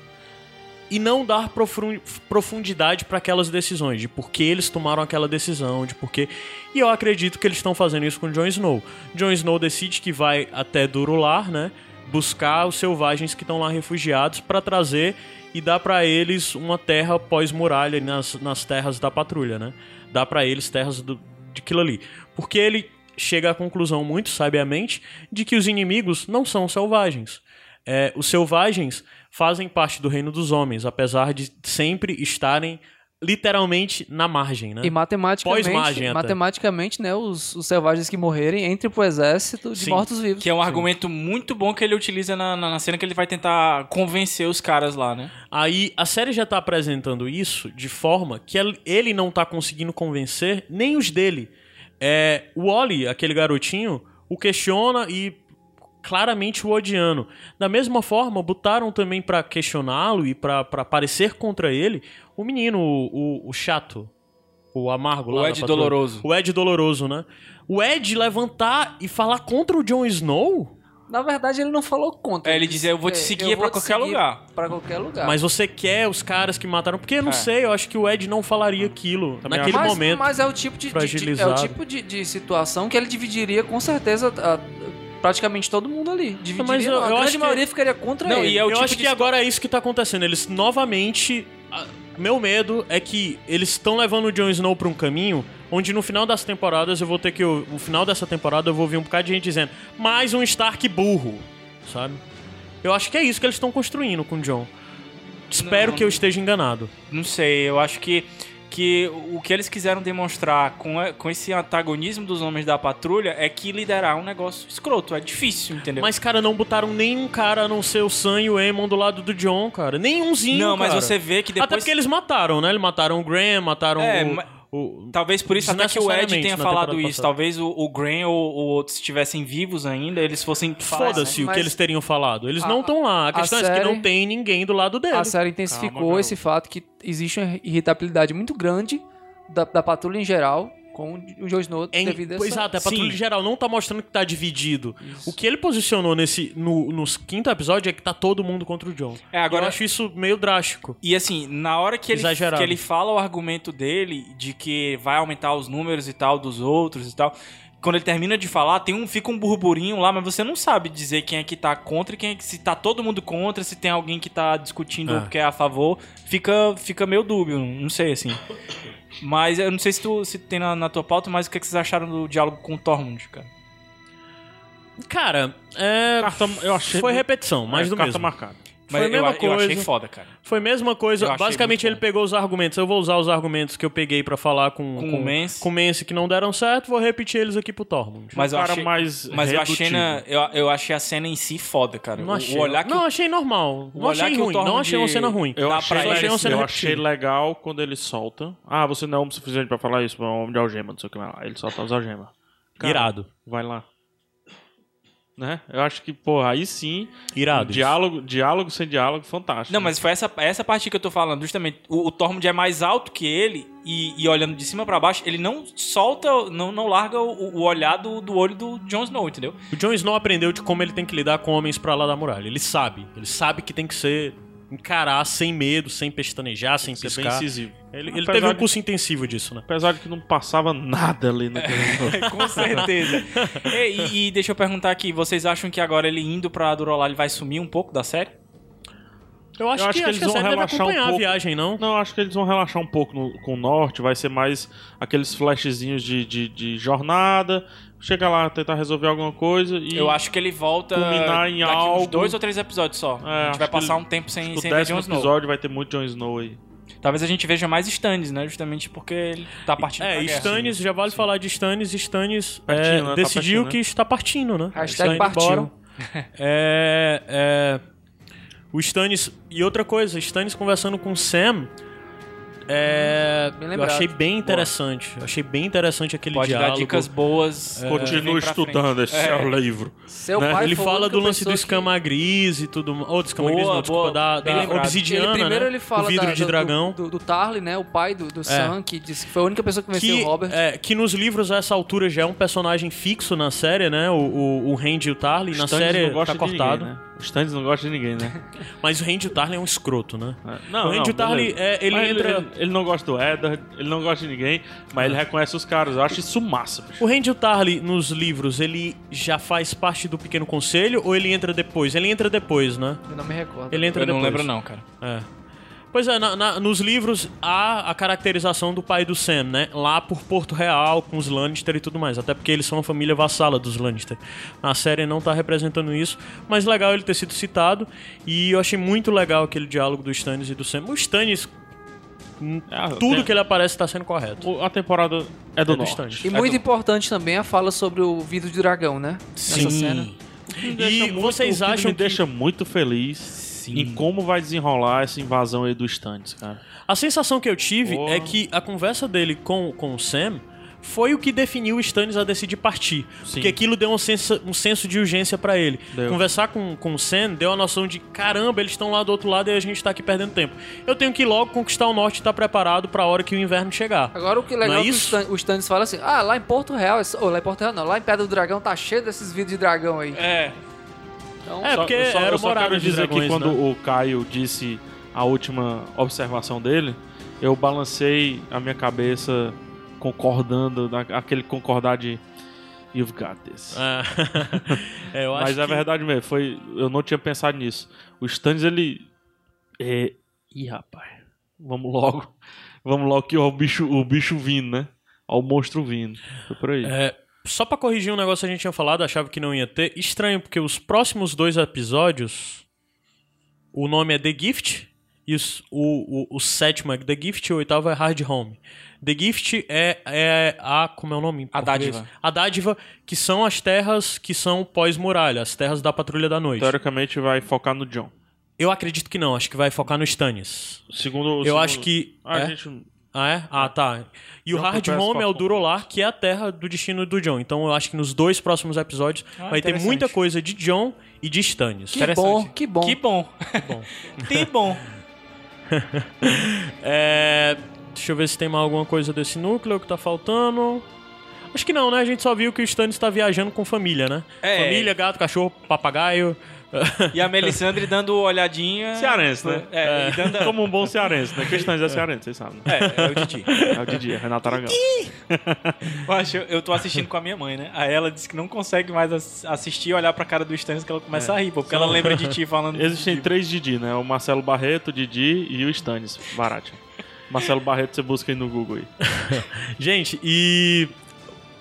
Speaker 1: e não dar profru- profundidade pra aquelas decisões, de por que eles tomaram aquela decisão, de por que. E eu acredito que eles estão fazendo isso com o Jon Snow. Jon Snow decide que vai até Durular, né? Buscar os selvagens que estão lá refugiados pra trazer e dar pra eles uma terra pós-muralha nas, nas terras da patrulha, né? Dá pra eles terras do, daquilo ali. Porque ele chega à conclusão muito sabiamente de que os inimigos não são selvagens. É, os selvagens fazem parte do reino dos homens, apesar de sempre estarem literalmente na margem, né?
Speaker 4: E matematicamente,
Speaker 1: Pós-margem até.
Speaker 4: matematicamente, né, os, os selvagens que morrerem entram pro exército de
Speaker 1: Sim.
Speaker 4: mortos-vivos.
Speaker 3: Que é um argumento muito bom que ele utiliza na, na, na cena que ele vai tentar convencer os caras lá, né?
Speaker 1: Aí a série já tá apresentando isso de forma que el- ele não tá conseguindo convencer nem os dele. É, o Oli, aquele garotinho, o questiona e claramente o odiando. Da mesma forma, botaram também pra questioná-lo e pra pra parecer contra ele o menino, o, o- o chato, o amargo lá.
Speaker 3: O
Speaker 1: da
Speaker 3: Ed
Speaker 1: patrulha.
Speaker 3: Doloroso.
Speaker 1: O Ed é Doloroso, né? O Ed levantar e falar contra o Jon Snow?
Speaker 4: Na verdade, ele não falou contra.
Speaker 3: É, ele dizia, eu vou te
Speaker 4: "É, eu
Speaker 3: seguir
Speaker 4: vou
Speaker 3: pra
Speaker 4: te
Speaker 3: qualquer
Speaker 4: seguir
Speaker 3: lugar."
Speaker 4: Pra qualquer lugar.
Speaker 1: Mas você quer os caras que mataram? Porque eu não
Speaker 3: Tá. É.
Speaker 1: sei, eu acho que o Ed não falaria aquilo
Speaker 2: Também
Speaker 1: naquele
Speaker 4: mas,
Speaker 1: momento.
Speaker 4: mas é o tipo de, de- de é o
Speaker 1: fragilizado.
Speaker 4: tipo de, de situação que ele dividiria com certeza a- praticamente todo mundo ali. Dividiria,
Speaker 1: Mas eu-
Speaker 4: não, a
Speaker 1: eu
Speaker 4: grande
Speaker 1: acho que-
Speaker 4: maioria ficaria contra
Speaker 3: Não,
Speaker 4: ele.
Speaker 3: e é o
Speaker 1: eu
Speaker 3: tipo
Speaker 1: acho
Speaker 3: de
Speaker 1: que agora é isso que tá acontecendo. Eles novamente. a- Meu medo é que eles estão levando o Jon Snow pra um caminho onde no final das temporadas eu vou ter que. o- No final dessa temporada eu vou ouvir um bocado de gente dizendo mais um Stark burro, sabe? Eu acho que é isso que eles estão construindo com o Jon. Espero
Speaker 3: Não.
Speaker 1: que eu esteja enganado.
Speaker 3: Não sei, eu acho que, que o que eles quiseram demonstrar com, a- com esse antagonismo dos homens da patrulha é que liderar é um negócio escroto, é difícil, entendeu?
Speaker 1: Mas, cara, não botaram nenhum cara a não ser o Sam e o Aemon do lado do John, cara. Nenhumzinho,
Speaker 3: não, mas
Speaker 1: cara.
Speaker 3: você vê que
Speaker 1: Até
Speaker 3: depois...
Speaker 1: porque eles mataram, né? Eles mataram o Graham, mataram
Speaker 3: É,
Speaker 1: o,
Speaker 3: ma-
Speaker 1: o O,
Speaker 3: Talvez por isso até que o Ed
Speaker 1: Desnecessariamente
Speaker 3: tenha
Speaker 1: na
Speaker 3: falado
Speaker 1: temporada
Speaker 3: isso.
Speaker 1: passada.
Speaker 3: Talvez o, o Graham ou o outro estivessem vivos ainda, eles fossem falar,
Speaker 1: Foda-se
Speaker 3: né?
Speaker 1: o
Speaker 4: Mas-
Speaker 1: que eles teriam falado. Eles
Speaker 4: A-
Speaker 1: não estão lá. A
Speaker 4: a
Speaker 1: questão é que
Speaker 4: série-
Speaker 1: não tem ninguém do lado dele.
Speaker 4: A série intensificou
Speaker 2: Calma,
Speaker 4: esse fato que existe uma irritabilidade muito grande da, da patrulha em geral com o Joe Snow
Speaker 1: É in-
Speaker 4: devido a essa...
Speaker 1: Exato, é a patrulha
Speaker 2: Sim.
Speaker 1: geral não tá mostrando que tá dividido.
Speaker 4: Isso.
Speaker 1: O que ele posicionou nesse no, nos quinto episódio é que tá todo mundo contra o John.
Speaker 3: É, agora-
Speaker 1: eu acho isso meio drástico.
Speaker 3: E assim, na hora que ele,
Speaker 1: Exagerado.
Speaker 3: que ele fala o argumento dele de que vai aumentar os números e tal dos outros e tal, quando ele termina de falar, tem um fica um burburinho lá, mas você não sabe dizer quem é que tá contra e quem é que se tá todo mundo contra, se tem alguém que tá discutindo
Speaker 1: É.
Speaker 3: ou que é a favor, fica fica meio dúbio, não sei assim. Mas eu não sei se tu se tem na, na tua pauta, mas o que, é que vocês acharam do diálogo com o Tormund, cara?
Speaker 1: Cara, é,
Speaker 2: Carta- eu achei
Speaker 1: foi
Speaker 2: muito-
Speaker 1: repetição, mais
Speaker 2: é,
Speaker 1: do
Speaker 2: carta
Speaker 1: mesmo.
Speaker 2: marcada.
Speaker 1: Foi a
Speaker 3: eu,
Speaker 1: mesma
Speaker 3: eu achei
Speaker 1: coisa.
Speaker 3: foda, cara.
Speaker 1: Foi a mesma
Speaker 3: Eu
Speaker 1: coisa.
Speaker 3: achei
Speaker 1: Basicamente,
Speaker 3: muito
Speaker 1: ele pegou os argumentos. Eu vou usar os argumentos que eu peguei pra falar com,
Speaker 3: Com o Mance.
Speaker 1: com o Mance que não deram certo, vou repetir eles aqui pro Tormund.
Speaker 3: Mas eu
Speaker 2: cara
Speaker 3: achei,
Speaker 2: mais
Speaker 3: mas eu achei,
Speaker 2: redutivo.
Speaker 3: na- eu, eu achei a cena em si foda, cara.
Speaker 1: não
Speaker 3: O-
Speaker 1: achei.
Speaker 3: o olhar que o
Speaker 1: não, achei normal.
Speaker 3: o
Speaker 1: Não
Speaker 3: olhar
Speaker 1: achei
Speaker 3: que o
Speaker 1: ruim. Não
Speaker 3: Tormund
Speaker 1: achei uma cena ruim.
Speaker 3: dá
Speaker 2: Eu
Speaker 3: pra
Speaker 2: achei,
Speaker 1: ele,
Speaker 2: eu
Speaker 1: assim, sendo
Speaker 2: achei
Speaker 1: repetido.
Speaker 2: legal quando ele solta. Ah, você não é homem suficiente pra falar isso, é um homem de algema, não sei o que lá. Ele solta as algemas. Cara,
Speaker 1: Irado.
Speaker 2: Vai lá. Né? Eu acho que, porra, aí sim.
Speaker 3: um
Speaker 1: Irado. isso.
Speaker 2: Diálogo, diálogo sem diálogo, fantástico.
Speaker 3: Não, mas foi essa, essa parte que eu tô falando, justamente. O, o Tormund é mais alto que ele e, e olhando de cima pra baixo, ele não solta, não, não larga o, o olhar do, do olho do Jon Snow, entendeu?
Speaker 1: O Jon Snow aprendeu de como ele tem que lidar com homens pra lá da muralha. Ele sabe. Ele sabe que tem que ser encarar sem medo, sem pestanejar, sem
Speaker 2: Ser bem
Speaker 1: piscar.
Speaker 2: incisivo.
Speaker 1: Ele, ele
Speaker 2: Apesar
Speaker 1: teve um
Speaker 2: de-
Speaker 1: curso intensivo disso, né?
Speaker 2: Apesar de que não passava nada ali naquele jogo.
Speaker 3: Com certeza. e, e- e deixa eu perguntar aqui, vocês acham que agora ele indo pra Durolar ele vai sumir um pouco da série?
Speaker 1: Eu acho,
Speaker 2: acho
Speaker 1: que,
Speaker 2: que
Speaker 1: acho
Speaker 2: eles
Speaker 1: que a
Speaker 2: vão
Speaker 1: série deve
Speaker 2: relaxar um
Speaker 1: acompanhar a
Speaker 2: pouco.
Speaker 1: viagem, não?
Speaker 2: Não, acho que eles vão relaxar um pouco no- com o norte, vai ser mais aqueles flashzinhos de, de, de jornada, chega lá, tentar resolver alguma coisa e
Speaker 3: Eu acho que ele volta
Speaker 2: Culminar em
Speaker 3: daqui uns
Speaker 2: algo.
Speaker 3: dois ou três episódios só.
Speaker 2: É,
Speaker 3: a gente
Speaker 2: acho
Speaker 3: vai
Speaker 2: que
Speaker 3: passar
Speaker 2: ele-
Speaker 3: um tempo sem,
Speaker 2: o
Speaker 3: sem ver
Speaker 2: décimo
Speaker 3: Jon Snow.
Speaker 2: episódio vai ter muito Jon Snow aí.
Speaker 3: Talvez a gente veja mais Stannis, né? Justamente porque ele tá partindo pra
Speaker 1: É,
Speaker 3: guerra.
Speaker 1: Stannis, já vale falar de Stannis. Stannis
Speaker 2: Partindo,
Speaker 1: é,
Speaker 2: né? Tá
Speaker 1: decidiu
Speaker 2: partindo, né?
Speaker 1: que está partindo, né?
Speaker 4: Hashtag
Speaker 1: Está indo
Speaker 4: partiu.
Speaker 1: embora. É, é, o Stannis... E outra coisa, Stannis conversando com o Sam... é,
Speaker 4: Hum, Bem
Speaker 1: eu
Speaker 4: lembrado.
Speaker 1: achei bem interessante. Eu achei bem interessante aquele
Speaker 3: Pode
Speaker 1: diálogo.
Speaker 3: dar dicas boas. é,
Speaker 2: Continua
Speaker 3: vem pra
Speaker 2: estudando
Speaker 3: frente. É.
Speaker 2: esse seu livro.
Speaker 4: Seu
Speaker 2: Né?
Speaker 4: pai
Speaker 1: Ele
Speaker 4: falou
Speaker 1: fala
Speaker 4: que
Speaker 1: do
Speaker 4: eu
Speaker 1: lance do
Speaker 4: pensou
Speaker 1: escama gris e tudo. Ou do escama
Speaker 3: Boa,
Speaker 1: gris, não, desculpa,
Speaker 3: boa,
Speaker 1: da,
Speaker 3: bem
Speaker 1: da
Speaker 3: lembrado.
Speaker 4: que-
Speaker 1: obsidiana.
Speaker 4: Ele, primeiro
Speaker 1: né?
Speaker 4: ele fala
Speaker 1: o vidro
Speaker 4: da-
Speaker 1: de
Speaker 4: do,
Speaker 1: dragão. É.
Speaker 4: do, do Tarly, né? O pai do, do Sam, que disse que foi a única pessoa que venceu
Speaker 1: que,
Speaker 4: o Robert.
Speaker 1: é, que nos livros, a essa altura, já é um personagem fixo na série, né? O, o, o Randy e o Tarly. Na
Speaker 2: Stannis
Speaker 1: série
Speaker 2: não gosta
Speaker 1: tá
Speaker 2: de
Speaker 1: cortado.
Speaker 2: Ninguém, né? O Stannis não gosta de ninguém, né?
Speaker 1: Mas o Randy e o Tarly é um escroto, né?
Speaker 2: É.
Speaker 1: o Randy e o Tarly,
Speaker 2: beleza.
Speaker 1: é, ele
Speaker 2: Mas
Speaker 1: entra...
Speaker 2: ele, ele não gosta do Eddard, ele não gosta de ninguém, mas ele reconhece os caras. Eu acho isso massa, bicho.
Speaker 1: O Randy e o Tarly, nos livros, ele já faz parte do Pequeno Conselho ou ele entra depois? Ele entra depois, né?
Speaker 4: Eu não me recordo.
Speaker 1: Ele entra
Speaker 3: Eu não
Speaker 1: depois.
Speaker 3: lembro não, cara.
Speaker 1: É. Pois é, na- na- nos livros há a caracterização do pai do Sam, né? Lá por Porto Real, com os Lannister e tudo mais. Até porque eles são uma família vassala dos Lannister. A série não tá representando isso, mas legal ele ter sido citado. E eu achei muito legal aquele diálogo do Stannis e do Sam. O Stannis,
Speaker 2: Ah,
Speaker 1: tudo
Speaker 2: tem-
Speaker 1: que ele aparece tá sendo correto.
Speaker 2: o- A temporada é do,
Speaker 1: É do
Speaker 2: norte.
Speaker 1: Stannis.
Speaker 4: E
Speaker 2: É
Speaker 4: muito
Speaker 2: do-
Speaker 4: importante também a fala sobre o vidro de dragão, né? Nessa cena.
Speaker 2: me deixa
Speaker 1: E vocês
Speaker 2: o que
Speaker 1: acham
Speaker 2: me
Speaker 1: que-
Speaker 2: deixa muito feliz em como vai desenrolar essa invasão aí do Stannis, cara.
Speaker 1: A sensação que eu tive
Speaker 2: Porra.
Speaker 1: é que a conversa dele com, com o Sam foi o que definiu o Stannis a decidir partir.
Speaker 2: Sim.
Speaker 1: Porque aquilo deu um senso, um senso de urgência pra ele.
Speaker 2: Deu.
Speaker 1: Conversar com, com o Sam deu a noção de caramba, eles estão lá do outro lado e a gente tá aqui perdendo tempo. Eu tenho que ir logo conquistar o norte e estar preparado pra hora que o inverno chegar.
Speaker 4: Agora o que é
Speaker 1: Não
Speaker 4: legal é
Speaker 1: é
Speaker 4: que o
Speaker 1: isso?
Speaker 4: Stan- o Stannis fala assim: ah, lá em Porto Real, é só- ou lá em Porto Real não, lá em Pedra do Dragão tá cheio desses vidros de dragão aí.
Speaker 3: É.
Speaker 4: Então,
Speaker 1: É,
Speaker 2: Só-
Speaker 1: porque
Speaker 2: eu só,
Speaker 1: era
Speaker 2: eu só
Speaker 1: morada
Speaker 2: quero
Speaker 1: de
Speaker 2: dizer
Speaker 1: dragões,
Speaker 2: que quando
Speaker 1: né?
Speaker 2: o Caio disse a última observação dele, eu balancei a minha cabeça concordando, na- aquele concordar de You've got this.
Speaker 1: Ah, é, eu acho
Speaker 2: Mas é
Speaker 1: que-
Speaker 2: verdade mesmo, foi, eu não tinha pensado nisso. O Stannis, ele... É... Ih, rapaz, vamos logo. Vamos logo que ó, o bicho, o bicho vindo, né? Ó, o monstro vindo. Foi por aí.
Speaker 1: É, só pra corrigir um negócio que a gente tinha falado, achava que não ia ter. Estranho, porque os próximos dois episódios. O nome é The Gift. E os- o, o, o sétimo é The Gift e o oitavo é Hard Home. The Gift é, é a. Como é o nome? em
Speaker 3: A
Speaker 1: português?
Speaker 3: dádiva.
Speaker 1: A dádiva, que são as terras que são pós-muralha, as terras da Patrulha da Noite.
Speaker 2: Teoricamente vai focar no John.
Speaker 1: Eu acredito que não, acho que vai focar no Stannis.
Speaker 2: Segundo,
Speaker 1: Eu acho que-
Speaker 2: A
Speaker 1: é?
Speaker 2: gente...
Speaker 1: Ah, é? Ah, tá. E o
Speaker 2: Não
Speaker 1: Hard
Speaker 2: acontece
Speaker 1: Home é o
Speaker 2: com-
Speaker 1: Durolar, que é a terra do destino do John. Então eu acho que nos dois próximos episódios
Speaker 3: Ah,
Speaker 1: vai ter
Speaker 3: interessante.
Speaker 1: muita coisa de John e de Stannis.
Speaker 4: Que
Speaker 3: Interessante.
Speaker 4: bom, que bom.
Speaker 3: Que bom.
Speaker 1: bom.
Speaker 3: que bom.
Speaker 1: É, Deixa eu ver se tem mais alguma coisa desse núcleo que tá faltando. Acho que não, né? A gente só viu que o Stannis tá viajando com família, né?
Speaker 3: É.
Speaker 1: Família, gato, cachorro, papagaio.
Speaker 3: E a Melisandre dando olhadinha.
Speaker 2: Cearense, né?
Speaker 3: É, e dando.
Speaker 2: Como um bom cearense, né? Cristãs é cearense, vocês sabem. né?
Speaker 3: É, é o Didi.
Speaker 2: É o Didi, é Renato Aragão.
Speaker 3: Eu, acho, eu tô assistindo com a minha mãe, né? Aí ela disse que não consegue mais ass- assistir e olhar pra cara do Stannis que ela começa a rir, pô, porque ela lembra de ti falando.
Speaker 2: Existem três Didi, né? O Marcelo Barreto, o Didi e o Stannis Barate. Marcelo Barreto você busca aí no Google aí.
Speaker 1: Gente, e.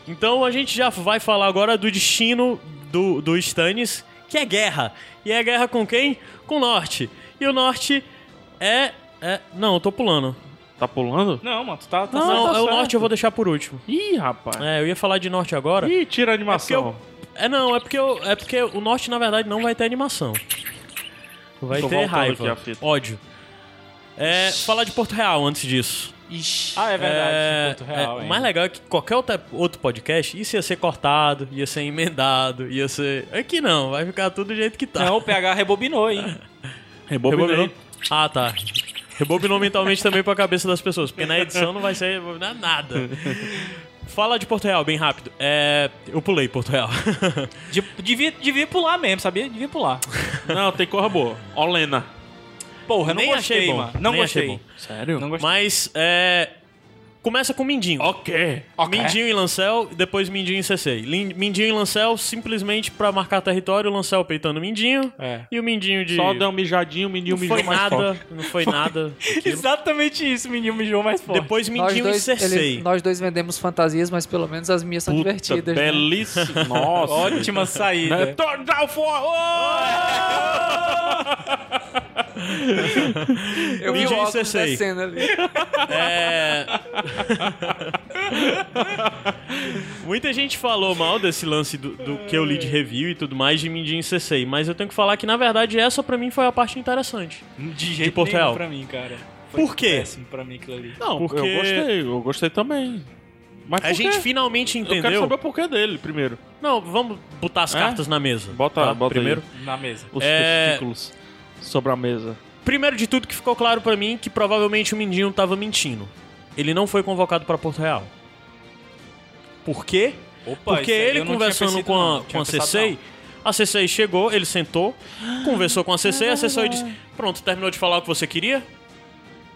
Speaker 1: Então a gente já vai falar agora do destino do, do Stannis, que é guerra. E é guerra com quem? Com o norte. E o norte é. é... Não, eu tô pulando.
Speaker 2: Tá pulando?
Speaker 3: Não, mano, tu tá. tá
Speaker 1: Não,
Speaker 2: tá
Speaker 1: é o
Speaker 2: certo.
Speaker 1: norte eu vou deixar por último.
Speaker 2: Ih, rapaz.
Speaker 1: É, eu ia falar de norte agora.
Speaker 2: Ih, tira a animação.
Speaker 1: É não, é porque, eu- é porque o norte, na verdade, não vai ter animação. Vai
Speaker 2: Tô
Speaker 1: ter
Speaker 2: voltando
Speaker 1: raiva,
Speaker 2: aqui a fita.
Speaker 1: ódio. É, falar de Porto Real antes disso.
Speaker 3: Ah, é verdade.
Speaker 1: É,
Speaker 3: Porto Real,
Speaker 1: é, o
Speaker 3: hein?
Speaker 1: mais legal é que qualquer outra- outro podcast, isso ia ser cortado, ia ser emendado, ia ser. Aqui não, vai ficar tudo do jeito que tá.
Speaker 3: Não, o PH rebobinou, hein?
Speaker 2: Rebobinei.
Speaker 3: né?
Speaker 1: Ah, tá. Rebobinou mentalmente também pra cabeça das pessoas, porque na edição não vai ser rebobinar nada. Fala de Porto Real, bem rápido. É, eu pulei Porto Real.
Speaker 3: De- devia, devia pular mesmo, sabia? Devia pular.
Speaker 2: Não, tem coisa boa. Olena.
Speaker 3: Porra, não
Speaker 1: Nem
Speaker 3: gostei,
Speaker 1: achei bom.
Speaker 3: mano. Não
Speaker 1: Nem
Speaker 3: gostei.
Speaker 1: achei bom.
Speaker 2: Sério?
Speaker 3: Não gostei.
Speaker 1: Mas é, começa com Mindinho.
Speaker 2: Ok.
Speaker 3: Ok.
Speaker 1: Mindinho e Lancel, e depois Mindinho e CC. Lin- Mindinho e Lancel simplesmente pra marcar território, o Lancel peitando o Mindinho.
Speaker 3: É.
Speaker 1: E o Mindinho de.
Speaker 2: Só deu um mijadinho, o menino
Speaker 1: não
Speaker 2: mijou
Speaker 1: foi
Speaker 2: mais
Speaker 1: nada,
Speaker 2: forte.
Speaker 1: não foi nada.
Speaker 3: Exatamente isso, o menino mijou mais forte.
Speaker 1: Depois
Speaker 4: Nós
Speaker 1: Mindinho e
Speaker 4: dois,
Speaker 1: Cersei.
Speaker 4: ele- nós dois vendemos fantasias, mas pelo menos as minhas são
Speaker 2: Puta,
Speaker 4: divertidas. né?
Speaker 2: belíssimo. Nossa.
Speaker 3: Ótima saída.
Speaker 2: Né? Tô- dá o for- Oh!
Speaker 4: Eu vi o
Speaker 1: Mídia em
Speaker 4: óculos
Speaker 1: CCI.
Speaker 4: da cena ali.
Speaker 1: É. Muita gente falou mal desse lance do, do que eu li de review e tudo mais de Mindinho e CC, mas eu tenho que falar que na verdade essa pra mim foi a parte interessante.
Speaker 3: De jeito
Speaker 1: Porto
Speaker 3: nenhum
Speaker 1: Real.
Speaker 3: pra mim, cara.
Speaker 1: Por quê?
Speaker 3: Péssimo pra mim aquilo ali.
Speaker 2: Não,
Speaker 1: Porque-
Speaker 2: eu gostei. Eu gostei também. Mas por
Speaker 1: A gente
Speaker 2: quê?
Speaker 1: finalmente
Speaker 2: Eu quero
Speaker 1: entendeu.
Speaker 2: saber o porquê dele primeiro.
Speaker 1: Não, vamos botar as
Speaker 2: É?
Speaker 1: cartas na mesa.
Speaker 2: Bota- bota
Speaker 1: primeiro.
Speaker 3: Na mesa.
Speaker 2: Os
Speaker 1: É.
Speaker 2: testículos sobre a mesa.
Speaker 1: Primeiro de tudo que ficou claro pra mim que provavelmente o Mindinho tava mentindo. Ele não foi convocado pra Porto Real. Por quê?
Speaker 3: Opa,
Speaker 1: Porque
Speaker 3: isso aí
Speaker 1: ele
Speaker 3: eu não
Speaker 1: conversando
Speaker 3: tinha
Speaker 1: com a,
Speaker 3: percebido,
Speaker 1: com
Speaker 3: não.
Speaker 1: a
Speaker 3: Tinha
Speaker 1: CC,
Speaker 3: pensado,
Speaker 1: a CC chegou, ele sentou, conversou com a CC, a CC disse: Pronto, terminou de falar o que você queria?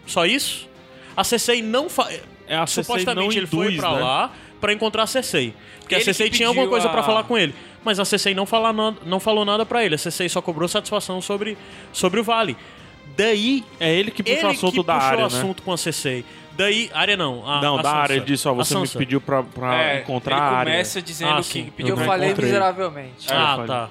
Speaker 1: Só isso? A CC não. Fa...
Speaker 2: É a CC
Speaker 1: Supostamente
Speaker 2: não
Speaker 1: ele foi
Speaker 2: induz,
Speaker 1: pra
Speaker 2: né?
Speaker 1: lá pra encontrar a Cersei. Porque
Speaker 3: Ele
Speaker 1: a Cersei
Speaker 3: que
Speaker 1: tinha alguma
Speaker 3: pediu
Speaker 1: coisa
Speaker 3: a-
Speaker 1: pra falar com ele. Mas a Cersei não, fala nada, não falou nada pra ele. A Cersei só cobrou satisfação sobre, sobre o Vale. Daí,
Speaker 2: É ele que puxa
Speaker 1: ele
Speaker 2: o assunto
Speaker 1: que
Speaker 2: da
Speaker 1: puxou
Speaker 2: área,
Speaker 1: o
Speaker 2: né?
Speaker 1: assunto com a Cersei. Daí, área não. A,
Speaker 2: Não,
Speaker 1: a
Speaker 2: da
Speaker 1: Sansa.
Speaker 2: área disso, ó,
Speaker 1: A
Speaker 2: você me
Speaker 1: Sansa.
Speaker 2: pediu pra, pra
Speaker 3: É,
Speaker 2: encontrar
Speaker 3: ele
Speaker 2: a área.
Speaker 3: começa dizendo
Speaker 1: Ah,
Speaker 4: Que
Speaker 1: sim.
Speaker 3: que
Speaker 4: eu
Speaker 3: pediu
Speaker 2: não
Speaker 4: falei
Speaker 2: encontrei.
Speaker 4: miseravelmente.
Speaker 2: É, eu
Speaker 1: Ah,
Speaker 2: falei.
Speaker 1: tá.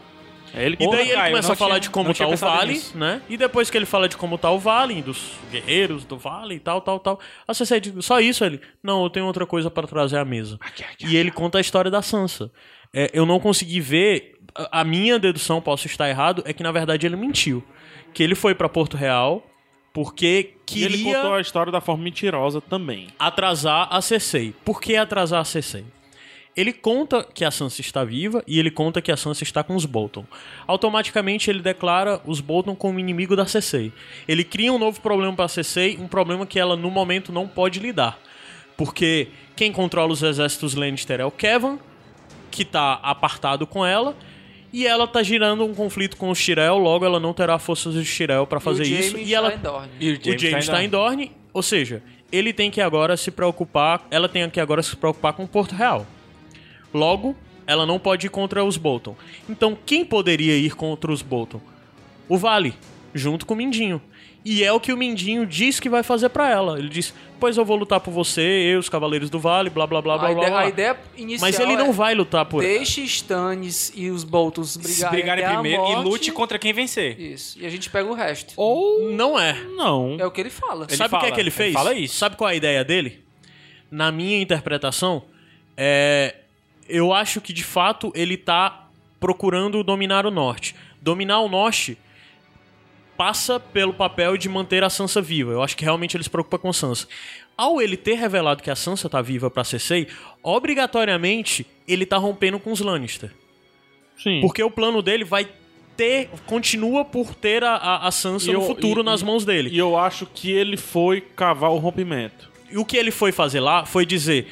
Speaker 2: É ele que
Speaker 1: E
Speaker 3: Porra,
Speaker 1: daí ele
Speaker 3: Caio,
Speaker 1: começa
Speaker 3: não
Speaker 1: a falar
Speaker 3: tinha-
Speaker 1: de como
Speaker 3: não tinha
Speaker 1: tá o
Speaker 3: pensado
Speaker 1: Vale,
Speaker 3: nisso.
Speaker 1: né? E depois que ele fala de como tá o Vale, dos guerreiros do Vale e tal, tal, tal. A Cersei diz, só isso ele. Não, eu tenho outra coisa pra trazer à mesa. E ele conta a história da Sansa. É, eu não consegui ver. A a minha dedução, posso estar errado, é que na verdade ele mentiu. Que ele foi pra Porto Real porque
Speaker 2: E
Speaker 1: queria
Speaker 2: ele contou a história da forma mentirosa também.
Speaker 1: atrasar a Cersei. Por que atrasar a Cersei? Ele conta que a Sansa está viva e ele conta que a Sansa está com os Bolton. Automaticamente ele declara os Bolton como inimigo da Cersei. Ele cria um novo problema para a Cersei, um problema que ela no momento não pode lidar. Porque quem controla os exércitos Lannister é o Kevan, que tá apartado com ela, e ela tá girando um conflito com o Shirel, logo ela não terá forças de Shirel para fazer
Speaker 4: E o
Speaker 1: isso
Speaker 4: Jaime
Speaker 1: e ela
Speaker 4: está em Dorne.
Speaker 3: E o
Speaker 1: o James está em Dorne, ou seja, ele tem que agora se preocupar, ela tem que agora se preocupar com Porto Real. Logo, ela não pode ir contra os Bolton. Então, quem poderia ir contra os Bolton? O Vale, junto com o Mindinho. E é o que o Mindinho diz que vai fazer pra ela. Ele diz: "Pois eu vou lutar por você, eu, os Cavaleiros do Vale, blá blá blá blá
Speaker 4: a,
Speaker 1: blá".
Speaker 4: ideia,
Speaker 1: blá.
Speaker 4: a ideia inicial
Speaker 1: Mas ele não
Speaker 4: é
Speaker 1: vai lutar por ela.
Speaker 4: deixe Stannis e os Boltons
Speaker 3: Se
Speaker 4: brigarem,
Speaker 3: brigarem
Speaker 4: até a
Speaker 3: primeiro e
Speaker 4: morte.
Speaker 3: lute contra quem vencer.
Speaker 4: Isso, e a gente pega o resto.
Speaker 1: Ou não é.
Speaker 2: Não.
Speaker 4: É o que ele fala.
Speaker 3: Ele
Speaker 1: Sabe o que é
Speaker 3: fala,
Speaker 1: que ele
Speaker 3: ele
Speaker 1: fez?
Speaker 3: fala isso.
Speaker 1: Sabe qual é a ideia dele? Na minha interpretação, é, eu acho que de fato ele tá procurando dominar o norte. Dominar o norte passa pelo papel de manter a Sansa viva. Eu acho que realmente ele se preocupa com Sansa. ao ele ter revelado que a Sansa tá viva pra Cersei, obrigatoriamente ele tá rompendo com os Lannister.
Speaker 2: Sim.
Speaker 1: Porque o plano dele vai ter. continua por ter a, a, a Sansa
Speaker 2: E
Speaker 1: no
Speaker 2: eu-
Speaker 1: futuro
Speaker 2: e-
Speaker 1: nas mãos dele.
Speaker 2: E eu acho que ele foi cavar o rompimento.
Speaker 1: E o que ele foi fazer lá foi dizer.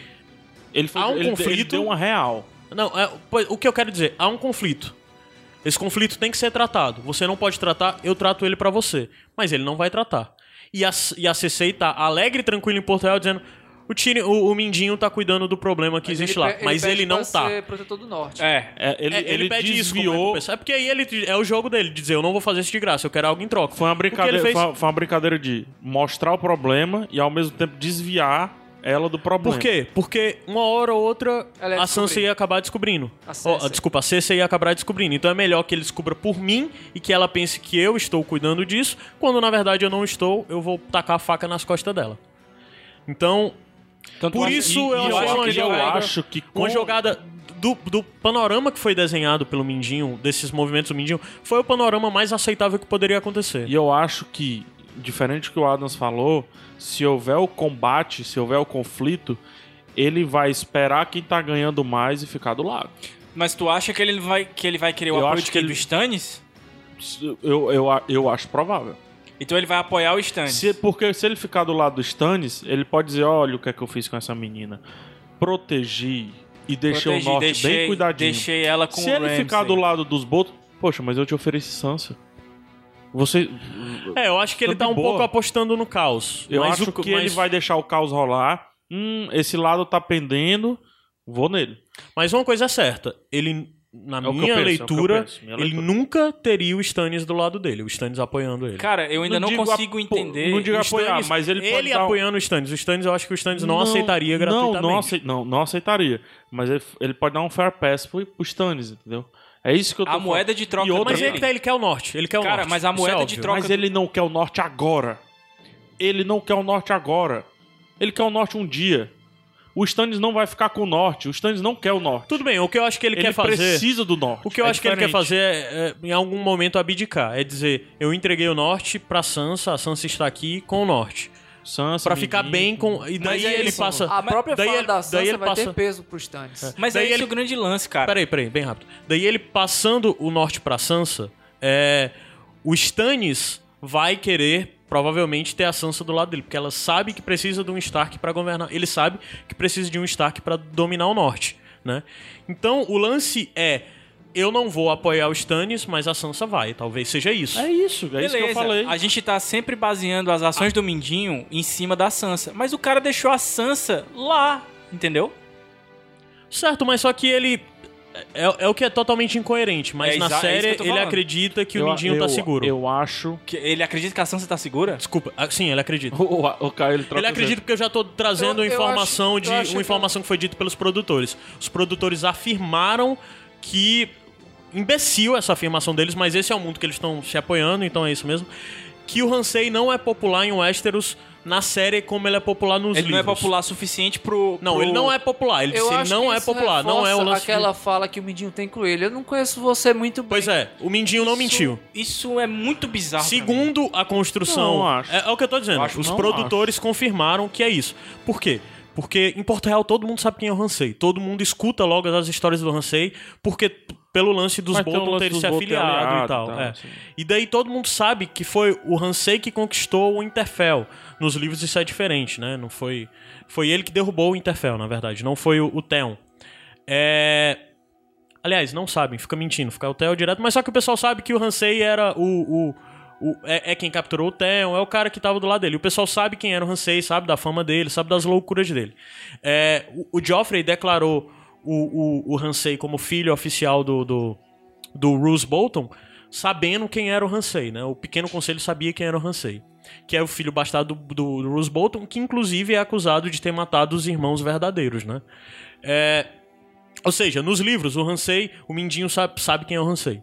Speaker 2: Ele foi,
Speaker 1: Há um
Speaker 2: ele, ele
Speaker 1: conflito?
Speaker 2: deu uma real.
Speaker 1: Não, é, pois, o que eu quero dizer, há um conflito. Esse conflito tem que ser tratado. Você não pode tratar, eu trato ele pra você. Mas ele não vai tratar. E a, e a CCI tá alegre e tranquila em Porto Real dizendo. O, Tini, o, o Mindinho tá cuidando do problema que existe
Speaker 4: ele
Speaker 1: lá.
Speaker 4: pe-
Speaker 1: mas
Speaker 4: pede
Speaker 1: ele não
Speaker 4: pra
Speaker 1: tá.
Speaker 4: Ser protetor do norte.
Speaker 3: É.
Speaker 2: É, ele,
Speaker 1: É,
Speaker 2: ele,
Speaker 1: como é,
Speaker 2: desviou.
Speaker 1: que eu penso. é porque aí ele é o jogo dele, de dizer eu não vou fazer isso de graça, eu quero algo em troca.
Speaker 2: Foi uma,
Speaker 1: O que ele
Speaker 2: brincadeira,
Speaker 1: fez-
Speaker 2: foi, uma, foi uma brincadeira de mostrar o problema e ao mesmo tempo desviar ela do problema.
Speaker 1: Por quê? Porque uma hora ou outra
Speaker 4: Ela ia
Speaker 1: a Sansa
Speaker 4: descobrir.
Speaker 1: ia acabar descobrindo.
Speaker 4: A
Speaker 1: Ó,
Speaker 4: Cersei.
Speaker 1: desculpa, a Cersei ia acabar descobrindo. Então é melhor que ele descubra por mim e que ela pense que eu estou cuidando disso, quando na verdade eu não estou, eu vou tacar a faca nas costas dela. Então,
Speaker 3: Tanto
Speaker 1: Por
Speaker 3: é que-
Speaker 1: isso
Speaker 2: E-
Speaker 1: eu
Speaker 2: e
Speaker 1: achei uma
Speaker 2: acho que, é eu
Speaker 1: jogada-
Speaker 2: acho que com
Speaker 1: uma jogada do, do panorama que foi desenhado pelo Mindinho, desses movimentos do Mindinho, foi o panorama mais aceitável que poderia acontecer.
Speaker 2: E eu acho que, diferente do que o Adams falou, se houver o combate, se houver o conflito, ele vai esperar quem tá ganhando mais e ficar do lado.
Speaker 3: Mas tu acha que ele vai, que ele vai querer o
Speaker 2: Eu
Speaker 3: apoio
Speaker 2: acho
Speaker 3: de
Speaker 2: que
Speaker 3: quem?
Speaker 2: ele-
Speaker 3: do Stannis?
Speaker 2: Eu, eu, a- eu acho provável.
Speaker 3: Então ele vai apoiar o Stannis.
Speaker 2: Se, porque se ele ficar do lado do Stannis, ele pode dizer: olha o que é que eu fiz com essa menina. Protegi e deixei
Speaker 3: Protegi,
Speaker 2: o norte
Speaker 3: deixei,
Speaker 2: bem cuidadinho.
Speaker 3: Deixei ela com
Speaker 2: se
Speaker 3: o
Speaker 2: ele
Speaker 3: Ramsay.
Speaker 2: ficar do lado dos Botos, poxa, mas eu te ofereci Sansa. Você.
Speaker 1: É, eu acho que ele
Speaker 2: Tô de
Speaker 1: tá um
Speaker 2: boa.
Speaker 1: pouco apostando no caos.
Speaker 2: Eu
Speaker 1: mas
Speaker 2: acho
Speaker 1: o,
Speaker 2: que
Speaker 1: mas-
Speaker 2: ele vai deixar o caos rolar. Hum, esse lado tá pendendo. Vou nele.
Speaker 1: Mas uma coisa é certa, ele, na
Speaker 2: o que eu
Speaker 1: minha
Speaker 2: penso, é o que eu
Speaker 1: leitura,
Speaker 2: penso, minha
Speaker 1: ele
Speaker 2: leitura.
Speaker 1: nunca teria o Stannis do lado dele, o Stannis apoiando ele.
Speaker 3: Cara, eu ainda não,
Speaker 2: digo
Speaker 3: consigo
Speaker 2: apo-
Speaker 3: entender.
Speaker 2: Não digo
Speaker 1: O
Speaker 2: apoiar,
Speaker 1: Stannis-
Speaker 2: mas ele, pode dar um-
Speaker 1: apoiando o Stannis. O Stannis, eu acho que o Stannis não, aceitaria gratuitamente.
Speaker 2: Não, não, acei- não, não aceitaria. Mas ele, ele pode dar um fair pass pro, pro Stannis, entendeu? É isso que eu tô
Speaker 3: A moeda de troca
Speaker 2: E outra-
Speaker 1: Mas
Speaker 3: dele.
Speaker 1: ele que tá, ele quer o norte. Ele quer o
Speaker 3: Cara,
Speaker 1: norte.
Speaker 3: mas a
Speaker 1: Isso
Speaker 3: moeda
Speaker 1: é
Speaker 3: de
Speaker 1: óbvio.
Speaker 3: troca-
Speaker 2: Mas ele não quer o norte agora. Ele não quer o norte agora. Ele quer o norte um dia. O Stannis não vai ficar com o norte. O Stannis não quer o norte.
Speaker 1: Tudo bem, o que eu acho que ele,
Speaker 2: Ele,
Speaker 1: quer fazer...
Speaker 2: precisa do norte.
Speaker 1: O que eu
Speaker 2: É
Speaker 1: acho que ele quer
Speaker 2: diferente.
Speaker 1: fazer é, é, em algum momento, abdicar. É dizer, eu entreguei o norte pra Sansa, a Sansa está aqui com o norte.
Speaker 2: Sansa,
Speaker 1: Pra ficar
Speaker 2: Mindinho.
Speaker 1: bem com... E daí
Speaker 3: é
Speaker 1: ele
Speaker 3: isso,
Speaker 1: passa...
Speaker 4: A própria
Speaker 1: daí
Speaker 4: fala
Speaker 1: ele-
Speaker 4: da
Speaker 1: daí
Speaker 4: Sansa
Speaker 1: ele
Speaker 4: vai
Speaker 1: passa...
Speaker 4: ter peso pro Stannis.
Speaker 3: Mas é
Speaker 1: Daí
Speaker 3: esse
Speaker 1: ele-
Speaker 3: o grande lance, cara.
Speaker 1: Peraí, peraí, bem rápido. Daí ele passando o norte pra Sansa, é, o Stannis vai querer provavelmente ter a Sansa do lado dele, porque ela sabe que precisa de um Stark pra governar. Ele sabe que precisa de um Stark pra dominar o norte, né? Então o lance é eu não vou apoiar o Stannis, mas a Sansa vai. Talvez seja isso.
Speaker 2: É isso, é
Speaker 3: Beleza,
Speaker 2: isso que eu falei.
Speaker 3: a gente tá sempre baseando as ações do Mindinho em cima da Sansa. Mas o cara deixou a Sansa lá, entendeu?
Speaker 1: Certo, mas só que ele é, é o que é totalmente incoerente. Mas
Speaker 3: É
Speaker 1: na
Speaker 3: exa- é isso que
Speaker 1: série
Speaker 3: eu tô
Speaker 1: ele
Speaker 3: falando.
Speaker 1: acredita que
Speaker 2: Eu-
Speaker 1: o Mindinho tá
Speaker 2: eu-
Speaker 1: seguro.
Speaker 2: Eu acho.
Speaker 3: Que ele acredita que a Sansa tá segura?
Speaker 1: Desculpa, ah, sim, ele acredita.
Speaker 2: O, o, o Caio ele troca
Speaker 1: Ele acredita porque eu já tô trazendo
Speaker 4: Eu- eu
Speaker 1: informação
Speaker 4: acho- eu acho
Speaker 1: de
Speaker 4: que é eu-
Speaker 1: uma informação que foi dita pelos produtores. Os produtores afirmaram que imbecil essa afirmação deles, mas esse é o mundo que eles estão se apoiando, então é isso mesmo. Que o Hansei não é popular em Westeros na série como ele é popular nos
Speaker 3: ele
Speaker 1: livros.
Speaker 3: não é popular o suficiente pro.
Speaker 1: Não,
Speaker 3: pro-
Speaker 1: ele não é popular. Ele
Speaker 4: Eu
Speaker 1: disse, ele
Speaker 4: acho
Speaker 1: não
Speaker 4: que
Speaker 1: é
Speaker 4: isso
Speaker 1: popular, não é o
Speaker 4: reforça
Speaker 1: lance.
Speaker 4: aquela fala que o Mindinho tem com ele. Eu não conheço você muito bem.
Speaker 1: Pois é, o Mindinho não mentiu.
Speaker 3: Isso é muito bizarro. pra mim.
Speaker 1: Segundo a construção.
Speaker 2: Não acho.
Speaker 1: É, é o que eu tô dizendo.
Speaker 2: Eu acho-
Speaker 1: Os
Speaker 2: não
Speaker 1: produtores confirmaram que é isso. Por quê? Porque em Porto Real todo mundo sabe quem é o Hansei. Todo mundo escuta logo as histórias do Hansei, porque p- pelo lance dos
Speaker 2: Mas tem o
Speaker 1: Bolton
Speaker 2: lance
Speaker 1: terem
Speaker 2: dos
Speaker 1: se
Speaker 2: Bolton ter
Speaker 1: um afiliado e
Speaker 2: aliado
Speaker 1: tal.
Speaker 2: e tal,
Speaker 1: é.
Speaker 2: assim.
Speaker 1: E daí todo mundo sabe que foi o Hansei que conquistou o Interfell. Nos livros isso é diferente, né? Não foi. Foi ele que derrubou o Interfell, na verdade. Não foi o, o Theon. É. Aliás, não sabem, fica mentindo, fica o Theo direto, mas só que o pessoal sabe que o Hansei era o. o, o- é, é quem capturou o Theo, é o cara que tava do lado dele. O pessoal sabe quem era o Hansei, sabe da fama dele, sabe das loucuras dele. É, o, o Joffrey declarou o, o, o Hansei como filho oficial do, do, do Roose Bolton, sabendo quem era o Hansei, né? O pequeno conselho sabia quem era o Hansei. Que é o filho bastardo do, do, do Roose Bolton, que inclusive é acusado de ter matado os irmãos verdadeiros, né? É, ou seja, nos livros, o Hansei, o Mindinho sabe, sabe quem é o Hansei.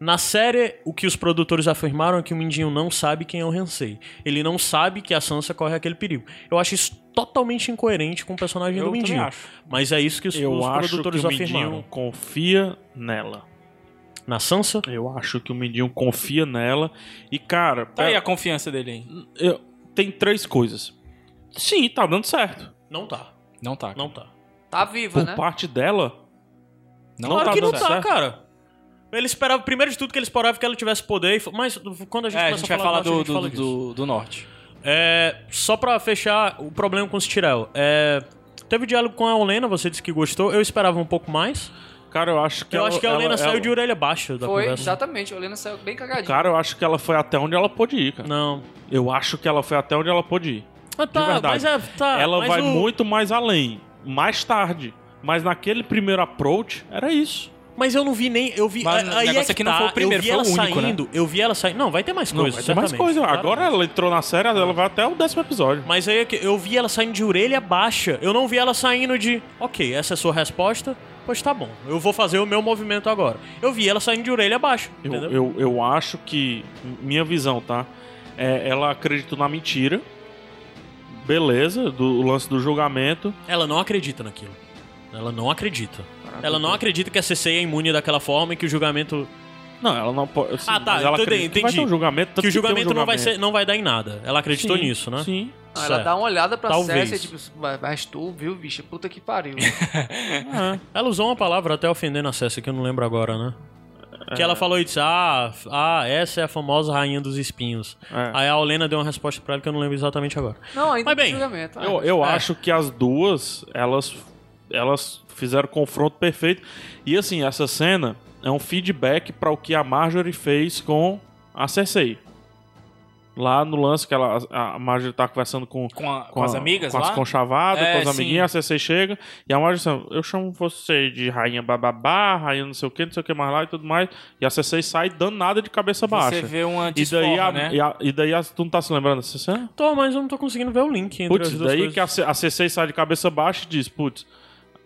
Speaker 1: Na série, o que os produtores afirmaram é que o Mindinho não sabe quem é o Hansei. Ele não sabe que a Sansa corre aquele perigo. Eu acho isso totalmente incoerente com o personagem
Speaker 3: Eu
Speaker 1: do
Speaker 3: também
Speaker 1: Mindinho.
Speaker 3: acho.
Speaker 1: Mas é isso que os,
Speaker 2: Eu
Speaker 1: os
Speaker 2: acho que
Speaker 1: produtores
Speaker 2: o
Speaker 1: afirmaram.
Speaker 2: Mindinho confia nela.
Speaker 1: Na Sansa?
Speaker 2: Eu acho que o Mindinho confia nela. E, cara,
Speaker 3: Tá aí
Speaker 2: pera-
Speaker 3: a confiança dele, hein?
Speaker 2: eu- tem três coisas. Sim, tá dando certo.
Speaker 1: Não tá,
Speaker 3: Não tá.
Speaker 1: não tá.
Speaker 4: Tá viva,
Speaker 2: Por
Speaker 4: né?
Speaker 2: parte dela,
Speaker 3: Não
Speaker 1: claro
Speaker 2: tá
Speaker 1: que não
Speaker 2: dando
Speaker 1: tá,
Speaker 2: certo.
Speaker 1: cara. Ele esperava, primeiro de tudo, que ele esperava que ela tivesse poder. e- Mas quando a gente
Speaker 3: É, a
Speaker 1: começa
Speaker 3: gente vai
Speaker 1: falar
Speaker 3: falar do,
Speaker 1: norte, a gente fala
Speaker 3: do,
Speaker 1: disso.
Speaker 3: do, do norte.
Speaker 1: É, só pra fechar o problema com os Tirel. É, teve diálogo com a Olena, você disse que gostou. Eu esperava um pouco mais.
Speaker 2: cara, eu acho que
Speaker 1: eu
Speaker 2: ela,
Speaker 1: acho que a
Speaker 2: ela-
Speaker 1: Olena saiu
Speaker 2: ela-
Speaker 1: de orelha baixa da
Speaker 4: Foi,
Speaker 1: conversa.
Speaker 4: exatamente. A Helena saiu bem cagadinha.
Speaker 2: Cara, eu acho que ela foi até onde ela pôde ir, cara.
Speaker 1: Não.
Speaker 2: Eu acho que ela foi até onde ela pôde ir.
Speaker 1: Ah,
Speaker 2: De
Speaker 1: tá, mas
Speaker 2: verdade.
Speaker 1: é, tá.
Speaker 2: ela
Speaker 1: mas
Speaker 2: vai
Speaker 1: o-
Speaker 2: muito mais além, mais tarde. Mas naquele primeiro approach, era isso.
Speaker 1: Mas eu não vi nem. Eu vi.
Speaker 3: Mas
Speaker 1: aí
Speaker 3: o negócio
Speaker 1: é
Speaker 3: é
Speaker 1: que
Speaker 3: que não
Speaker 1: tá,
Speaker 3: foi o primeiro,
Speaker 1: eu vi
Speaker 3: foi
Speaker 1: ela
Speaker 3: o único, né?
Speaker 1: saindo. Eu vi ela saindo. Não, vai ter mais coisa.
Speaker 2: Não, vai ter mais
Speaker 1: certamente.
Speaker 2: coisa.
Speaker 1: Claro.
Speaker 2: Agora ela entrou na série, ela vai até o décimo episódio.
Speaker 1: Mas aí é que eu vi ela saindo de orelha baixa. Eu não vi ela saindo de. Ok, essa é a sua resposta. Pois tá bom. Eu vou fazer o meu movimento agora. Eu vi ela saindo de orelha baixa.
Speaker 2: Eu,
Speaker 1: entendeu?
Speaker 2: eu, eu acho que, minha visão, tá? É, ela acreditou na mentira. Beleza, do o lance do julgamento.
Speaker 1: Ela não acredita naquilo. Ela não acredita. ela não acredita que a CC é imune daquela forma e que o julgamento.
Speaker 2: Não, ela não pode. assim,
Speaker 1: Ah, tá,
Speaker 2: mas ela
Speaker 1: entendi,
Speaker 2: acredita que vai
Speaker 1: entendi.
Speaker 2: ter um julgamento, tanto
Speaker 1: que o
Speaker 2: tem um
Speaker 1: julgamento, não, vai ser,
Speaker 2: julgamento.
Speaker 1: não vai dar em nada. Ela acreditou
Speaker 2: Sim,
Speaker 1: nisso, né?
Speaker 2: Sim.
Speaker 4: Não, ela dá uma olhada pra
Speaker 1: Talvez.
Speaker 4: César e tipo, mas, mas tu, viu, bicho? Puta que pariu.
Speaker 2: É.
Speaker 1: Ela usou uma palavra até ofendendo a Cessa, que eu não lembro agora, né? Que ela falou isso, ah, f- ah, essa é a famosa rainha dos espinhos.
Speaker 2: É.
Speaker 3: Ah,
Speaker 1: Aí a Olena deu uma resposta pra ela que eu não lembro exatamente agora.
Speaker 4: Não, ainda
Speaker 1: Mas
Speaker 4: tem
Speaker 1: bem,
Speaker 4: julgamento.
Speaker 2: Eu,
Speaker 4: né?
Speaker 2: eu
Speaker 1: É.
Speaker 2: acho que as duas, elas, elas fizeram confronto perfeito. E assim, essa cena é um feedback para o que a Marjorie fez com a Cersei. Lá no lance que ela, a a Marjorie tá conversando com,
Speaker 3: Com, a- com
Speaker 2: a-
Speaker 3: as amigas
Speaker 2: com
Speaker 3: lá?
Speaker 2: as conchavadas,
Speaker 3: É,
Speaker 2: com as
Speaker 3: sim.
Speaker 2: amiguinhas, a Cersei chega e a Marjorie assim, eu chamo você de rainha bababá, rainha não sei o que, não sei o que mais lá e tudo mais. E a Cersei sai danada de cabeça
Speaker 3: Você
Speaker 2: baixa.
Speaker 3: vê uma
Speaker 2: E
Speaker 3: desforra,
Speaker 2: daí, a,
Speaker 3: né?
Speaker 2: e, a- e daí a- tu não tá se lembrando dessa cena?
Speaker 1: Tô, mas eu não tô conseguindo ver o link entre
Speaker 2: Putz,
Speaker 1: as duas
Speaker 2: daí
Speaker 1: coisas.
Speaker 2: que a C- a C6 sai de cabeça baixa e diz, putz,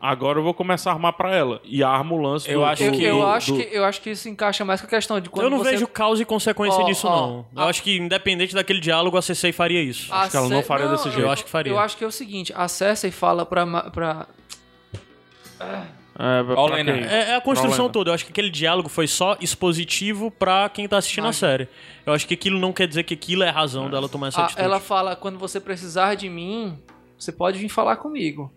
Speaker 2: agora eu vou começar a armar pra ela. E arma o lance
Speaker 3: Eu
Speaker 2: do-
Speaker 3: acho
Speaker 2: do-
Speaker 4: Eu, eu
Speaker 2: do-
Speaker 4: acho
Speaker 2: do-
Speaker 4: que, eu acho que isso encaixa mais com a questão de quando
Speaker 1: Eu não
Speaker 4: você...
Speaker 1: vejo causa e consequência
Speaker 4: Ó,
Speaker 1: disso,
Speaker 4: ó, Ah,
Speaker 1: não. Eu
Speaker 4: a-
Speaker 1: acho que, independente daquele diálogo, a CC faria isso.
Speaker 4: A
Speaker 2: Acho que ela não
Speaker 4: Ce-
Speaker 2: faria desse
Speaker 4: eu-
Speaker 2: jeito.
Speaker 1: Eu acho que faria.
Speaker 4: Eu acho que é o seguinte, a Cersei fala pra... Ma- pra...
Speaker 2: É, pra- pra
Speaker 3: Olha,
Speaker 2: quem?
Speaker 3: né?
Speaker 1: É, é a construção
Speaker 2: Problema.
Speaker 1: toda. Eu acho que aquele diálogo foi só expositivo pra quem tá assistindo
Speaker 4: Ah.
Speaker 1: a série. Eu acho que aquilo não quer dizer que aquilo é a razão dela tomar essa
Speaker 4: a-
Speaker 1: atitude.
Speaker 4: Ah,
Speaker 1: É.
Speaker 4: ela fala, quando você precisar de mim, você pode vir falar comigo.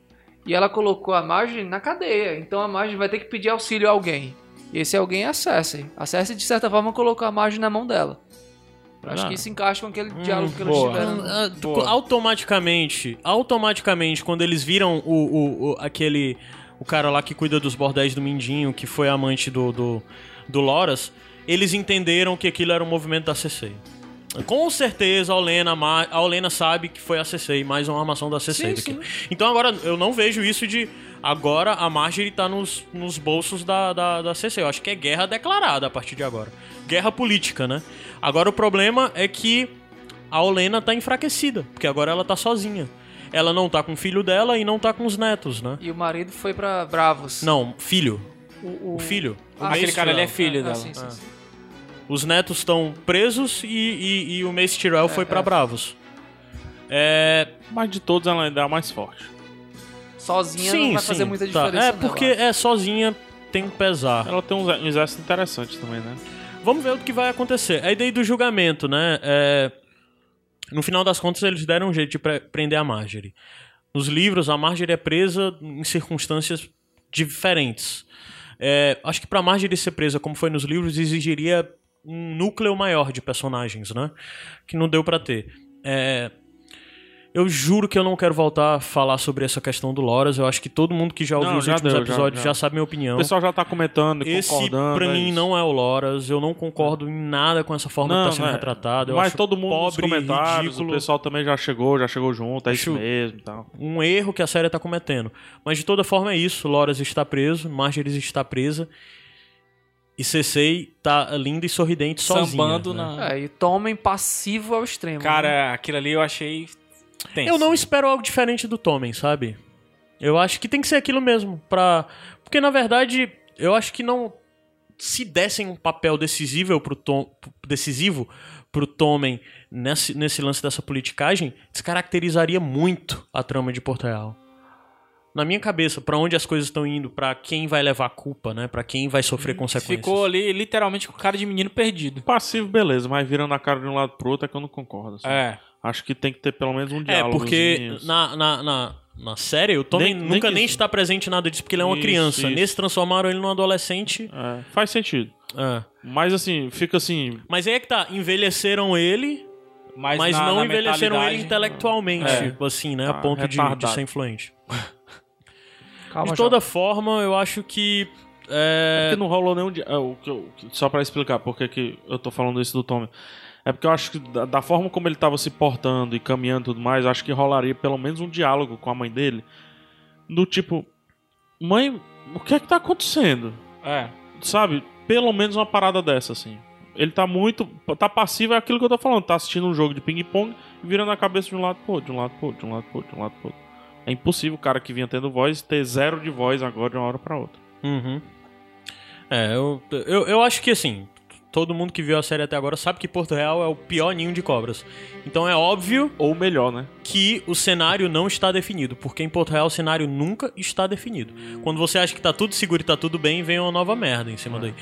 Speaker 4: E ela colocou a Marjorie na cadeia, então a Marjorie vai ter que pedir auxílio a alguém. E esse alguém é a Cersei. A Cersei, de certa forma, colocou a Marjorie na mão dela. Eu acho
Speaker 2: Ah.
Speaker 4: que isso encaixa com aquele diálogo que eles
Speaker 3: boa.
Speaker 4: tiveram.
Speaker 1: Ah, tu- automaticamente, automaticamente, quando eles viram o, o- o- aquele. O cara lá que cuida dos bordéis do Mindinho, que foi amante do, do, do Loras, eles entenderam que aquilo era um movimento da CC. Com certeza a Olena, ma- a Olena sabe que foi a CC, mais uma armação da CC.
Speaker 4: Sim,
Speaker 1: daquilo. Então agora eu não vejo isso de. Agora a Marjorie tá nos, nos bolsos da, da, da CC. Eu acho que é guerra declarada a partir de agora. Guerra política, né? Agora o problema é que a Olena tá enfraquecida, porque agora ela tá sozinha. Ela não tá com o filho dela e não tá com os netos, né?
Speaker 4: E o marido foi pra Bravos.
Speaker 1: Não, filho.
Speaker 4: o,
Speaker 1: O filho.
Speaker 4: Ah,
Speaker 1: mês
Speaker 4: aquele
Speaker 3: cara ali é
Speaker 1: Tyrell.
Speaker 3: filho
Speaker 4: Ah,
Speaker 3: dela.
Speaker 4: sim, sim, sim.
Speaker 1: Os netos estão presos e, e- e o Mace Tyrell foi pra Bravos. É,
Speaker 2: Mas de todos ela ainda é a mais forte.
Speaker 4: Sozinha não vai fazer muita
Speaker 1: tá.
Speaker 4: diferença.
Speaker 1: É,
Speaker 4: não,
Speaker 1: porque
Speaker 4: acho.
Speaker 1: é sozinha tem um pesar.
Speaker 2: Ela tem uns um exército interessante também, né?
Speaker 1: Vamos ver o que vai acontecer. A ideia do julgamento, né? É, No final das contas, eles deram um jeito de pre- prender a Marjorie. Nos livros, a Marjorie é presa em circunstâncias diferentes. É, acho que pra Marjorie ser presa, como foi nos livros, exigiria um núcleo maior de personagens, né? Que não deu pra ter. É, Eu juro que eu não quero voltar a falar sobre essa questão do Loras. Eu acho que todo mundo que já ouviu
Speaker 2: Não,
Speaker 1: os
Speaker 2: já
Speaker 1: últimos
Speaker 2: deu, já,
Speaker 1: episódios já,
Speaker 2: já.
Speaker 1: sabe minha opinião.
Speaker 2: O pessoal já tá comentando e
Speaker 1: Esse,
Speaker 2: concordando.
Speaker 1: pra
Speaker 2: é
Speaker 1: mim,
Speaker 2: isso.
Speaker 1: não é o Loras. Eu não concordo em nada com essa forma
Speaker 2: Não,
Speaker 1: que tá sendo
Speaker 2: não é.
Speaker 1: retratado. Eu
Speaker 2: Mas
Speaker 1: acho
Speaker 2: todo mundo
Speaker 1: pobre,
Speaker 2: nos comentários,
Speaker 1: ridículo,
Speaker 2: o pessoal também já chegou, já chegou junto, é isso
Speaker 1: Acho-
Speaker 2: mesmo e tal.
Speaker 1: um erro que a série tá cometendo. Mas, de toda forma, é isso. Loras está preso, Marjorie está presa. E Cecei tá linda e sorridente sozinha.
Speaker 3: Sambando
Speaker 1: né?
Speaker 3: na...
Speaker 4: É, e tomem passivo ao extremo. né?
Speaker 3: Cara, aquilo ali eu achei tenso.
Speaker 1: Eu não espero algo diferente do Tommen, sabe? Eu acho que tem que ser aquilo mesmo, pra... Porque, na verdade, eu acho que não... Se dessem um papel decisivo pro, Tom... decisivo pro Tommen nesse... nesse lance dessa politicagem, descaracterizaria muito a trama de Porto Real. Na minha cabeça, pra onde as coisas estão indo, pra quem vai levar a culpa, né? Pra quem vai sofrer
Speaker 3: é
Speaker 1: consequências.
Speaker 3: Uhum. Ficou ali literalmente com cara de menino perdido.
Speaker 2: Passivo, beleza, mas virando a cara de um lado pro outro é que eu não concordo. assim.
Speaker 3: É.
Speaker 2: Acho que tem que ter pelo menos um assim.
Speaker 1: É,
Speaker 2: diálogo.
Speaker 1: porque na, na, na, na série o Tommy
Speaker 2: Nem- nem
Speaker 1: nunca
Speaker 2: que
Speaker 1: nem
Speaker 2: isso.
Speaker 1: está presente em nada disso, porque ele é uma
Speaker 2: Isso,
Speaker 1: criança.
Speaker 2: isso.
Speaker 1: Nesse transformaram ele num adolescente.
Speaker 2: faz sentido.
Speaker 1: É.
Speaker 2: Mas assim, fica assim.
Speaker 1: Mas aí é que tá, envelheceram ele, mas,
Speaker 3: na-
Speaker 1: não
Speaker 3: na
Speaker 1: envelheceram ele
Speaker 3: mentalidade-
Speaker 1: intelectualmente,
Speaker 3: É.
Speaker 1: tipo assim, né? a
Speaker 2: Tá
Speaker 1: ponto de, de
Speaker 2: retardado.
Speaker 1: ser influente.
Speaker 4: Calma,
Speaker 1: de toda forma, eu acho que.
Speaker 2: É
Speaker 1: É...
Speaker 2: que não rolou nenhum. di- é, o que eu- que- Só pra explicar porque que eu tô falando isso do Tommy. É porque eu acho que da, da forma como ele tava se portando e caminhando e tudo mais, eu acho que rolaria pelo menos um diálogo com a mãe dele. Do tipo: Mãe, o que é que tá acontecendo?
Speaker 1: então.
Speaker 3: É.
Speaker 2: sabe, pelo menos uma parada dessa, assim. Ele tá muito. Tá passivo, é aquilo que eu tô falando. Tá assistindo um jogo de ping-pong e virando a cabeça de um lado pro outro, de um lado pro outro, de um lado pro outro, de um lado pro outro. É impossível o cara que vinha tendo voz ter zero de voz agora de uma hora pra outra.
Speaker 1: Uhum. É, eu, eu, eu acho que assim, todo mundo que viu a série até agora sabe que Porto Real é o pior ninho de cobras. Então é óbvio
Speaker 2: Ou melhor, né?
Speaker 1: que o cenário não está definido, porque em Porto Real o cenário nunca está definido. Quando você acha que tá tudo seguro e tá tudo bem, vem uma nova merda em
Speaker 2: É.
Speaker 1: cima daí.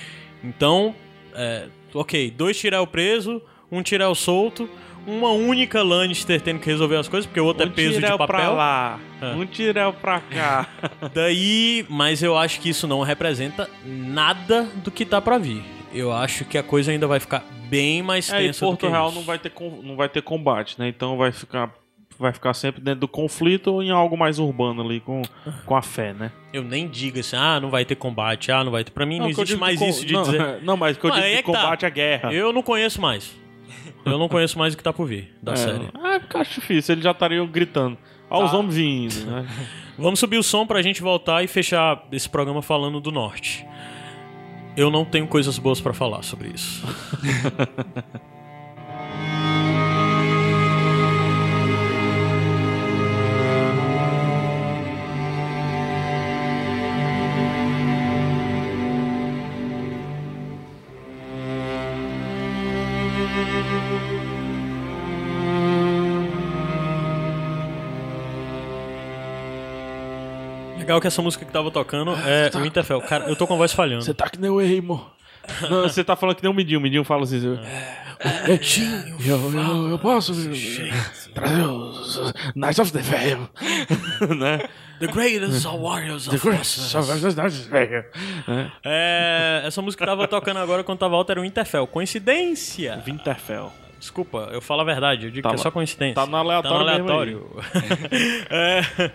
Speaker 1: Então, é, ok, dois tirar o preso, um tirar o solto, uma única Lannister tendo que resolver as coisas, porque o outro é
Speaker 2: um
Speaker 1: peso de
Speaker 2: tirel pra
Speaker 1: papel.
Speaker 2: lá, um tirel pra cá.
Speaker 1: Daí, mas eu acho que isso não representa nada do que tá pra vir. Eu acho que a coisa ainda vai ficar bem mais
Speaker 2: é, e
Speaker 1: tensa do
Speaker 2: Porto
Speaker 1: que
Speaker 2: Real
Speaker 1: isso.
Speaker 2: não vai, ter, com- não vai ter combate, né? Então vai ficar, vai ficar sempre dentro do conflito ou em algo mais urbano ali, com, com a fé, né?
Speaker 1: Eu nem digo assim, ah, não vai ter combate, ah, não vai ter. Pra mim não,
Speaker 2: o que eu
Speaker 1: existe
Speaker 2: digo
Speaker 1: mais
Speaker 2: com-
Speaker 1: isso de
Speaker 2: não,
Speaker 1: dizer.
Speaker 2: Não, mas o que eu
Speaker 1: Mas
Speaker 2: digo
Speaker 1: aí é
Speaker 2: de
Speaker 1: que tá.
Speaker 2: combate à guerra.
Speaker 1: Eu não conheço mais. Eu não conheço mais o que tá por vir da
Speaker 2: É,
Speaker 1: série.
Speaker 2: Ah, porque eu acho difícil, eles já estariam gritando.
Speaker 1: Tá.
Speaker 2: Olha os homens vindo, né?
Speaker 1: Vamos subir o som pra gente voltar e fechar esse programa falando do norte. Eu não tenho coisas boas pra falar sobre isso. Legal que essa música que tava tocando é o Interfell. Cara, eu tô com a voz falhando.
Speaker 2: tá que nem o Eimo. Não, você tá falando que nem o Midinho, o Midinho fala assim. Eu,
Speaker 1: É,
Speaker 2: eu, eu, eu posso trazer os os Knights of the Veil. né?
Speaker 1: The greatest of warriors of
Speaker 2: Só os Knights of the Veil. Né?
Speaker 1: É, essa música que tava tocando agora quando tava alta era o Interfell. Coincidência!
Speaker 2: Winterfell.
Speaker 1: Desculpa, eu falo a verdade, eu digo
Speaker 2: Tá
Speaker 1: que é
Speaker 2: no-
Speaker 1: só coincidência.
Speaker 2: tá no aleatório
Speaker 1: Tá no
Speaker 2: mesmo aí.
Speaker 1: aleatório. É,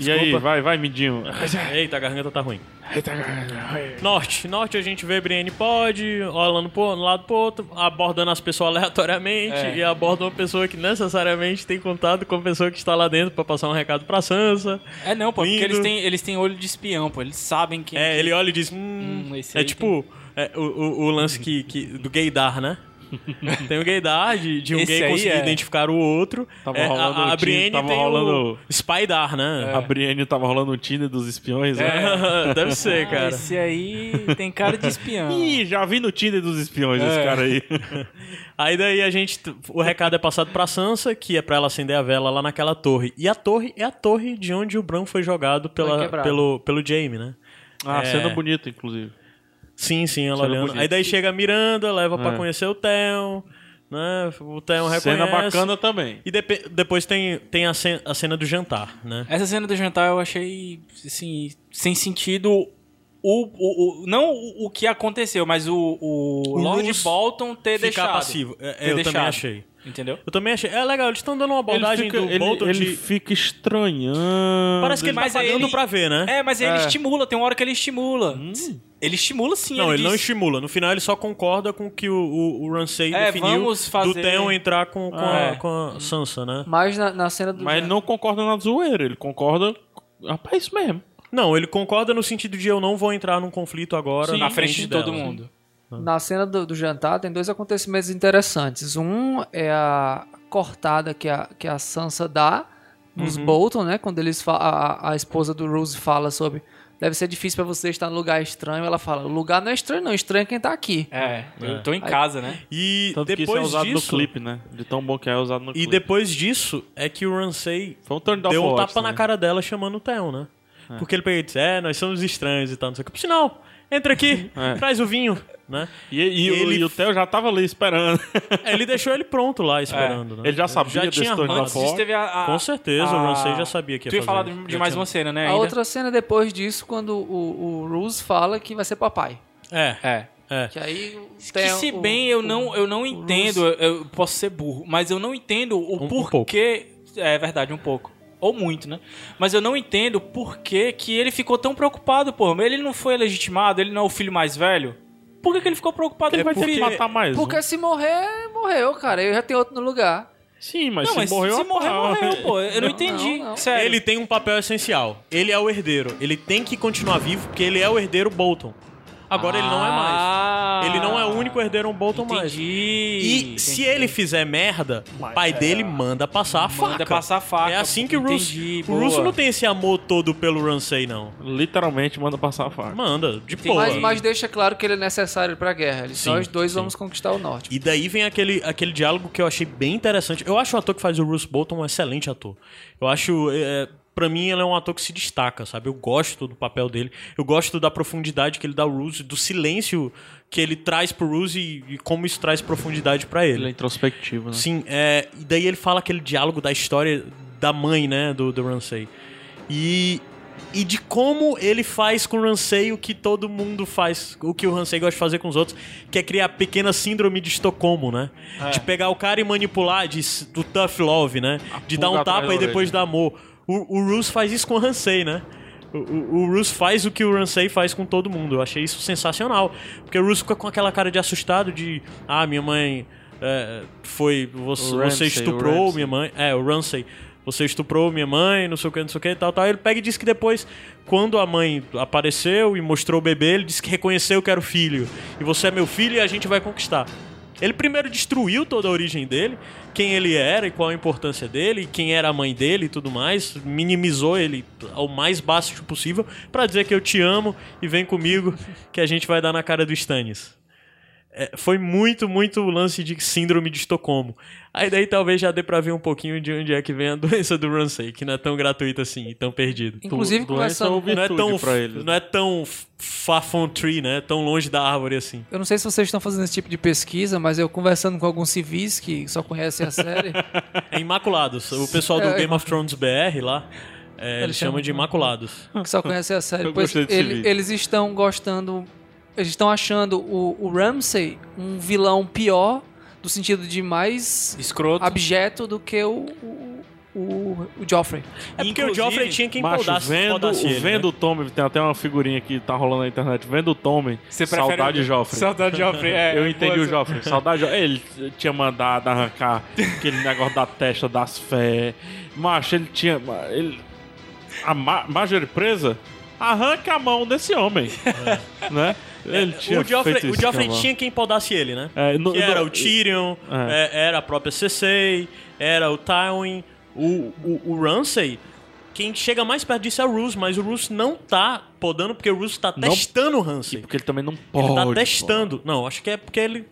Speaker 2: E aí, vai, vai, Midinho.
Speaker 1: Eita, a garganta tá ruim.
Speaker 2: É.
Speaker 1: Norte. Norte a gente vê Brienne pode, olhando pro um lado pro outro, abordando as pessoas aleatoriamente
Speaker 3: É.
Speaker 1: e aborda uma pessoa que necessariamente tem contato com a pessoa que está lá dentro pra passar um recado pra Sansa.
Speaker 3: É não, pô,
Speaker 1: Lindo.
Speaker 3: porque eles têm, eles têm olho de espião, pô. Eles sabem quem
Speaker 1: É,
Speaker 3: que-
Speaker 1: ele olha e diz. Hum,
Speaker 3: Hum, esse
Speaker 1: é
Speaker 3: aí
Speaker 1: tipo é, o, o- o lance que, que- do gaydar, né? Tem o gaydar de, de um
Speaker 3: Esse
Speaker 1: gay
Speaker 3: aí
Speaker 1: conseguir
Speaker 3: é.
Speaker 1: identificar o outro.
Speaker 2: Tava
Speaker 1: É,
Speaker 2: rolando
Speaker 1: a,
Speaker 2: um
Speaker 1: a
Speaker 2: time,
Speaker 1: Brienne
Speaker 2: tava
Speaker 1: tem
Speaker 2: rolando- É.
Speaker 1: o spydar, né?
Speaker 2: A Brienne tava rolando o Tinder dos espiões, né?
Speaker 1: Deve ser,
Speaker 3: Ah,
Speaker 1: cara.
Speaker 3: Esse aí tem cara de espião.
Speaker 2: Ih, já vi no Tinder dos espiões esse
Speaker 3: É.
Speaker 2: cara aí.
Speaker 1: Aí daí a gente. O recado é passado pra Sansa, que é pra ela acender a vela lá naquela torre. E a torre é a torre de onde o Bran foi jogado pela,
Speaker 4: quebrado.
Speaker 1: pelo, pelo Jaime, né?
Speaker 2: Ah,
Speaker 1: É.
Speaker 2: cena bonita, inclusive.
Speaker 1: Sim, sim, ela
Speaker 2: Cena
Speaker 1: olhando.
Speaker 2: bonita.
Speaker 1: Aí daí chega a Miranda, leva pra
Speaker 2: É.
Speaker 1: conhecer o Theon, né? O Theon reconhece.
Speaker 2: Cena bacana também.
Speaker 1: E depe- depois tem, tem a, cen- a cena do jantar, né?
Speaker 3: Essa cena do jantar eu achei, assim, sem sentido. O, o, o- não o, o que aconteceu, mas o,
Speaker 1: O
Speaker 3: o, Lord
Speaker 1: Luz
Speaker 3: Bolton ter
Speaker 1: Ficar
Speaker 3: deixado.
Speaker 1: passivo. É,
Speaker 3: Ter
Speaker 1: eu também
Speaker 3: deixado.
Speaker 1: achei.
Speaker 3: Entendeu?
Speaker 1: Eu também achei. É legal, eles estão dando uma abordagem
Speaker 2: ele fica,
Speaker 1: do
Speaker 2: ele-
Speaker 1: Bolton
Speaker 2: ele
Speaker 1: de...
Speaker 2: fica estranhando.
Speaker 1: Parece que ele
Speaker 3: Mas
Speaker 1: tá
Speaker 3: aí
Speaker 1: pagando
Speaker 3: ele-
Speaker 1: pra ver, né? Hum.
Speaker 3: É, mas ele
Speaker 2: É.
Speaker 3: estimula, tem uma hora que ele estimula. Ele estimula sim,
Speaker 1: Não, ele não
Speaker 3: diz-
Speaker 1: estimula. No final ele só concorda com o que o, o, o Ramsay
Speaker 3: É,
Speaker 1: definiu
Speaker 3: vamos
Speaker 1: do
Speaker 3: fazer-
Speaker 1: Theon entrar com, com, a,
Speaker 3: É.
Speaker 1: com a Sansa, né?
Speaker 4: Mas na, na cena do.
Speaker 2: Mas ele não concorda na zoeira, ele concorda. Rapaz, é isso mesmo.
Speaker 1: Não, ele concorda no sentido de eu não vou entrar num conflito agora
Speaker 3: na frente de todo
Speaker 1: dela.
Speaker 3: mundo.
Speaker 4: Na cena do, do jantar tem dois acontecimentos interessantes. Um é a cortada que a, que a Sansa dá nos
Speaker 3: Uhum.
Speaker 4: Bolton, né? Quando eles fa- a, a- a esposa do Rose fala sobre deve ser difícil pra você estar num lugar estranho. Ela fala, lugar não é estranho não, estranho é quem tá aqui.
Speaker 3: É, eu tô em casa, né?
Speaker 1: E
Speaker 2: Tanto que isso é
Speaker 1: depois
Speaker 2: usado
Speaker 1: disso,
Speaker 2: no clipe, né? De tão bom que é usado no
Speaker 1: e
Speaker 2: clipe.
Speaker 1: depois disso é que o Ramsay
Speaker 2: Foi um turn down
Speaker 1: deu um
Speaker 2: for
Speaker 1: tapa
Speaker 2: Otis,
Speaker 1: na
Speaker 2: né?
Speaker 1: "É, cara dela chamando o Theon, né? Porque ele pegou e disse, é, nós somos estranhos e tal, não sei o que. Por sinal, entra aqui,
Speaker 2: É.
Speaker 1: traz o vinho, né?
Speaker 2: E, e,
Speaker 1: Ele-
Speaker 2: o, e o Theo já tava ali esperando.
Speaker 1: É, Ele deixou ele pronto lá esperando, né?
Speaker 2: É. Ele já sabia
Speaker 1: já
Speaker 2: desse
Speaker 1: tinha
Speaker 2: Tony da
Speaker 1: arranjo.
Speaker 3: Antes disso
Speaker 2: Ford.
Speaker 3: teve a. a-
Speaker 1: Com certeza,
Speaker 3: a-
Speaker 1: o Ramsey já sabia que ia
Speaker 3: Tu ia
Speaker 1: fazer.
Speaker 3: falar de, de
Speaker 1: Já
Speaker 3: mais
Speaker 1: tinha-
Speaker 3: uma cena, né?
Speaker 4: A
Speaker 3: ainda?
Speaker 4: outra cena depois disso, quando o, o Rose fala que vai ser papai.
Speaker 1: É,
Speaker 3: É.
Speaker 1: é.
Speaker 4: Que aí o-
Speaker 3: Que
Speaker 4: tem
Speaker 3: se
Speaker 4: o-
Speaker 3: bem eu
Speaker 4: o-
Speaker 3: não, eu não entendo, eu, eu posso ser burro, mas eu não entendo o
Speaker 1: um
Speaker 3: porquê. é verdade, um pouco. Ou muito, né? Mas eu não entendo o porquê que ele ficou tão preocupado, pô. Ele não foi legitimado, ele não é o filho mais velho. Por que, que ele ficou preocupado?
Speaker 1: É
Speaker 2: Ele
Speaker 3: com o
Speaker 2: vai ter que
Speaker 3: filho?
Speaker 2: matar mais um.
Speaker 4: Porque se morrer, morreu, cara. Eu já tenho outro no lugar.
Speaker 2: Sim, mas
Speaker 3: Não,
Speaker 2: se
Speaker 3: mas
Speaker 2: morreu...
Speaker 3: se
Speaker 2: é
Speaker 3: morrer,
Speaker 2: pau.
Speaker 3: morreu, pô. Eu não, entendi.
Speaker 4: não, não.
Speaker 3: Sério.
Speaker 1: ah, Ele tem um papel essencial. Ele é o herdeiro. Ele tem que continuar vivo porque ele é o herdeiro Bolton. Agora ele não é mais.
Speaker 3: Ah.
Speaker 1: Ele não é o único herdeiro Bolton mais.
Speaker 3: Entendi.
Speaker 1: E se ele fizer merda, o
Speaker 2: é.
Speaker 1: pai dele manda passar a faca.
Speaker 3: Manda passar a faca.
Speaker 1: É assim que o Russo.
Speaker 3: Entendi,
Speaker 1: O Russo
Speaker 3: boa.
Speaker 1: não tem esse amor todo pelo Ramsey, não.
Speaker 2: Literalmente manda passar a faca.
Speaker 1: Manda, de boa.
Speaker 4: Mas, mas deixa claro que ele é necessário pra guerra. Ele-
Speaker 1: Sim,
Speaker 4: Nós dois
Speaker 1: sim.
Speaker 4: vamos conquistar o norte.
Speaker 1: E daí vem aquele, aquele diálogo que eu achei bem interessante. Eu acho o ator que faz o Bruce Bolton um excelente ator. Eu acho. É, para mim, ele é um ator que se destaca, sabe? Eu gosto do papel dele, eu gosto da profundidade que ele dá ao Ruse, do silêncio que ele traz pro Ruse e, e como isso traz profundidade pra
Speaker 2: Ele é
Speaker 1: ele.
Speaker 2: introspectivo, né?
Speaker 1: Sim, é, e daí ele fala aquele diálogo da história da mãe, né, do, do Ramsey. E, e de como ele faz com o Ramsey o que todo mundo faz, o que o Ramsey gosta de fazer com os outros, que é criar a pequena síndrome de Estocolmo, né?
Speaker 2: É.
Speaker 1: De pegar o cara e manipular, de, s- do tough love, né? de dar
Speaker 2: pulga
Speaker 1: um
Speaker 2: atrás
Speaker 1: tapa
Speaker 2: da
Speaker 1: e depois
Speaker 2: orelha.
Speaker 1: dar amor. O, o Russo faz isso com o Ramsey, né? O, o, o Russo faz o que o Ramsey faz com todo mundo. Eu achei isso sensacional. Porque o Russo fica com aquela cara de assustado de... Ah, minha mãe é, foi... Você,
Speaker 2: O
Speaker 1: você
Speaker 2: Ramsey, o
Speaker 1: estuprou
Speaker 2: Ramsey.
Speaker 1: minha mãe... É, o Ramsey. Você estuprou minha mãe, não sei o que, não sei o que, tal, tal. Ele pega e diz que depois, quando a mãe apareceu e mostrou o bebê, ele disse que reconheceu que era o filho. E você é meu filho e a gente vai conquistar. Ele primeiro destruiu toda a origem dele, quem ele era e qual a importância dele, e quem era a mãe dele e tudo mais, minimizou ele ao mais baixo possível pra dizer que eu te amo e vem comigo que a gente vai dar na cara do Stannis. É, foi muito, muito o lance de síndrome de Estocolmo. Aí daí talvez já dê pra ver um pouquinho de onde é que vem a doença do Ramsay, que não é tão gratuita assim e tão perdida.
Speaker 4: Inclusive,
Speaker 2: doença
Speaker 4: conversando
Speaker 2: ou
Speaker 1: Não é
Speaker 2: virtude
Speaker 1: tão,
Speaker 2: pra eles. né?
Speaker 1: não é tão far from tree, né? Tão longe da árvore assim.
Speaker 4: Eu não sei se vocês estão fazendo esse tipo de pesquisa, mas eu conversando com alguns civis que só conhecem a série,
Speaker 1: É Imaculados. O pessoal do
Speaker 4: É,
Speaker 1: Game of Thrones BR lá, é, eles chamam de Imaculados.
Speaker 4: que só conhecem a série.
Speaker 2: Eu
Speaker 4: pois
Speaker 2: gostei desse
Speaker 4: ele-
Speaker 2: vídeo.
Speaker 4: eles estão gostando, eles estão achando o, o Ramsay um vilão pior, no sentido de mais
Speaker 3: Escroto.
Speaker 4: abjeto do que o, o, o, o Joffrey.
Speaker 1: É porque o
Speaker 3: Inclusive,
Speaker 1: Joffrey tinha quem
Speaker 2: Macho,
Speaker 1: podasse,
Speaker 2: vendo,
Speaker 1: podasse ele,
Speaker 2: vendo
Speaker 1: né?
Speaker 2: o Tommy, tem até uma figurinha que tá rolando na internet, vendo o Tommy,
Speaker 3: Você prefere
Speaker 2: saudade de Joffrey.
Speaker 3: Saudade de Joffrey, é.
Speaker 2: Eu entendi
Speaker 3: pô,
Speaker 2: o Joffrey, saudade de Joffrey. Ele tinha mandado arrancar aquele negócio da testa das fé. Macho, ele tinha... Ele, a ma Marjorie presa, arranca a mão desse homem. Né? Ele tinha
Speaker 1: É. o Joffrey,
Speaker 2: feito isso
Speaker 1: o Joffrey
Speaker 2: com a mão.
Speaker 1: tinha quem podasse ele, né?
Speaker 2: É, no-
Speaker 1: que era
Speaker 2: no-
Speaker 1: o Tyrion,
Speaker 2: É.
Speaker 1: é, era a própria Cersei, era o Tywin, o, o, o Ramsay. Quem chega mais perto disso é o Roose, mas o Roose não tá podando porque o Roose tá
Speaker 2: Não-
Speaker 1: testando o
Speaker 2: E
Speaker 1: Ramsay.
Speaker 2: porque ele também não pode.
Speaker 1: Ele tá
Speaker 2: pô.
Speaker 1: testando. Não, acho que é porque ele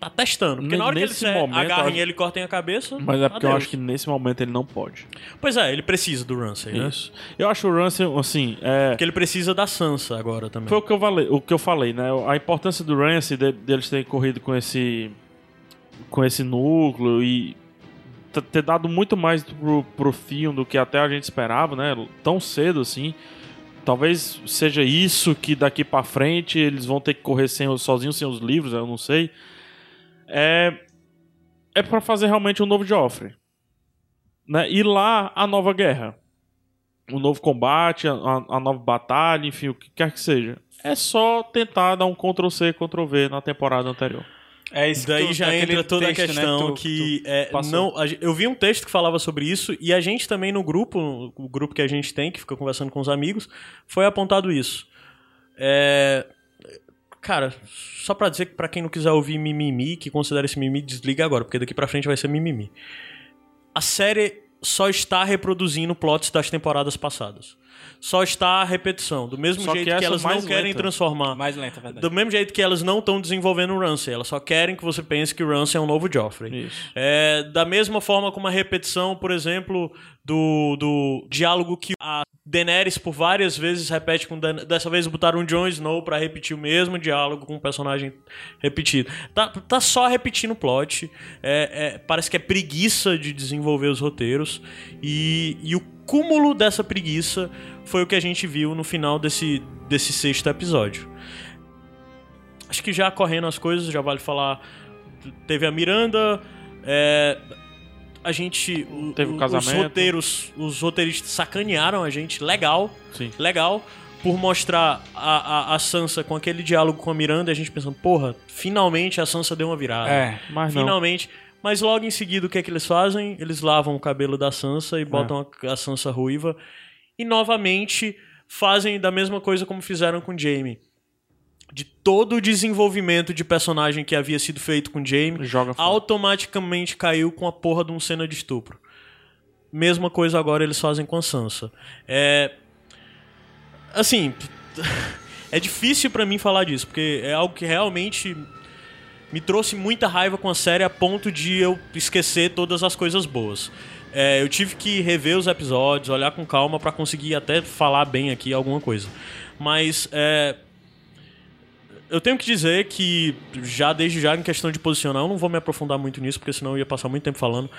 Speaker 1: tá testando. Porque na hora que eles
Speaker 2: Nesse momento, eu
Speaker 1: agarrem
Speaker 2: acho-
Speaker 1: ele e cortem a cabeça.
Speaker 2: Mas é porque eu
Speaker 1: adeus.
Speaker 2: acho que nesse momento ele não pode.
Speaker 1: Pois é, ele precisa do Ramsay, né?
Speaker 2: Isso. Eu acho o Ransom, assim, é,
Speaker 1: Porque ele precisa da Sansa agora também.
Speaker 2: foi o que, eu falei, o que eu falei, né? A importância do Ransom, de- deles terem corrido com esse, com esse núcleo e t- ter dado muito mais pro, pro filme do que até a gente esperava, né? Tão cedo, assim. Talvez seja isso que daqui pra frente eles vão ter que correr sem, os- sozinhos sem os livros, eu não sei. É, é para fazer realmente um novo Joffrey. Né? E lá a nova guerra. Um novo combate, a, a- a nova batalha, enfim, o que quer que seja. É só tentar dar um Ctrl-C, Ctrl-V na temporada anterior.
Speaker 3: É isso que
Speaker 1: Daí
Speaker 3: tu-
Speaker 1: já
Speaker 3: aquele
Speaker 1: entra toda
Speaker 3: texto,
Speaker 1: a questão
Speaker 3: né, tu-
Speaker 1: que é,
Speaker 3: passou.
Speaker 1: não. a gen- eu vi um texto que falava sobre isso e a gente também no grupo, o grupo que a gente tem que fica conversando com os amigos, foi apontado isso. É, cara, só pra dizer que pra quem não quiser ouvir mimimi, que considera esse mimimi, desliga agora, porque daqui pra frente vai ser mimimi. A série só está reproduzindo plots das temporadas passadas. Só está a repetição. Do mesmo
Speaker 2: Só
Speaker 1: jeito
Speaker 2: que
Speaker 1: que,
Speaker 2: essa
Speaker 1: elas não
Speaker 2: mais
Speaker 1: querem
Speaker 2: lenta.
Speaker 1: transformar.
Speaker 3: Mais lenta, é verdade.
Speaker 1: Do mesmo jeito que elas não estão desenvolvendo o Ramsey, elas só querem que você pense que o Ramsey é um novo Joffrey.
Speaker 2: Isso.
Speaker 1: É, da mesma forma como a repetição, por exemplo, do, do diálogo que a Daenerys por várias vezes repete com Dan- dessa vez botaram um Jon Snow pra repetir o mesmo diálogo com um personagem repetido. Tá, tá só repetindo o plot. é- é, parece que é preguiça de desenvolver os roteiros e, e o cúmulo dessa preguiça foi o que a gente viu no final desse, desse sexto episódio acho que já correndo as coisas, já vale falar. Teve a Miranda, é, a gente. o-
Speaker 2: Teve o
Speaker 1: o- Os
Speaker 2: casamento.
Speaker 1: roteiros, os roteiristas sacanearam a gente, legal,
Speaker 2: Sim.
Speaker 1: legal, por mostrar a, a- a Sansa com aquele diálogo com a Miranda, e a gente pensando, porra, finalmente a Sansa deu uma virada.
Speaker 3: É.
Speaker 2: Mas não.
Speaker 1: Finalmente. Mas logo em seguida, o que é que eles fazem? Eles lavam o cabelo da Sansa e botam a, a Sansa ruiva. E novamente fazem da mesma coisa como fizeram com Jamie. De todo o desenvolvimento de personagem que havia sido feito com Jamie,
Speaker 2: Joga fora.
Speaker 1: automaticamente caiu com a porra de um cena de estupro. Mesma coisa agora eles fazem com a Sansa. É. Assim. É difícil pra mim falar disso, porque é algo que realmente me trouxe muita raiva com a série a ponto de eu esquecer todas as coisas boas. É, eu tive que rever os episódios, olhar com calma pra conseguir até falar bem aqui alguma coisa. Mas é, eu tenho que dizer que já desde já em questão de posicionar, eu não vou me aprofundar muito nisso porque senão eu ia passar muito tempo falando,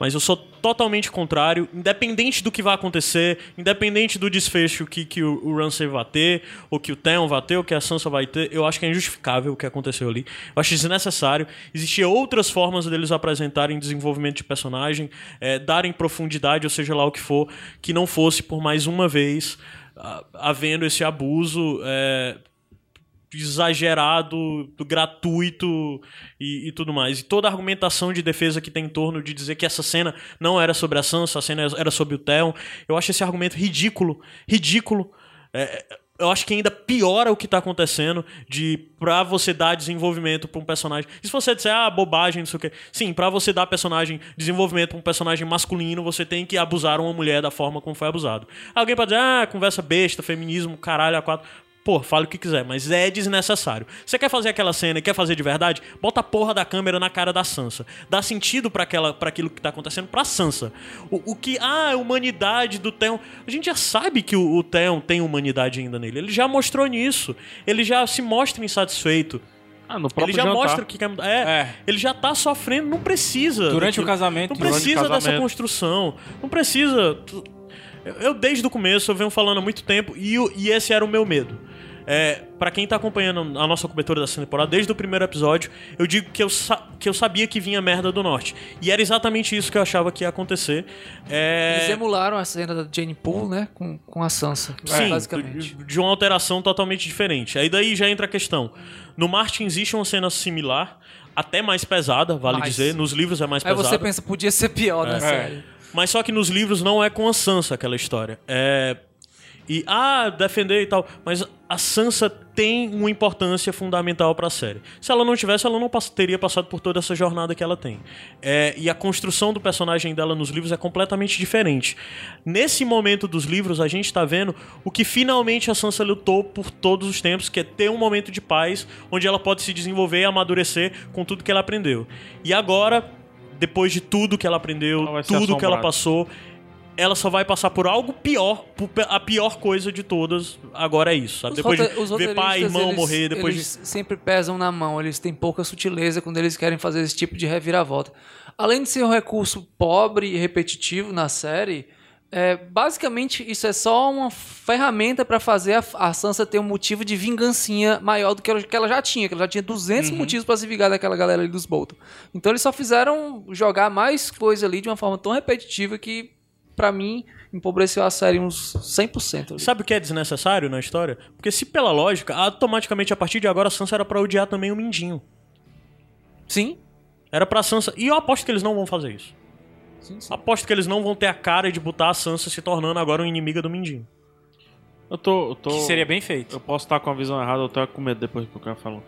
Speaker 1: mas eu sou totalmente contrário, independente do que vai acontecer, independente do desfecho que, que o, o Ramsay vai ter, ou que o Theon vai ter, ou que a Sansa vai ter, eu acho que é injustificável o que aconteceu ali. Eu acho desnecessário. Existiam outras formas deles apresentarem desenvolvimento de personagem, eh, darem profundidade, ou seja lá o que for, que não fosse por mais uma vez ah, havendo esse abuso eh, exagerado, do gratuito e, e tudo mais. E toda a argumentação de defesa que tem em torno de dizer que essa cena não era sobre a Sansa, a cena era sobre o Theon, eu acho esse argumento ridículo, ridículo. É, eu acho que ainda piora o que tá acontecendo de pra você dar desenvolvimento pra um personagem. E se você disser, ah, bobagem, não sei o quê. Sim, pra você dar personagem, desenvolvimento pra um personagem masculino, você tem que abusar uma mulher da forma como foi abusado. Alguém pode dizer, ah, conversa besta, feminismo, caralho, a quatro. Pô, fala o que quiser, mas é desnecessário. Você quer fazer aquela cena e quer fazer de verdade? Bota a porra da câmera na cara da Sansa. Dá sentido pra aquela, para aquilo que tá acontecendo pra Sansa. O, o que. Ah, a humanidade do Theon. A gente já sabe que o, o Theon tem humanidade ainda nele. Ele já mostrou nisso. Ele já se mostra insatisfeito.
Speaker 2: Ah, no próprio
Speaker 1: Ele já
Speaker 2: jantar.
Speaker 1: mostra que quer mudar. É,
Speaker 3: É.
Speaker 1: Ele já tá sofrendo, não precisa.
Speaker 3: Durante
Speaker 1: daquilo.
Speaker 3: o casamento,
Speaker 1: Não
Speaker 3: durante o
Speaker 1: precisa dessa
Speaker 2: casamento.
Speaker 1: construção. Não precisa. Eu- Eu, desde o começo, eu venho falando há muito tempo e, o- e esse era o meu medo. É, para quem tá acompanhando a nossa cobertura dessa temporada, desde o primeiro episódio, eu digo que eu, sa- que eu sabia que vinha merda do norte. E era exatamente isso que eu achava que ia acontecer. É,
Speaker 4: Eles emularam a cena da Jane Poole, né? Com, com a Sansa,
Speaker 1: Sim,
Speaker 4: basicamente.
Speaker 1: de- de uma alteração totalmente diferente. Aí daí já entra a questão. No Martin existe uma cena similar, até mais pesada, vale
Speaker 4: Mais.
Speaker 1: dizer. Nos livros é mais
Speaker 4: Aí
Speaker 1: pesada.
Speaker 4: você pensa, podia ser pior, né? série.
Speaker 1: Mas só que nos livros não é com a Sansa aquela história. É. E, ah, defender e tal. Mas a Sansa tem uma importância fundamental pra série. Se ela não tivesse, ela não pass- teria passado por toda essa jornada que ela tem. É, e a construção do personagem dela nos livros é completamente diferente. Nesse momento dos livros, a gente tá vendo o que finalmente a Sansa lutou por todos os tempos, que é ter um momento de paz, onde ela pode se desenvolver e amadurecer com tudo que ela aprendeu. E agora, depois de tudo que ela aprendeu,
Speaker 2: Ela vai ser
Speaker 1: tudo que ela
Speaker 2: assombrada.
Speaker 1: passou, ela só vai passar por algo pior, por pe- a pior coisa de todas. Agora é isso. Sabe?
Speaker 4: Os
Speaker 1: Depois
Speaker 4: rote- os
Speaker 1: de ver pai e
Speaker 4: roteiristas,
Speaker 1: irmão
Speaker 4: eles-
Speaker 1: morrer, depois de.
Speaker 4: eles sempre pesam na mão, eles têm pouca sutileza quando eles querem fazer esse tipo de reviravolta. Além de ser um recurso pobre e repetitivo na série, é, basicamente isso é só uma ferramenta para fazer a, a Sansa ter um motivo de vingancinha maior do que ela, que ela já tinha, que ela já tinha 200
Speaker 1: Uhum.
Speaker 4: motivos para se vingar daquela galera ali dos Bolton. Então eles só fizeram jogar mais coisa ali de uma forma tão repetitiva que, para mim, empobreceu a série uns 100%. ali.
Speaker 1: Sabe o que é desnecessário na história? Porque se pela lógica, automaticamente a partir de agora a Sansa era pra odiar também o Mindinho.
Speaker 4: Sim,
Speaker 1: Era pra Sansa. E eu aposto que eles não vão fazer isso.
Speaker 4: sim, sim.
Speaker 1: Aposto que eles não vão ter a cara de botar a Sansa se tornando agora uma inimiga do Mindinho.
Speaker 2: Eu tô, eu tô...
Speaker 3: Que seria bem feito.
Speaker 2: Eu posso estar com a visão errada, eu tô com medo depois que o cara falou.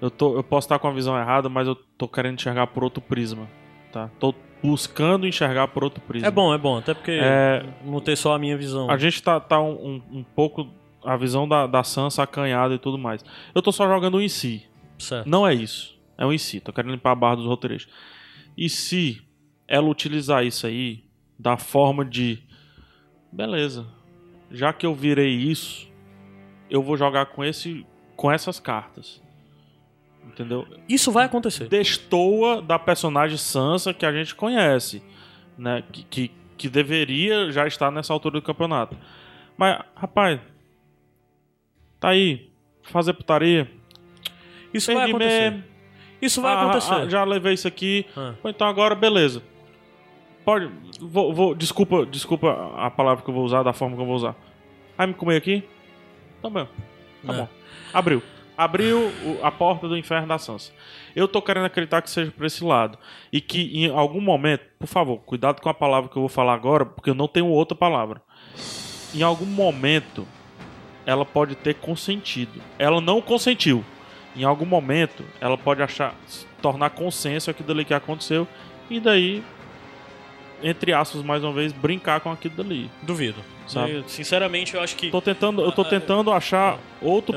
Speaker 2: Eu, tô, eu posso estar com a visão errada, mas eu tô querendo enxergar por outro prisma, tá? Tô buscando enxergar por outro prisma.
Speaker 1: É bom, é bom, até porque
Speaker 2: É,
Speaker 1: não ter só a minha visão.
Speaker 2: a gente tá, tá um, um- um pouco. A visão da, da Sansa acanhada e tudo mais. Eu tô só jogando um em si.
Speaker 1: Certo.
Speaker 2: Não é isso. É um em si. Tô querendo limpar a barra dos roteiristas. E se ela utilizar isso aí da forma de. Beleza. Já que eu virei isso, eu vou jogar com esse. com essas cartas. Entendeu?
Speaker 1: Isso vai acontecer.
Speaker 2: destoa da personagem Sansa que a gente conhece, né? Que, que, que deveria já estar nessa altura do campeonato. Mas, rapaz, tá aí, fazer putaria.
Speaker 1: Isso vai
Speaker 2: Perdi
Speaker 1: acontecer.
Speaker 2: mesmo.
Speaker 1: Isso vai
Speaker 2: Ah,
Speaker 1: acontecer.
Speaker 2: ah, já levei isso aqui.
Speaker 1: Ah.
Speaker 2: Ou Então agora, beleza. Pode. Vou, vou- desculpa, desculpa a palavra que eu vou usar, da forma que eu vou usar. Vai me comer aqui? Tá bom. Tá
Speaker 1: É.
Speaker 2: bom. Abriu. Abriu o- a porta do inferno da Sansa. Eu tô querendo acreditar que seja por esse lado. E que em algum momento, por favor, cuidado com a palavra que eu vou falar agora, porque eu não tenho outra palavra. Em algum momento, ela pode ter consentido. Ela não consentiu. Em algum momento, ela pode achar, se tornar consenso aquilo dali que aconteceu. E daí, entre aspas, mais uma vez, brincar com aquilo dali.
Speaker 1: Duvido.
Speaker 2: Sabe?
Speaker 1: Eu, sinceramente, eu acho que.
Speaker 2: Tô tentando, eu tô tentando achar outro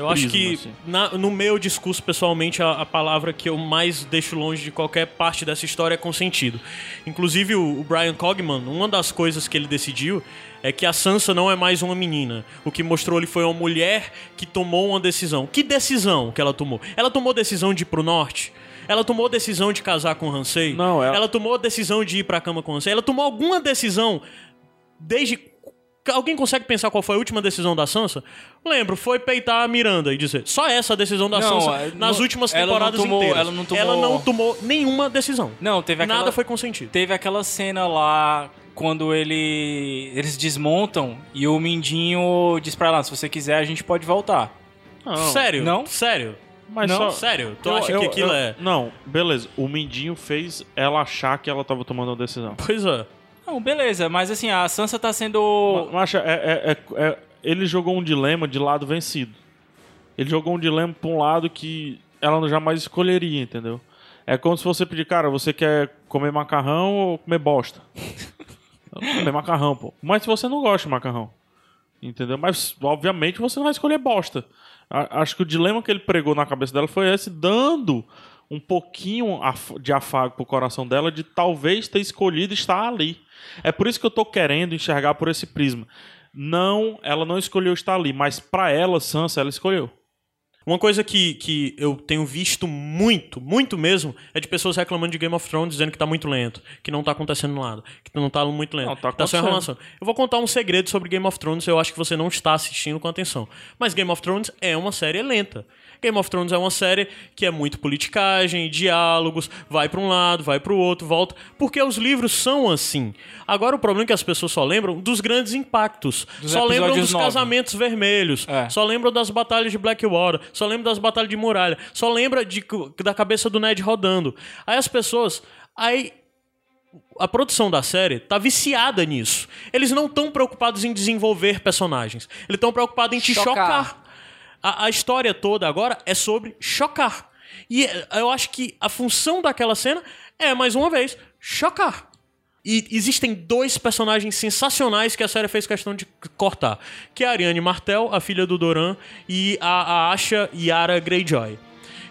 Speaker 1: Ah, é. Eu acho
Speaker 2: prisma,
Speaker 1: que
Speaker 2: assim.
Speaker 1: na- no meu discurso, pessoalmente, a, a palavra que eu mais deixo longe de qualquer parte dessa história é consentido. Inclusive, o, o Brian Cogman, uma das coisas que ele decidiu é que a Sansa não é mais uma menina. O que mostrou ele foi uma mulher que tomou uma decisão. Que decisão que ela tomou? Ela tomou decisão de ir pro norte? Ela tomou decisão de casar com o Hansei?
Speaker 2: Não, ela-
Speaker 1: Ela tomou decisão de ir pra cama com o Hansei? Ela tomou alguma decisão desde. Alguém consegue pensar qual foi a última decisão da Sansa? Lembro, foi peitar a Miranda e dizer. Só essa a decisão da
Speaker 3: Não,
Speaker 1: Sansa
Speaker 3: é,
Speaker 1: nas
Speaker 3: não-
Speaker 1: últimas
Speaker 3: ela não
Speaker 1: temporadas
Speaker 3: tomou-
Speaker 1: inteiras.
Speaker 3: ela não tomou-
Speaker 1: Ela não tomou nenhuma decisão.
Speaker 3: Não, teve aquela...
Speaker 1: Nada foi consentido.
Speaker 3: Teve aquela cena lá quando ele eles desmontam e o Mindinho diz pra ela, "Ah, se você quiser a gente pode voltar.
Speaker 2: Não,
Speaker 1: Sério?
Speaker 3: Não?
Speaker 1: Sério?
Speaker 2: Mas
Speaker 1: não,
Speaker 2: só-
Speaker 1: sério. Tu
Speaker 2: eu-
Speaker 1: acha
Speaker 2: eu-
Speaker 1: que aquilo
Speaker 2: eu-
Speaker 1: é.
Speaker 2: Não, beleza. O Mindinho fez ela achar que ela tava tomando uma decisão.
Speaker 1: Pois é.
Speaker 3: Não, beleza, mas assim, a Sansa tá sendo...
Speaker 2: Macha, é- é- é- é- ele jogou um dilema de lado vencido. Ele jogou um dilema pra um lado que ela jamais escolheria, entendeu? É como se você pedir, cara, você quer comer macarrão ou comer bosta? Eu vou comer macarrão, pô. Mas se você não gosta de macarrão, entendeu? Mas, obviamente, você não vai escolher bosta. A- acho que o dilema que ele pregou na cabeça dela foi esse, dando um pouquinho af- de afago pro coração dela de talvez ter escolhido estar ali. É por isso que eu tô querendo enxergar por esse prisma. Não, ela não escolheu estar ali, mas pra ela, Sansa, ela escolheu.
Speaker 1: Uma coisa que, que eu tenho visto muito, muito mesmo, é de pessoas reclamando de Game of Thrones, dizendo que tá muito lento, que não tá acontecendo nada, que não tá muito lento,
Speaker 2: Não, tá
Speaker 1: que tá só
Speaker 2: acontecendo.
Speaker 1: enrolação. Eu vou contar um segredo sobre Game of Thrones, eu acho que você não está assistindo com atenção. Mas Game of Thrones é uma série lenta. Game of Thrones é uma série que é muito politicagem, diálogos, vai pra um lado, vai pro outro, volta, porque os livros são assim. Agora o problema é que as pessoas só lembram dos grandes impactos,
Speaker 3: Dos
Speaker 1: só lembram
Speaker 3: episódios
Speaker 1: dos
Speaker 3: nove.
Speaker 1: casamentos casamentos vermelhos.
Speaker 3: É.
Speaker 1: Só lembra das batalhas de Blackwater. Só lembra das batalhas de muralha. Só lembra de- da cabeça do Ned rodando. Aí as pessoas. Aí. A produção da série tá viciada nisso. Eles não estão preocupados em desenvolver personagens. Eles estão preocupados em te
Speaker 4: Chocar.
Speaker 1: chocar. A, a história toda agora é sobre chocar. E eh, eu acho que a função daquela cena é, mais uma vez, chocar. E existem dois personagens sensacionais que a série fez questão de c- cortar. Que é a Ariane Martel, a filha do Doran, e a, a Asha Yara Greyjoy.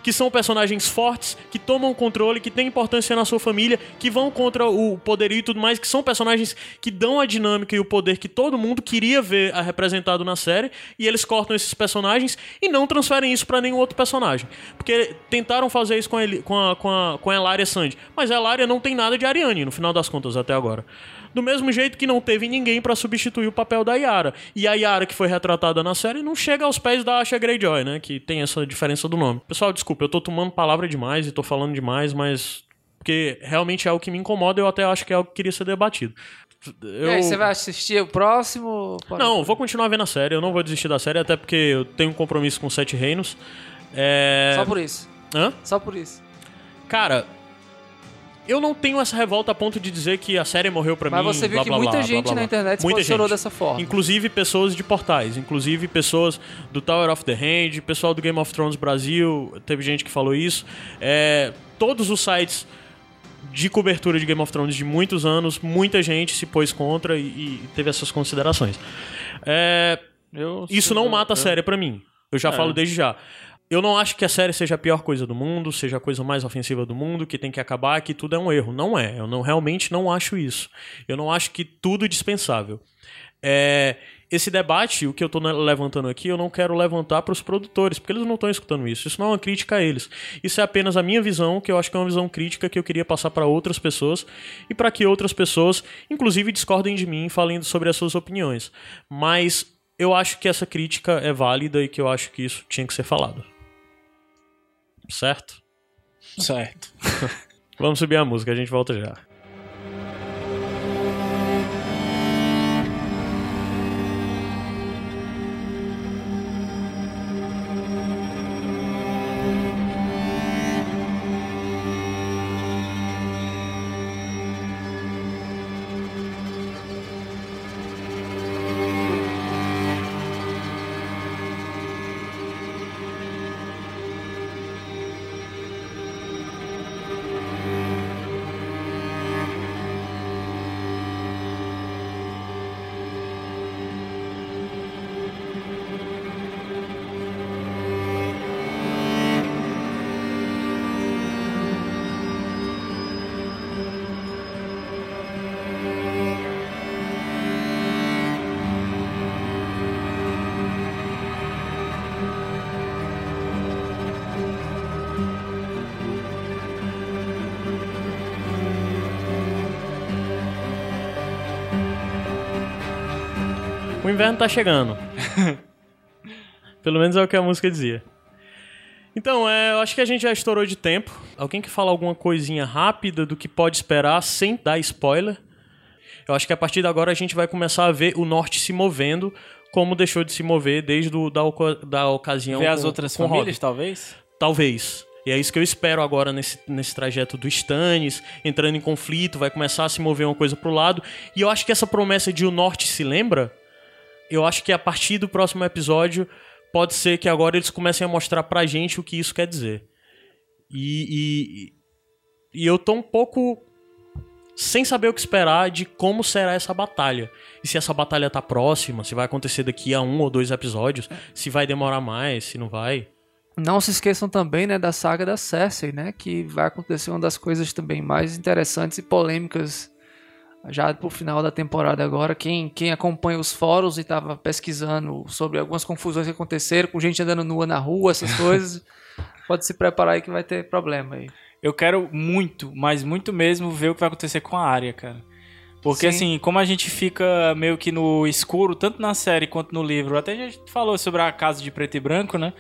Speaker 1: Que são personagens fortes, que tomam controle, que têm importância na sua família, que vão contra o poderio e tudo mais, que são personagens que dão a dinâmica e o poder que todo mundo queria ver ah, representado na série, e eles cortam esses personagens e não transferem isso pra nenhum outro personagem. Porque tentaram fazer isso com a, Eli- com a, com a, com a Elaria Sand, mas a Elaria não tem nada de Ariane, no final das contas, até agora. Do mesmo jeito que não teve ninguém pra substituir o papel da Yara. E a Yara, que foi retratada na série, não chega aos pés da Asha Greyjoy, né? Que tem essa diferença do nome. Pessoal, desculpa, eu tô tomando palavra demais e tô falando demais, mas. Porque realmente é algo que me incomoda, eu até acho que é algo que queria ser debatido. Eu...
Speaker 4: E aí, você vai assistir o próximo?
Speaker 1: Não, vou continuar vendo a série, eu não vou desistir da série, até porque eu tenho um compromisso com Sete Reinos. É...
Speaker 4: Só por isso.
Speaker 1: Hã?
Speaker 4: Só por isso.
Speaker 1: Cara, eu não tenho essa revolta a ponto de dizer que a série morreu pra
Speaker 4: Mas
Speaker 1: mim.
Speaker 4: você viu
Speaker 1: blá,
Speaker 4: que
Speaker 1: blá,
Speaker 4: muita
Speaker 1: blá, blá,
Speaker 4: gente
Speaker 1: blá,
Speaker 4: na
Speaker 1: blá.
Speaker 4: internet se
Speaker 1: Muita
Speaker 4: posicionou
Speaker 1: gente.
Speaker 4: dessa forma.
Speaker 1: Inclusive pessoas de portais, inclusive pessoas do Tower of the Hand, pessoal do Game of Thrones Brasil, teve gente que falou isso. É, todos os sites de cobertura de Game of Thrones de muitos anos, muita gente se pôs contra e, e teve essas considerações. É,
Speaker 2: Eu-
Speaker 1: isso não mata a série pra mim. Eu já
Speaker 2: É.
Speaker 1: falo desde já. Eu não acho que a série seja a pior coisa do mundo, seja a coisa mais ofensiva do mundo, que tem que acabar, que tudo é um erro. Não é. Eu não realmente não acho isso. Eu não acho que tudo é dispensável. É, esse debate, o que eu tô ne- levantando aqui, eu não quero levantar pros produtores, porque eles não estão escutando isso. Isso não é uma crítica a eles. Isso é apenas a minha visão, que eu acho que é uma visão crítica que eu queria passar pra outras pessoas e pra que outras pessoas, inclusive, discordem de mim, falem sobre as suas opiniões. Mas eu acho que essa crítica é válida e que eu acho que isso tinha que ser falado. Certo?
Speaker 3: Certo.
Speaker 1: Vamos subir a música, a gente volta já. O inverno tá chegando. Pelo menos é o que a música dizia. Então, é, eu acho que a gente já estourou de tempo. Alguém que fala alguma coisinha rápida do que pode esperar sem dar spoiler? Eu acho que a partir de agora a gente vai começar a ver o norte se movendo, como deixou de se mover desde o, da, oca- da ocasião.
Speaker 3: Ver
Speaker 1: com-
Speaker 3: as outras
Speaker 1: com
Speaker 3: famílias,
Speaker 1: Robin.
Speaker 3: talvez?
Speaker 1: Talvez. E é isso que eu espero agora nesse, nesse trajeto do Stannis, entrando em conflito, vai começar a se mover uma coisa pro lado. E eu acho que essa promessa de o norte se lembra, eu acho que a partir do próximo episódio, pode ser que agora eles comecem a mostrar pra gente o que isso quer dizer. E, e, e eu tô um pouco sem saber o que esperar de como será essa batalha. E se essa batalha tá próxima, se vai acontecer daqui a um ou dois episódios, se vai demorar mais, se não vai.
Speaker 4: Não se esqueçam também, né, da saga da Cersei, né, que vai acontecer uma das coisas também mais interessantes e polêmicas já pro final da temporada agora. Quem, quem acompanha os fóruns e tava pesquisando sobre algumas confusões que aconteceram, com gente andando nua na rua, essas coisas, pode se preparar aí que vai ter problema aí.
Speaker 3: Eu quero muito, mas muito mesmo, ver o que vai acontecer com a área, cara. Porque,
Speaker 4: Sim.
Speaker 3: assim, como a gente fica meio que no escuro, tanto na série quanto no livro, até a gente falou sobre a casa de preto e branco, né?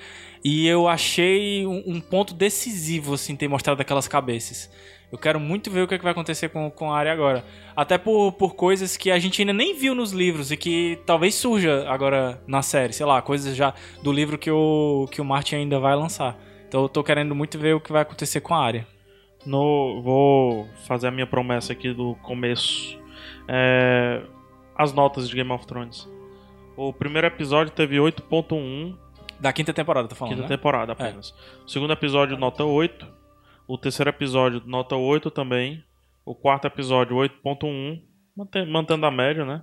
Speaker 3: E eu achei um, um ponto decisivo, assim, ter mostrado aquelas cabeças. Eu quero muito ver o que, é que vai acontecer com, com a área agora. Até por, por coisas que a gente ainda nem viu nos livros e que talvez surja agora na série. Sei lá, coisas já do livro que o, que o Martin ainda vai lançar. Então eu tô querendo muito ver o que vai acontecer com a área.
Speaker 2: No, vou fazer a minha promessa aqui do começo. É, as notas de Game of Thrones. O primeiro episódio teve 8.1,
Speaker 3: Da quinta temporada, tá falando,
Speaker 2: quinta
Speaker 3: né?
Speaker 2: temporada
Speaker 1: É.
Speaker 2: apenas. O segundo episódio, nota 8. O terceiro episódio, nota 8 também. O quarto episódio, 8.1. mante- Mantendo a média, né?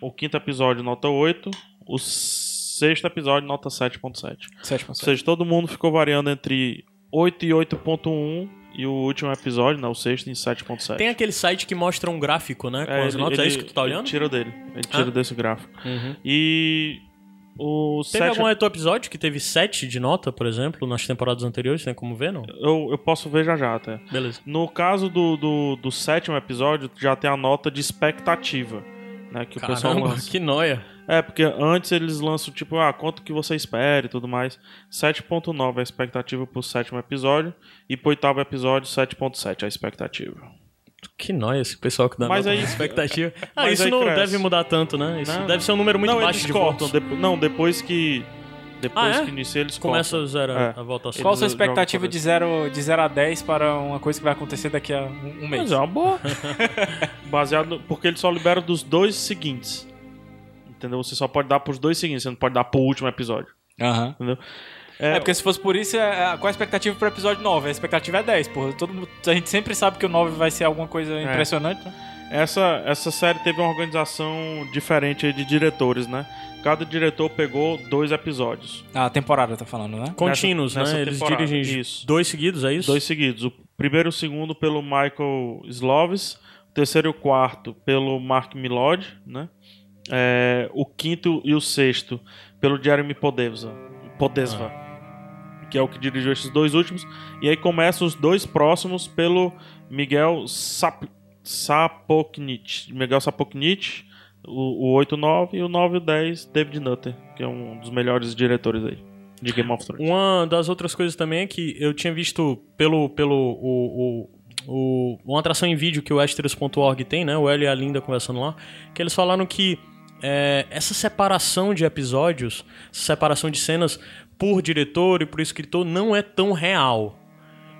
Speaker 2: O quinto episódio, nota 8. O sexto episódio, nota 7.7.
Speaker 1: Tá
Speaker 2: Ou
Speaker 3: 7.7.
Speaker 2: seja, todo mundo ficou variando entre 8 e 8.1 e o último episódio, né, o sexto, em 7.7.
Speaker 1: Tem aquele site que mostra um gráfico, né? Com
Speaker 2: É,
Speaker 1: as
Speaker 2: ele-
Speaker 1: notas, é
Speaker 2: ele-
Speaker 1: isso que tu tá
Speaker 2: ele
Speaker 1: olhando?
Speaker 2: Tira dele. Ele tira
Speaker 1: Ah.
Speaker 2: desse gráfico. E o
Speaker 1: Teve
Speaker 2: sétimo...
Speaker 1: algum outro episódio que teve 7 de nota, por exemplo, nas temporadas anteriores, tem como ver, não?
Speaker 2: Eu, eu posso ver já já, até.
Speaker 1: Beleza.
Speaker 2: No caso do, do, do sétimo episódio, já tem a nota de expectativa, né, que o pessoal
Speaker 1: Caramba,
Speaker 2: lança.
Speaker 1: que noia.
Speaker 2: É, porque antes eles lançam, tipo, ah, quanto que você espera e tudo mais. 7.9 é a expectativa pro sétimo episódio e pro oitavo episódio, 7.7 é a expectativa.
Speaker 1: Que noia esse pessoal que dá
Speaker 2: Mas
Speaker 1: nota
Speaker 2: aí-
Speaker 1: na expectativa. Ah,
Speaker 2: mas
Speaker 1: isso
Speaker 2: aí
Speaker 1: não
Speaker 2: cresce.
Speaker 1: deve mudar tanto, né? Isso
Speaker 2: Não.
Speaker 1: deve ser um número muito
Speaker 2: não,
Speaker 1: baixo
Speaker 2: eles
Speaker 1: de
Speaker 2: cortam.
Speaker 1: votos. um
Speaker 2: depo- não, depois que. Depois
Speaker 1: Ah, é?
Speaker 2: que inicia, eles
Speaker 1: Começa
Speaker 2: cortam.
Speaker 1: a zerar
Speaker 2: É.
Speaker 1: a votação.
Speaker 3: Qual a
Speaker 2: Eles jogam
Speaker 3: sua expectativa
Speaker 2: fora.
Speaker 3: de 0 de zero a 10 para uma coisa que vai acontecer daqui a um um mês?
Speaker 2: Mas é uma boa. Baseado. no- Porque eles só liberam dos dois seguintes. Entendeu? Você só pode dar pros dois seguintes, você não pode dar pro último episódio.
Speaker 3: Aham. É, porque se fosse por isso, é, é, qual a expectativa pro episódio 9? A expectativa é 10, porra. Todo mundo- a gente sempre sabe que o 9 vai ser alguma coisa
Speaker 2: É.
Speaker 3: impressionante. né?
Speaker 2: Essa, essa série teve uma organização diferente aí de diretores, né? Cada diretor pegou dois episódios.
Speaker 3: A temporada tá falando, né?
Speaker 1: Contínuos,
Speaker 2: nessa
Speaker 1: né? Eles
Speaker 2: temporada,
Speaker 1: dirigem
Speaker 2: isso.
Speaker 1: dois seguidos, é isso?
Speaker 2: Dois seguidos. O primeiro e o segundo pelo Michael Sloves. O terceiro e o quarto pelo Mark Millod, né? É, o quinto e o sexto pelo Jeremy Podesva. Podesva.
Speaker 1: Ah.
Speaker 2: Que é o que dirigiu esses dois últimos. E aí começa os dois próximos pelo Miguel Sap Sapoknich. Miguel Sapoknich, o, o 8 e o 9 e o 9 e o 10, David Nutter, que é um dos melhores diretores aí de Game of Thrones.
Speaker 1: Uma das outras coisas também é que eu tinha visto pelo, pelo o, o, o- uma atração em vídeo que o Westeros.org tem, né? O Hélio e a Linda conversando lá, que eles falaram que é, essa separação de episódios, essa separação de cenas por diretor e por escritor não é tão real.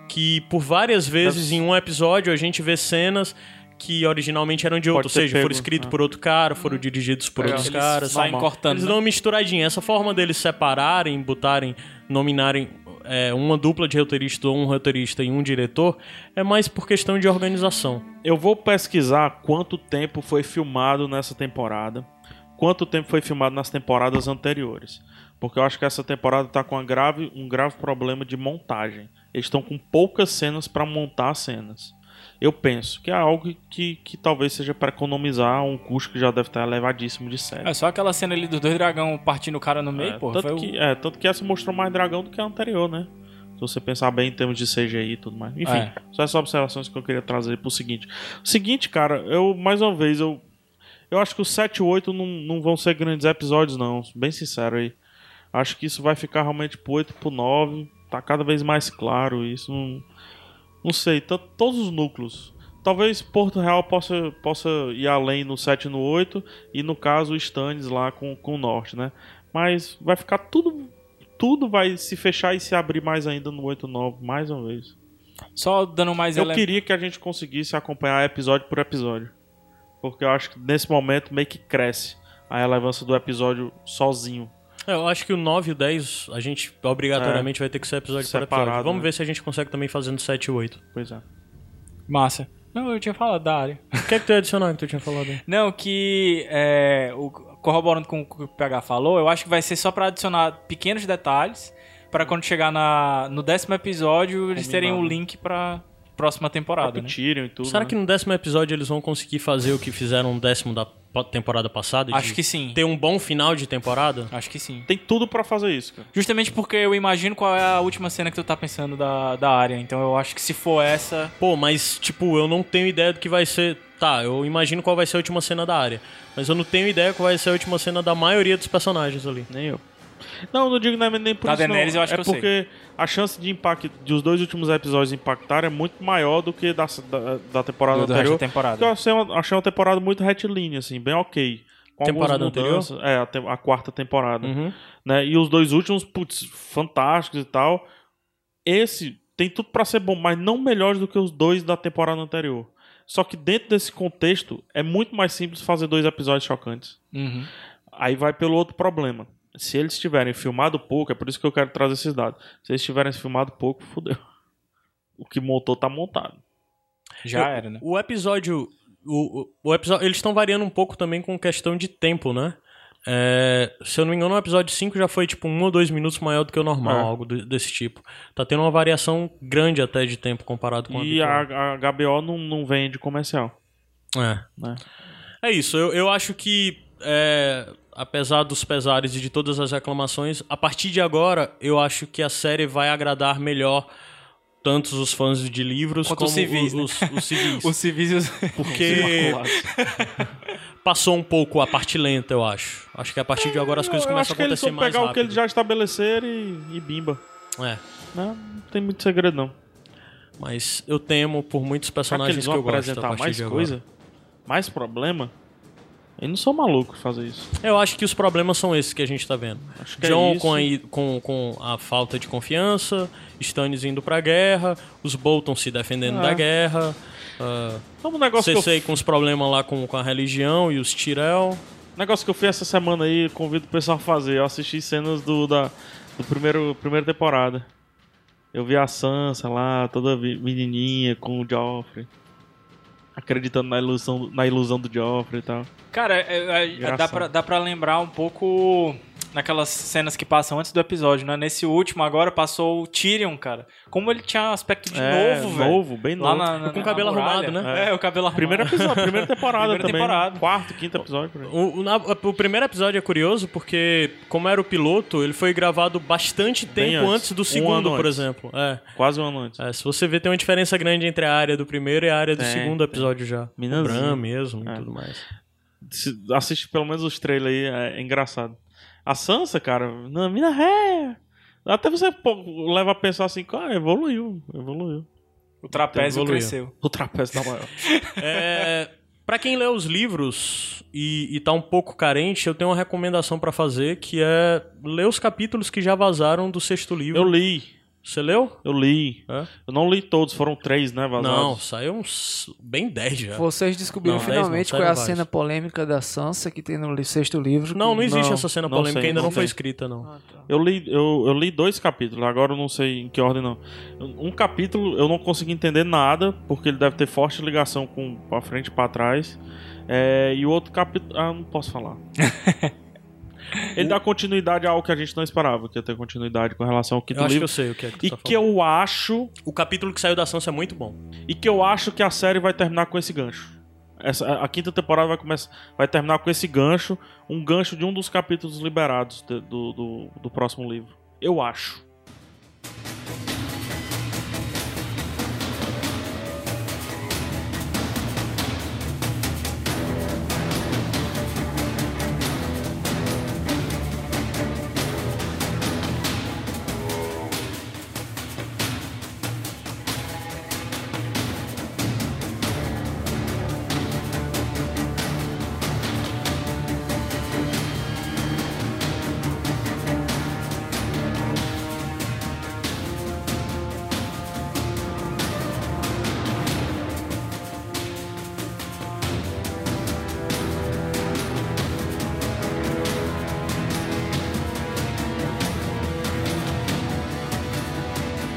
Speaker 1: Que por várias vezes em um episódio a gente vê cenas que originalmente eram de outro, ou
Speaker 2: ter
Speaker 1: seja, foram
Speaker 2: pego,
Speaker 1: escritos
Speaker 2: né?
Speaker 1: por outro cara, foram dirigidos por
Speaker 4: Legal.
Speaker 3: É.
Speaker 1: outros
Speaker 4: Eles
Speaker 1: caras.
Speaker 3: saem
Speaker 1: Normal.
Speaker 3: cortando,
Speaker 1: Eles
Speaker 3: né?
Speaker 1: dão uma misturadinha. Essa forma deles separarem, botarem, nominarem é, uma dupla de roteirista ou um roteirista e um diretor é mais por questão de organização.
Speaker 2: Eu vou pesquisar quanto tempo foi filmado nessa temporada, quanto tempo foi filmado nas temporadas anteriores. Porque eu acho que essa temporada tá com uma grave- um grave problema de montagem. Eles estão com poucas cenas para montar as cenas. Eu penso que é algo que, que talvez seja para economizar um custo que já deve estar elevadíssimo de série.
Speaker 3: É só aquela cena ali dos dois dragão partindo o cara no meio,
Speaker 2: É,
Speaker 3: porra. Foi um
Speaker 2: tanto,
Speaker 3: o-
Speaker 2: que, é, tanto que essa mostrou mais dragão do que a anterior, né? Se você pensar bem em termos de CGI e tudo mais. Enfim,
Speaker 3: É.
Speaker 2: só essas observações que eu queria trazer pro seguinte. O seguinte, cara, eu, mais uma vez, eu. Eu acho que os 7 e 8 não, não vão ser grandes episódios, não. Bem sincero aí. Acho que isso vai ficar realmente pro 8 pro 9. Tá cada vez mais claro. Isso não. Não sei. tá- todos os núcleos. Talvez Porto Real possa, possa ir além no 7 e no 8. E no caso, o Stannis lá com, com o norte, né? Mas vai ficar tudo. Tudo vai se fechar e se abrir mais ainda no 8 e 9, mais uma vez.
Speaker 3: Só dando mais
Speaker 2: Eu
Speaker 3: ele-
Speaker 2: queria que a gente conseguisse acompanhar episódio por episódio. Porque eu acho que nesse momento meio que cresce a relevância do episódio sozinho.
Speaker 1: É, Eu acho que o 9 e o 10 a gente obrigatoriamente vai ter que ser episódio por episódio.
Speaker 2: Separado,
Speaker 1: Vamos
Speaker 2: né?
Speaker 1: ver se a gente consegue também fazendo 7 e 8.
Speaker 2: Pois é.
Speaker 3: Massa. Não, eu tinha falado da área.
Speaker 1: O que é que tu ia adicionar que tu tinha falado? aí?
Speaker 3: Não, que é, o- corroborando com o que o PH falou, eu acho que vai ser só pra adicionar pequenos detalhes pra quando chegar na, no décimo episódio eles terem o
Speaker 2: Combinado.
Speaker 3: link pra próxima temporada, né?
Speaker 2: Repetirem e tudo.
Speaker 1: Será
Speaker 2: né?
Speaker 1: que no décimo episódio eles vão conseguir fazer o que fizeram no décimo da pa- temporada passada? de
Speaker 3: Acho que sim.
Speaker 1: Ter um bom final de temporada?
Speaker 3: Acho que sim.
Speaker 2: tem tudo pra fazer isso, cara?
Speaker 3: Justamente porque eu imagino qual é a última cena que tu tá pensando da, da área. Então eu acho que se for essa.
Speaker 1: Pô, mas, tipo, eu não tenho ideia do que vai ser. Tá, eu imagino qual vai ser a última cena da área. Mas eu não tenho ideia qual vai ser a última cena da maioria dos personagens ali.
Speaker 2: Nem eu. Não, não digo nem, nem por
Speaker 3: Da
Speaker 2: isso. não.
Speaker 3: Daenerys Tá eu acho
Speaker 2: é
Speaker 3: que eu sei.
Speaker 2: porque a chance de impacto de os dois últimos episódios impactarem é muito maior do que da, da, da temporada
Speaker 3: Do- do resto
Speaker 2: anterior.
Speaker 3: da temporada.
Speaker 2: Porque Então, assim, eu achei uma, achei uma temporada muito retilínea, assim, bem ok. Com
Speaker 1: Temporada
Speaker 2: algumas
Speaker 1: anterior? Uhum.
Speaker 2: mudanças. É, a, te- a quarta temporada. Né? E os dois últimos, putz, fantásticos e tal. Esse tem tudo pra ser bom, mas não melhores do que os dois da temporada anterior. Só que dentro desse contexto, é muito mais simples fazer dois episódios chocantes.
Speaker 3: Uhum.
Speaker 2: Aí vai pelo outro problema. Se eles tiverem filmado pouco, é por isso que eu quero trazer esses dados. Se eles tiverem filmado pouco, fudeu. O que montou tá montado.
Speaker 3: Já era, né?
Speaker 1: O episódio. O, o, o episódio eles estão variando um pouco também com questão de tempo, né? É, se eu não me engano, o episódio 5 já foi tipo um ou dois minutos maior do que o normal,
Speaker 2: É.
Speaker 1: algo do- desse tipo. Tá tendo uma variação grande até de tempo comparado com o
Speaker 2: E
Speaker 1: habitual.
Speaker 2: a, a HBO não, não vende comercial.
Speaker 1: É.
Speaker 2: Né?
Speaker 1: É isso, eu, eu acho que, é, apesar dos pesares e de todas as reclamações, a partir de agora eu acho que a série vai agradar melhor tanto os fãs de livros
Speaker 3: Quanto
Speaker 1: como
Speaker 3: os civis,
Speaker 1: o-
Speaker 3: né?
Speaker 1: os, os civis.
Speaker 3: Os civis.
Speaker 1: Porque passou um pouco a parte lenta, eu acho. Acho que a partir de agora as coisas
Speaker 2: É, eu
Speaker 1: começam
Speaker 2: acho
Speaker 1: a
Speaker 2: que eles
Speaker 1: acontecer
Speaker 2: vão
Speaker 1: mais
Speaker 2: pegar
Speaker 1: rápido.
Speaker 2: o que eles já estabeleceram e, e bimba.
Speaker 1: É,
Speaker 2: Né? Não tem muito segredo, não.
Speaker 1: mas eu temo por muitos
Speaker 2: Será que
Speaker 1: personagens
Speaker 2: eles
Speaker 1: que,
Speaker 2: vão
Speaker 1: eu gosto a
Speaker 2: apresentar
Speaker 1: partir
Speaker 2: mais
Speaker 1: de agora.
Speaker 2: coisa? Mais problema? Eu não sou maluco fazer isso.
Speaker 1: Eu acho que os problemas são esses que a gente tá vendo.
Speaker 2: Acho que é
Speaker 1: John
Speaker 2: isso.
Speaker 1: com, a, i- com, com a falta de confiança, Stannis indo pra guerra, os Bolton se defendendo
Speaker 2: É.
Speaker 1: da guerra, ah,
Speaker 2: Então, um negócio que eu
Speaker 1: Cersei com os problemas lá com, com a religião e os Tyrell.
Speaker 2: um Negócio que eu fiz essa semana aí, convido o pessoal a fazer. Eu assisti cenas do, da, do primeiro primeira temporada. Eu vi a Sansa lá, toda vi- menininha com o Joffrey. Acreditando na ilusão, na ilusão do Joffrey e tal.
Speaker 3: Cara, é- é- é- dá,
Speaker 2: Engraçado.
Speaker 3: pra, dá pra lembrar um pouco naquelas cenas que passam antes do episódio, né? Nesse último agora passou o Tyrion, cara. Como ele tinha um aspecto de
Speaker 2: É,
Speaker 3: novo, velho.
Speaker 2: Novo, bem
Speaker 3: Lá
Speaker 2: novo.
Speaker 3: na, na-
Speaker 1: Com o
Speaker 3: na
Speaker 1: cabelo
Speaker 3: muralha.
Speaker 1: arrumado, né?
Speaker 3: É, o cabelo arrumado.
Speaker 2: Primeiro episódio, primeira temporada
Speaker 3: Primeira
Speaker 2: também. né?
Speaker 3: temporada.
Speaker 2: Quarto, quinto episódio. por aí.
Speaker 1: O, o- na- o primeiro episódio é curioso porque, como era o piloto, ele foi gravado bastante
Speaker 2: Bem
Speaker 1: tempo antes.
Speaker 2: antes.
Speaker 1: do
Speaker 2: Um
Speaker 1: segundo,
Speaker 2: ano
Speaker 1: por
Speaker 2: antes.
Speaker 1: exemplo. É.
Speaker 2: Quase um ano antes.
Speaker 1: É, se você vê, tem uma diferença grande entre a área do primeiro e a área do
Speaker 2: Tem,
Speaker 1: segundo episódio já. O
Speaker 2: Minazinho.
Speaker 1: Bran mesmo e
Speaker 2: É.
Speaker 1: tudo mais.
Speaker 2: Se- Assiste pelo menos os trailers aí, é engraçado. A Sansa, cara, na mina ré. Até você pô, leva a pensar assim, cara, evoluiu, evoluiu.
Speaker 3: O trapézio
Speaker 1: Evoluiu.
Speaker 3: cresceu.
Speaker 2: O trapézio da maior.
Speaker 1: É, para quem lê os livros e, e tá um pouco carente, eu tenho uma recomendação pra fazer que é ler os capítulos que já vazaram do sexto livro.
Speaker 2: Eu li,
Speaker 1: Você leu?
Speaker 2: eu li.
Speaker 1: É?
Speaker 2: Eu não li todos, foram três, né,
Speaker 1: Não,
Speaker 2: vazados?
Speaker 1: saiu uns bem 10 já.
Speaker 4: Vocês descobriram
Speaker 1: É. Não, dez não,
Speaker 4: finalmente
Speaker 1: saíram
Speaker 4: qual é a
Speaker 1: vários.
Speaker 4: cena polêmica da Sansa que tem no li- sexto livro.
Speaker 1: Não,
Speaker 4: que-
Speaker 1: não existe
Speaker 2: Não,
Speaker 1: essa cena
Speaker 2: não
Speaker 1: polêmica,
Speaker 2: sei,
Speaker 1: ainda não,
Speaker 2: não
Speaker 1: foi
Speaker 2: sei.
Speaker 1: escrita, não.
Speaker 4: Ah, tá.
Speaker 2: Eu li, eu, eu li dois capítulos, agora eu não sei em que ordem não. Um capítulo eu não consegui entender nada, porque ele deve ter forte ligação com pra frente e pra trás. É, e o outro capítulo. Ah, não posso falar. ele dá continuidade a algo que a gente não esperava, que ia ter continuidade com relação ao quinto
Speaker 1: Eu acho que
Speaker 2: livro.
Speaker 1: eu sei o que é que tu
Speaker 2: e
Speaker 1: tá
Speaker 2: que
Speaker 1: falando.
Speaker 2: eu acho.
Speaker 1: O capítulo que saiu da Sansa é muito bom.
Speaker 2: E que eu acho que a série vai terminar com esse gancho. Essa, a- a quinta temporada vai, começar, vai terminar com esse gancho, um gancho de um dos capítulos liberados de- do, do, do próximo livro. Eu acho.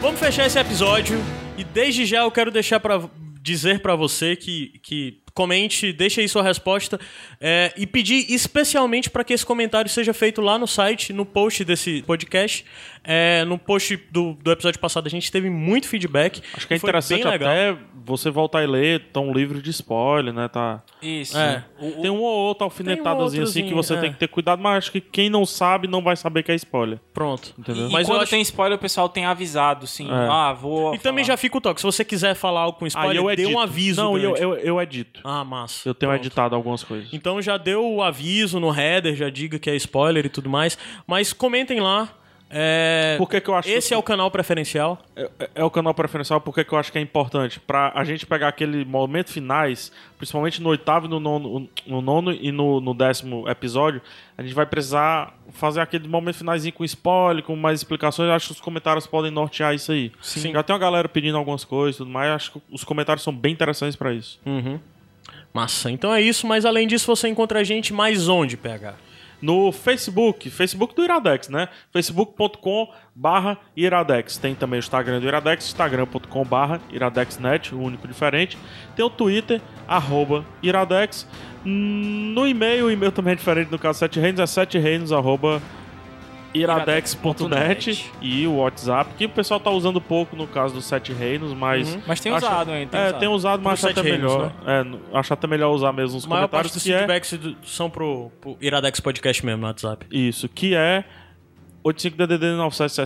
Speaker 1: Vamos fechar esse episódio e desde já eu quero deixar para dizer pra você que, que comente, deixe aí sua resposta é, e pedir especialmente pra que esse comentário seja feito lá no site, no post desse podcast, é, no post do, do episódio passado a gente teve muito feedback.
Speaker 2: Acho que é
Speaker 1: Foi
Speaker 2: interessante
Speaker 1: bem legal.
Speaker 2: até você voltar e ler, tão livre de spoiler, né? Tá.
Speaker 3: Isso.
Speaker 1: É.
Speaker 3: O- o-
Speaker 2: Tem um ou outro alfinetadazinho assim que você
Speaker 1: outrozinho, é.
Speaker 2: tem que ter cuidado, mas acho que quem não sabe não vai saber que é spoiler.
Speaker 1: Pronto.
Speaker 2: Entendeu?
Speaker 3: E
Speaker 1: Mas eu
Speaker 3: quando
Speaker 1: acho-
Speaker 3: tem spoiler, o pessoal tem avisado, sim.
Speaker 2: É.
Speaker 3: Ah, vou.
Speaker 1: E também já
Speaker 3: falar.
Speaker 1: fica o toque. Se você quiser falar algo com
Speaker 2: Aí
Speaker 1: spoiler,
Speaker 2: eu
Speaker 1: dê
Speaker 2: edito.
Speaker 1: um aviso.
Speaker 2: Não, eu,
Speaker 1: durante.
Speaker 2: eu, eu edito.
Speaker 1: Ah, massa.
Speaker 2: Eu tenho
Speaker 1: Pronto.
Speaker 2: editado algumas coisas.
Speaker 1: Então já deu o aviso no header, já diga que é spoiler e tudo mais. Mas comentem lá. É,
Speaker 2: Por que, que eu acho
Speaker 1: Esse é o canal preferencial.
Speaker 2: É, é o canal preferencial porque que eu acho que é importante. Pra a gente pegar aquele momento finais, principalmente no oitavo e no nono, no nono e no, no décimo episódio, a gente vai precisar fazer aquele momento finalzinho com spoiler, com mais explicações. Eu acho que os comentários podem nortear isso aí.
Speaker 1: Sim.
Speaker 2: Já tem uma galera pedindo algumas coisas e tudo mais. eu Acho que os comentários são bem interessantes pra isso.
Speaker 1: Massa. Então é isso, mas além disso você encontra a gente mais onde, PH?
Speaker 2: No Facebook, Facebook do Iradex, né? facebook.com barra Iradex. Tem também o Instagram do Iradex, instagram.com barra iradexnet, o único diferente. Tem o Twitter, arroba Iradex. Hum, No e-mail, o e-mail também é diferente, no caso Sete Reinos, é sete reinos, arroba iradex.net. E o WhatsApp, que o pessoal tá usando pouco no caso dos Sete Reinos, mas...
Speaker 3: Uhum. Mas tem
Speaker 2: Acho-
Speaker 3: usado, hein? Tem
Speaker 2: é,
Speaker 3: usado.
Speaker 2: tem usado, mas
Speaker 1: Pro
Speaker 2: acho até
Speaker 1: Sete Reinos, né?
Speaker 2: melhor. É, no- acho até melhor usar mesmo os
Speaker 1: A maior parte
Speaker 2: comentários,
Speaker 1: dos
Speaker 2: que é
Speaker 1: feedbacks do- são pro, pro Iradex Podcast mesmo no WhatsApp.
Speaker 2: Isso, que é 85DDD 976015778.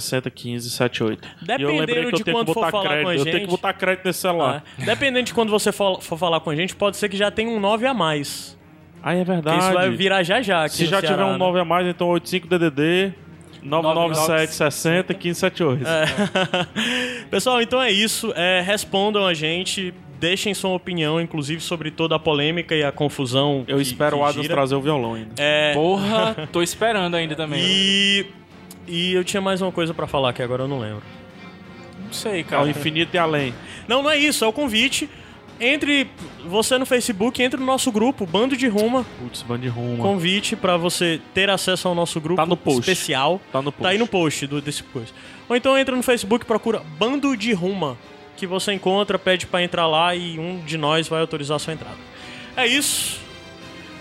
Speaker 2: E eu
Speaker 1: Dependendo
Speaker 2: lembrei que eu
Speaker 1: de
Speaker 2: tenho que
Speaker 1: quando for
Speaker 2: botar
Speaker 1: falar com
Speaker 2: crédito.
Speaker 1: a
Speaker 2: Eu tenho
Speaker 1: gente.
Speaker 2: que botar crédito nesse celular.
Speaker 1: Ah, Dependendo de quando você for, for falar com a gente, pode ser que já tenha um 9 a mais.
Speaker 2: Ah, é
Speaker 1: Porque
Speaker 2: verdade.
Speaker 1: isso vai virar já já. Aqui
Speaker 2: Se
Speaker 1: no
Speaker 2: já
Speaker 1: Ceará,
Speaker 2: tiver
Speaker 1: né?
Speaker 2: um 9 a mais, então 85DDD 997601578.
Speaker 1: É. Pessoal, então é isso. É, respondam a gente, deixem sua opinião, inclusive sobre toda a polêmica e a confusão.
Speaker 2: Eu
Speaker 1: que-
Speaker 2: espero
Speaker 1: que
Speaker 2: o Adams
Speaker 1: gira.
Speaker 2: trazer o violão ainda.
Speaker 1: É,
Speaker 3: Porra, tô esperando ainda também.
Speaker 1: e, e eu tinha mais uma coisa pra falar que agora eu não lembro.
Speaker 3: Não sei,
Speaker 2: Ao
Speaker 3: cara.
Speaker 2: É infinito e além.
Speaker 1: Não, não é isso, é o convite Entre você no Facebook, entre no nosso grupo, Bando de Ruma.
Speaker 2: Putz, bando de rumo.
Speaker 1: Convite pra você ter acesso ao nosso grupo
Speaker 2: Tá no post.
Speaker 1: especial.
Speaker 2: Tá no post.
Speaker 1: Tá aí no post do, desse coisa. Ou então entra no Facebook e procura Bando de Ruma, que você encontra, pede pra entrar lá e um de nós vai autorizar a sua entrada. É isso.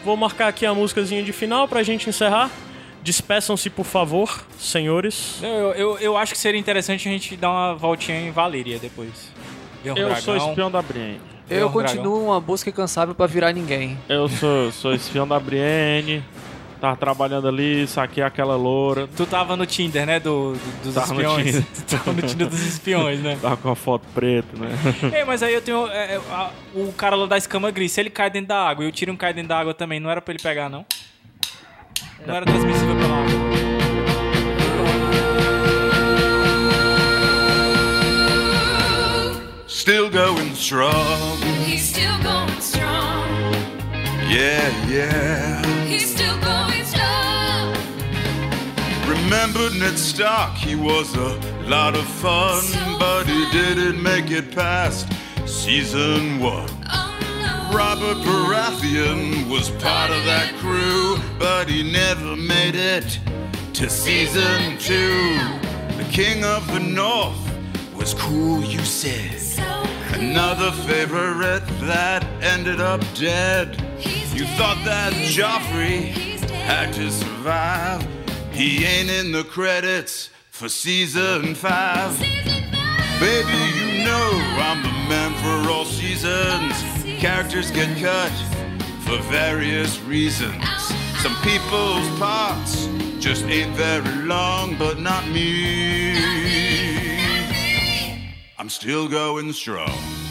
Speaker 1: Vou marcar aqui a músicazinha de final pra gente encerrar. Despeçam-se, por favor, senhores.
Speaker 3: Eu, eu, eu acho que seria interessante a gente dar uma voltinha em Valíria depois. Ver um
Speaker 2: Eu
Speaker 1: é,
Speaker 2: sou
Speaker 3: dragão.
Speaker 2: espião da Brienne.
Speaker 4: Eu
Speaker 3: Ver um
Speaker 4: continuo uma busca incansável pra virar ninguém.
Speaker 2: Eu sou, sou espião da Brienne. Tava trabalhando ali, saquei aquela loura.
Speaker 3: Tu tava no Tinder, né? Do, do- dos
Speaker 2: Tava no
Speaker 3: espiões.
Speaker 2: Tinder.
Speaker 3: Tu tava no Tinder dos espiões, né?
Speaker 2: Tava com a foto preta, né?
Speaker 3: Ei, mas aí eu tenho. é, é, a- o cara lá da escama gris, se ele cai dentro da água e o Tyrion cai dentro da água também, não era pra ele pegar, não? Não era transmissível pela água.
Speaker 5: Still going strong.
Speaker 6: He's still going strong.
Speaker 5: Yeah, yeah.
Speaker 6: He's still going strong.
Speaker 5: Remembered Ned Stark, he was a lot of fun,
Speaker 6: So
Speaker 5: but he
Speaker 6: fun.
Speaker 5: didn't make it past season one.
Speaker 6: Oh no.
Speaker 5: Robert Baratheon was part of that crew, but he never made it to season two. The King of the North was cool, you said.
Speaker 6: So cool.
Speaker 5: Another favorite that ended up dead.
Speaker 6: He's
Speaker 5: You
Speaker 6: dead.
Speaker 5: thought that
Speaker 6: He's
Speaker 5: Joffrey
Speaker 6: dead. He's dead.
Speaker 5: had to survive. He ain't in the credits for season five.
Speaker 6: Season five.
Speaker 5: Baby, you know I'm the man for all seasons. Characters get cut for various reasons. Some people's parts just ain't very long, but not me. I'm still going strong.
Speaker 6: Oh,